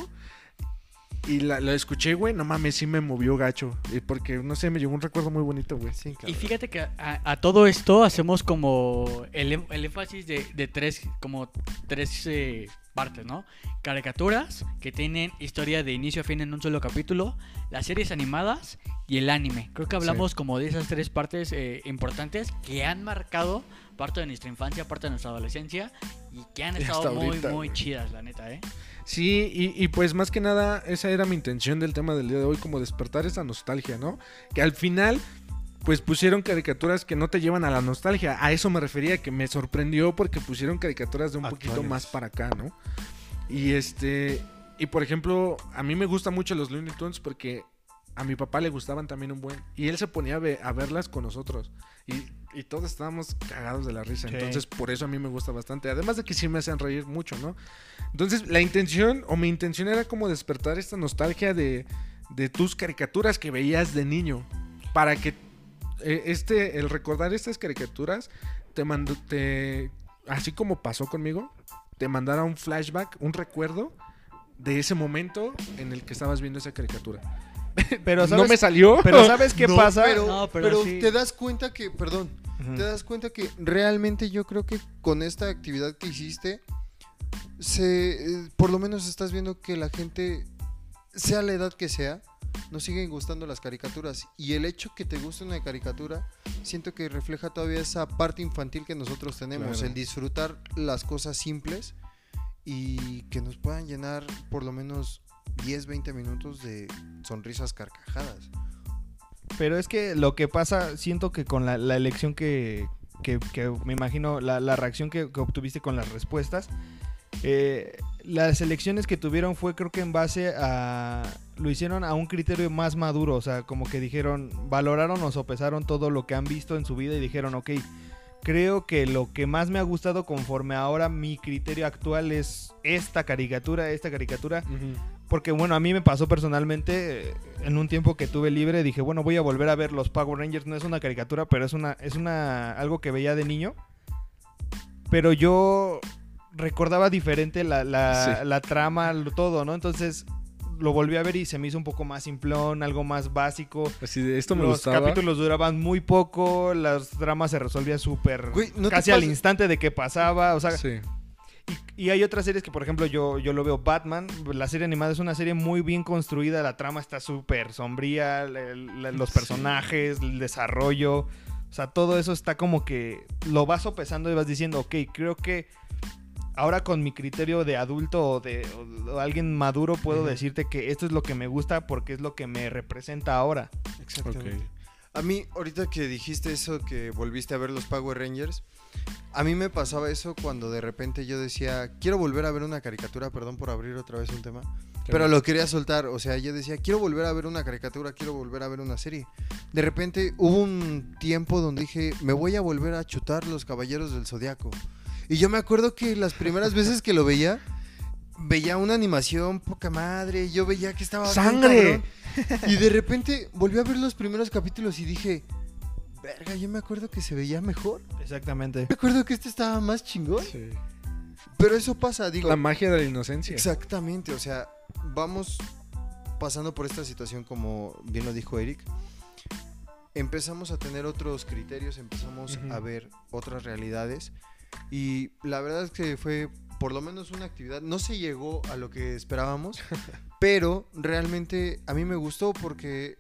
Y la, la escuché, güey, no mames, sí me movió gacho. Y porque, no sé, me llegó un recuerdo muy bonito, güey.
Sí, cabrón.
Y fíjate que a, a todo esto hacemos como el, em- el énfasis de, de tres, como tres eh, partes, ¿no? Caricaturas que tienen historia de inicio a fin en un solo capítulo, las series animadas y el anime. Creo que hablamos como de esas tres partes eh, importantes que han marcado parte de nuestra infancia, parte de nuestra adolescencia y que han
Y hasta
estado muy,
ahorita,
muy
güey.
chidas, la neta, ¿eh?
Sí, y, y pues más que nada, esa era mi intención del tema del día de hoy, como despertar esa nostalgia, ¿no? Que al final, pues pusieron caricaturas que no te llevan a la nostalgia. A eso me refería, que me sorprendió porque pusieron caricaturas de un poquito
Actuales.
más para acá, ¿no? Y este, y por ejemplo, a mí me gustan mucho los Looney Tunes porque a mi papá le gustaban también un buen. Y él se ponía a, ve- a verlas con nosotros. Y, y todos estábamos cagados de la risa.
Sí.
Entonces, por eso a mí me gusta bastante. Además de que sí me hacen reír mucho, ¿no? Entonces, la intención, o mi intención era como despertar esta nostalgia de, de tus caricaturas que veías de niño. Para que eh, este, el recordar estas caricaturas te mandó, te, así como pasó conmigo, te mandara un flashback, un recuerdo de ese momento en el que estabas viendo esa caricatura.
Pero
no
sabes,
me salió.
pero ¿sabes qué
No,
pasa?
Pero,
No, pero
pero,
sí.
te das cuenta que, perdón,
Ujú.
te das cuenta que realmente yo creo que con esta actividad que hiciste, se, eh, por lo menos estás viendo que la gente, sea la edad que sea, nos siguen gustando las caricaturas. Y el hecho que te guste una caricatura, siento que refleja todavía esa parte infantil que nosotros tenemos,
Claro.
el disfrutar las cosas simples y que nos puedan llenar por lo menos 10, 20 minutos de sonrisas carcajadas.
Pero es que lo que pasa, siento que con la, la elección que, que- que me imagino, la, la reacción que, que obtuviste con las respuestas, eh, las elecciones que tuvieron fue creo que en base a... Lo hicieron a un criterio más maduro, o sea, como que dijeron, valoraron o sopesaron todo lo que han visto en su vida y dijeron, ok, creo que lo que más me ha gustado conforme ahora mi criterio actual es esta caricatura, esta caricatura,
Ujú.
porque bueno, a mí me pasó personalmente eh, en un tiempo que tuve libre, dije, bueno, voy a volver a ver los Power Rangers, no es una caricatura, pero es una es una algo que veía de niño. Pero yo recordaba diferente la, la-
Sí.
la trama, lo- todo, ¿no? Entonces lo volví a ver y se me hizo un poco más simplón, algo más básico.
Así de, esto me
los
gustaba.
capítulos duraban muy poco, las tramas se resolvían súper
Güey, ¿no te
casi al
pasa?
instante de que pasaba, o sea,
Sí.
y- Y hay otras series que, por ejemplo, yo, yo lo veo Batman. La serie animada es una serie muy bien construida. La trama está súper sombría. la- la- los personajes, el desarrollo. O sea, todo eso está como que lo vas sopesando y vas diciendo, ok, creo que ahora con mi criterio de adulto o de o- o alguien maduro puedo
Ujú.
decirte que esto es lo que me gusta porque es lo que me representa ahora.
Exactamente. A mí, ahorita que dijiste eso, que volviste a ver los Power Rangers, a mí me pasaba eso cuando de repente yo decía, quiero volver a ver una caricatura, perdón por abrir otra vez un tema, pero lo quería soltar, o sea, yo decía, quiero volver a ver una caricatura, quiero volver a ver una serie. De repente hubo un tiempo donde dije, me voy a volver a chutar los Caballeros del Zodiaco. Y yo me acuerdo que las primeras veces que lo veía, veía una animación poca madre, yo veía que estaba... bien
¡Sangre!
cabrón. Y de repente volví a ver los primeros capítulos y dije, verga, yo me acuerdo que se veía mejor.
Exactamente.
Me acuerdo que este estaba más chingón. Pero eso pasa, digo.
La magia de la inocencia.
Exactamente, o sea, vamos pasando por esta situación como bien lo dijo Eric. Empezamos a tener otros criterios, empezamos
Ujú.
a ver otras realidades y la verdad es que fue por lo menos una actividad, no se llegó a lo que esperábamos, pero realmente a mí me gustó porque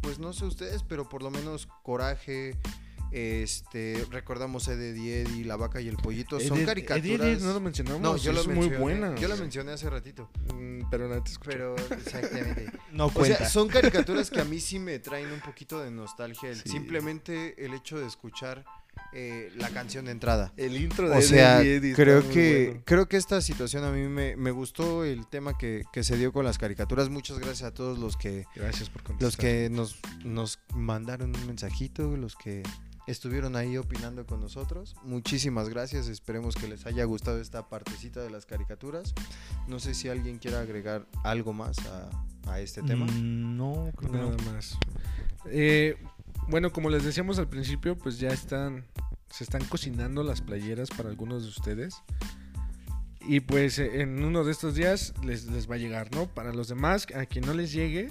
pues no sé ustedes, pero por lo menos coraje este recordamos Ed, Ed y Eddie, La Vaca y el Pollito, son
Ed- Ed-
caricaturas.
Ed- Ed- E no lo mencionamos.
No, yo
es
lo
muy
mencioné.
buena.
Yo la mencioné hace ratito.
Mm, Pero no te escuché.
Pero, exactamente.
No
o
cuenta.
sea, son caricaturas que a mí sí me traen un poquito de nostalgia. el-
Sí.
Simplemente el hecho de escuchar eh, la canción de entrada.
El intro de
O
Ed,
sea,
Ed y Ed está
creo
muy
que,
bueno.
creo que esta situación a mí me, me gustó el tema que, que se dio con las caricaturas. Muchas gracias a todos los que,
Gracias por contestar.
los que nos, nos mandaron un mensajito, los que estuvieron ahí opinando con nosotros. Muchísimas gracias, esperemos que les haya gustado esta partecita de las caricaturas. No sé si alguien quiera agregar algo más a, a este tema.
Mm, no, creo que no.
Nada más. Eh, bueno, como les decíamos al principio, pues ya están. Se están cocinando las playeras para algunos de ustedes. Y pues eh, en uno de estos días les, les va a llegar, ¿no? Para los demás, a quien no les llegue,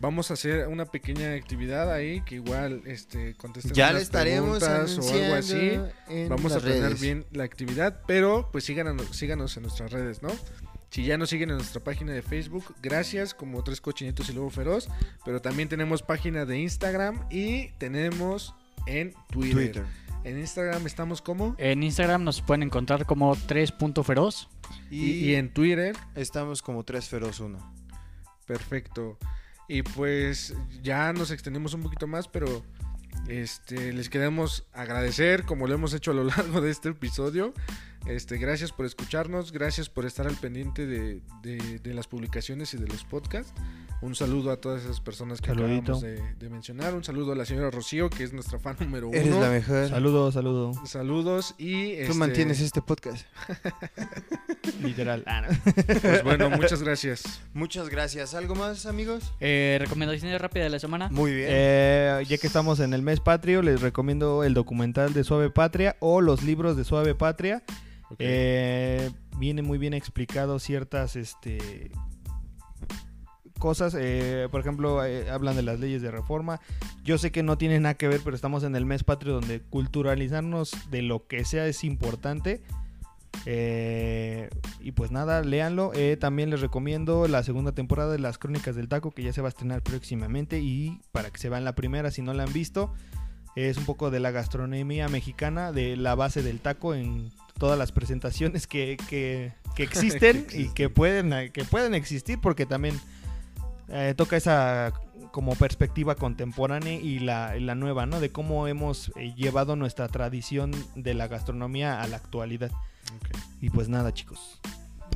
vamos a hacer una pequeña actividad ahí que igual este, contesten
Ya le
unas
estaremos
preguntas o algo así.
anunciando en
Vamos a
las
tener
redes.
bien la actividad, pero pues síganos, síganos en nuestras redes, ¿no? Si ya nos siguen en nuestra página de Facebook, gracias, como Tres Cochinitos y Lobo Feroz. Pero también tenemos página de Instagram y tenemos en Twitter.
Twitter.
En Instagram estamos como.
En Instagram nos pueden encontrar como 3.feroz.
Y, y en Twitter,
Estamos como tres feroz uno.
perfecto. Y pues ya nos extendimos un poquito más, pero este, les queremos agradecer, como lo hemos hecho a lo largo de este episodio. Este, gracias por escucharnos, gracias por estar al pendiente de, de- de las publicaciones y de los podcasts. Un saludo a todas esas personas que
Saludito.
acabamos de, de mencionar. Un saludo a la señora Rocío, que es nuestra fan número uno.
Eres la mejor.
Saludo, saludo.
Saludos y...
Tú mantienes este podcast.
Literal. Ah, no.
Pues bueno, muchas gracias.
Muchas gracias. ¿Algo más, amigos?
Eh, recomendaciones rápidas de la semana.
Muy bien.
Eh, ya que estamos en el mes patrio, les recomiendo el documental de Suave Patria o los libros de Suave Patria. Eh, viene muy bien explicado ciertas este, cosas. eh, por ejemplo, eh, hablan de las leyes de reforma. Yo sé que no tiene nada que ver, pero estamos en el mes patrio donde culturalizarnos de lo que sea es importante. Eh, y pues nada, léanlo. Eh, también les recomiendo la segunda temporada de Las Crónicas del Taco, que ya se va a estrenar próximamente. Y para que se vean la primera, si no la han visto, es un poco de la gastronomía mexicana, de la base del taco en todas las presentaciones que, que- que existen, y
existen.
que pueden, que pueden existir, porque también eh, toca esa como perspectiva contemporánea y la, y la nueva, ¿no? De cómo hemos eh, llevado nuestra tradición de la gastronomía a la actualidad. Y pues nada, chicos.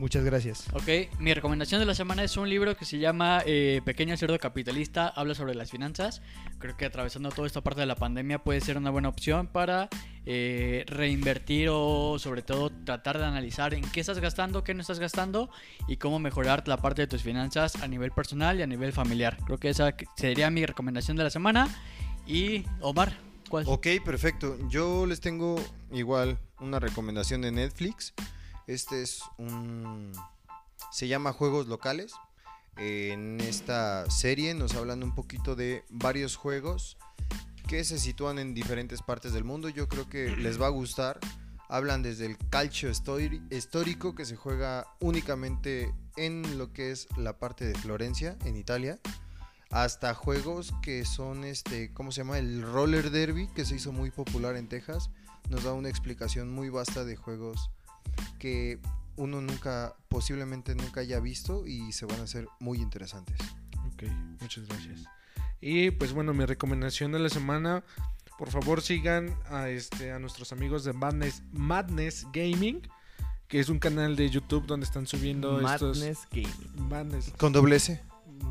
Muchas gracias.
Ok, mi recomendación de la semana es un libro que se llama eh, Pequeño Cerdo Capitalista, habla sobre las finanzas. Creo que atravesando toda esta parte de la pandemia puede ser una buena opción para eh, reinvertir o sobre todo tratar de analizar en qué estás gastando, qué no estás gastando y cómo mejorar la parte de tus finanzas a nivel personal y a nivel familiar. Creo que esa que- sería mi recomendación de la semana. Y Omar, ¿cuál?
Ok, perfecto. Yo les tengo igual una recomendación de Netflix. Este es un... Se llama Juegos Locales. En esta serie nos hablan un poquito de varios juegos que se sitúan en diferentes partes del mundo. Yo creo que les va a gustar Hablan desde el calcio histori- histórico que se juega únicamente en lo que es la parte de Florencia, en Italia, hasta juegos que son, este, ¿cómo se llama? El roller derby que se hizo muy popular en Texas. Nos da una explicación muy vasta de juegos que uno nunca, posiblemente nunca haya visto y se van a hacer muy interesantes.
Ok, muchas gracias. Y pues bueno, mi recomendación de la semana, por favor sigan a, este, a nuestros amigos de Madness, Madness Gaming, que es un canal de YouTube donde están subiendo estos...
Madness Game.
Madness.
Con doble S.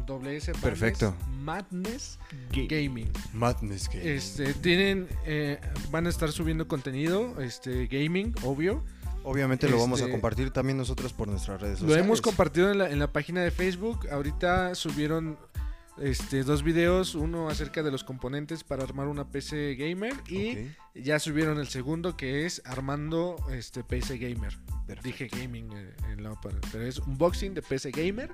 Doble S. Madness,
Perfecto.
Madness
Game.
Gaming.
Madness Game.
Este, tienen, eh, van a estar subiendo contenido, este, gaming, obvio.
Obviamente lo vamos a
Este-
compartir también nosotros por nuestras redes
Lo
sociales.
hemos compartido en la, en la página de Facebook. Ahorita subieron este, dos videos, uno acerca de los componentes para armar una PC gamer y
Ok,
ya subieron el segundo que es armando este PC gamer.
perfecto.
Dije gaming eh, en la otra, pero es unboxing de PC gamer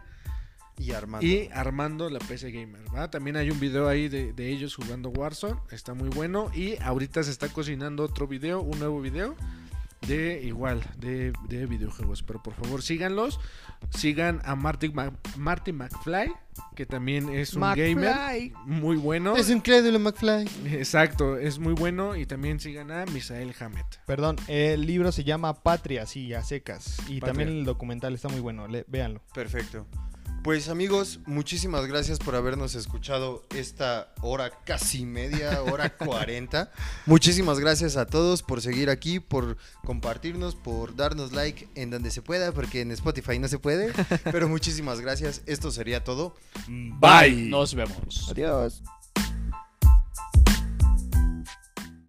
Y Armando.
y armando la PC gamer. ¿va? También hay un video ahí de, de ellos jugando Warzone, está muy bueno y ahorita se está cocinando otro video, un nuevo video. De igual, de, de videojuegos. Pero por favor, síganlos. Sigan a Marty, Mac- Marty McFly, que también es un gamer
McFly.
muy bueno.
Es increíble, McFly.
Exacto, es muy bueno. Y también sigan a Misael Hammett.
Perdón, el libro se llama Patria, sí, a secas. Y
Patria.
también el documental está muy bueno, le- véanlo.
Perfecto. Pues amigos, muchísimas gracias por habernos escuchado esta hora casi media, hora 40. Muchísimas gracias a todos por seguir aquí, por compartirnos, por darnos like en donde se pueda, porque en Spotify no se puede. Pero muchísimas gracias, esto sería todo.
Bye.
Nos vemos.
Adiós.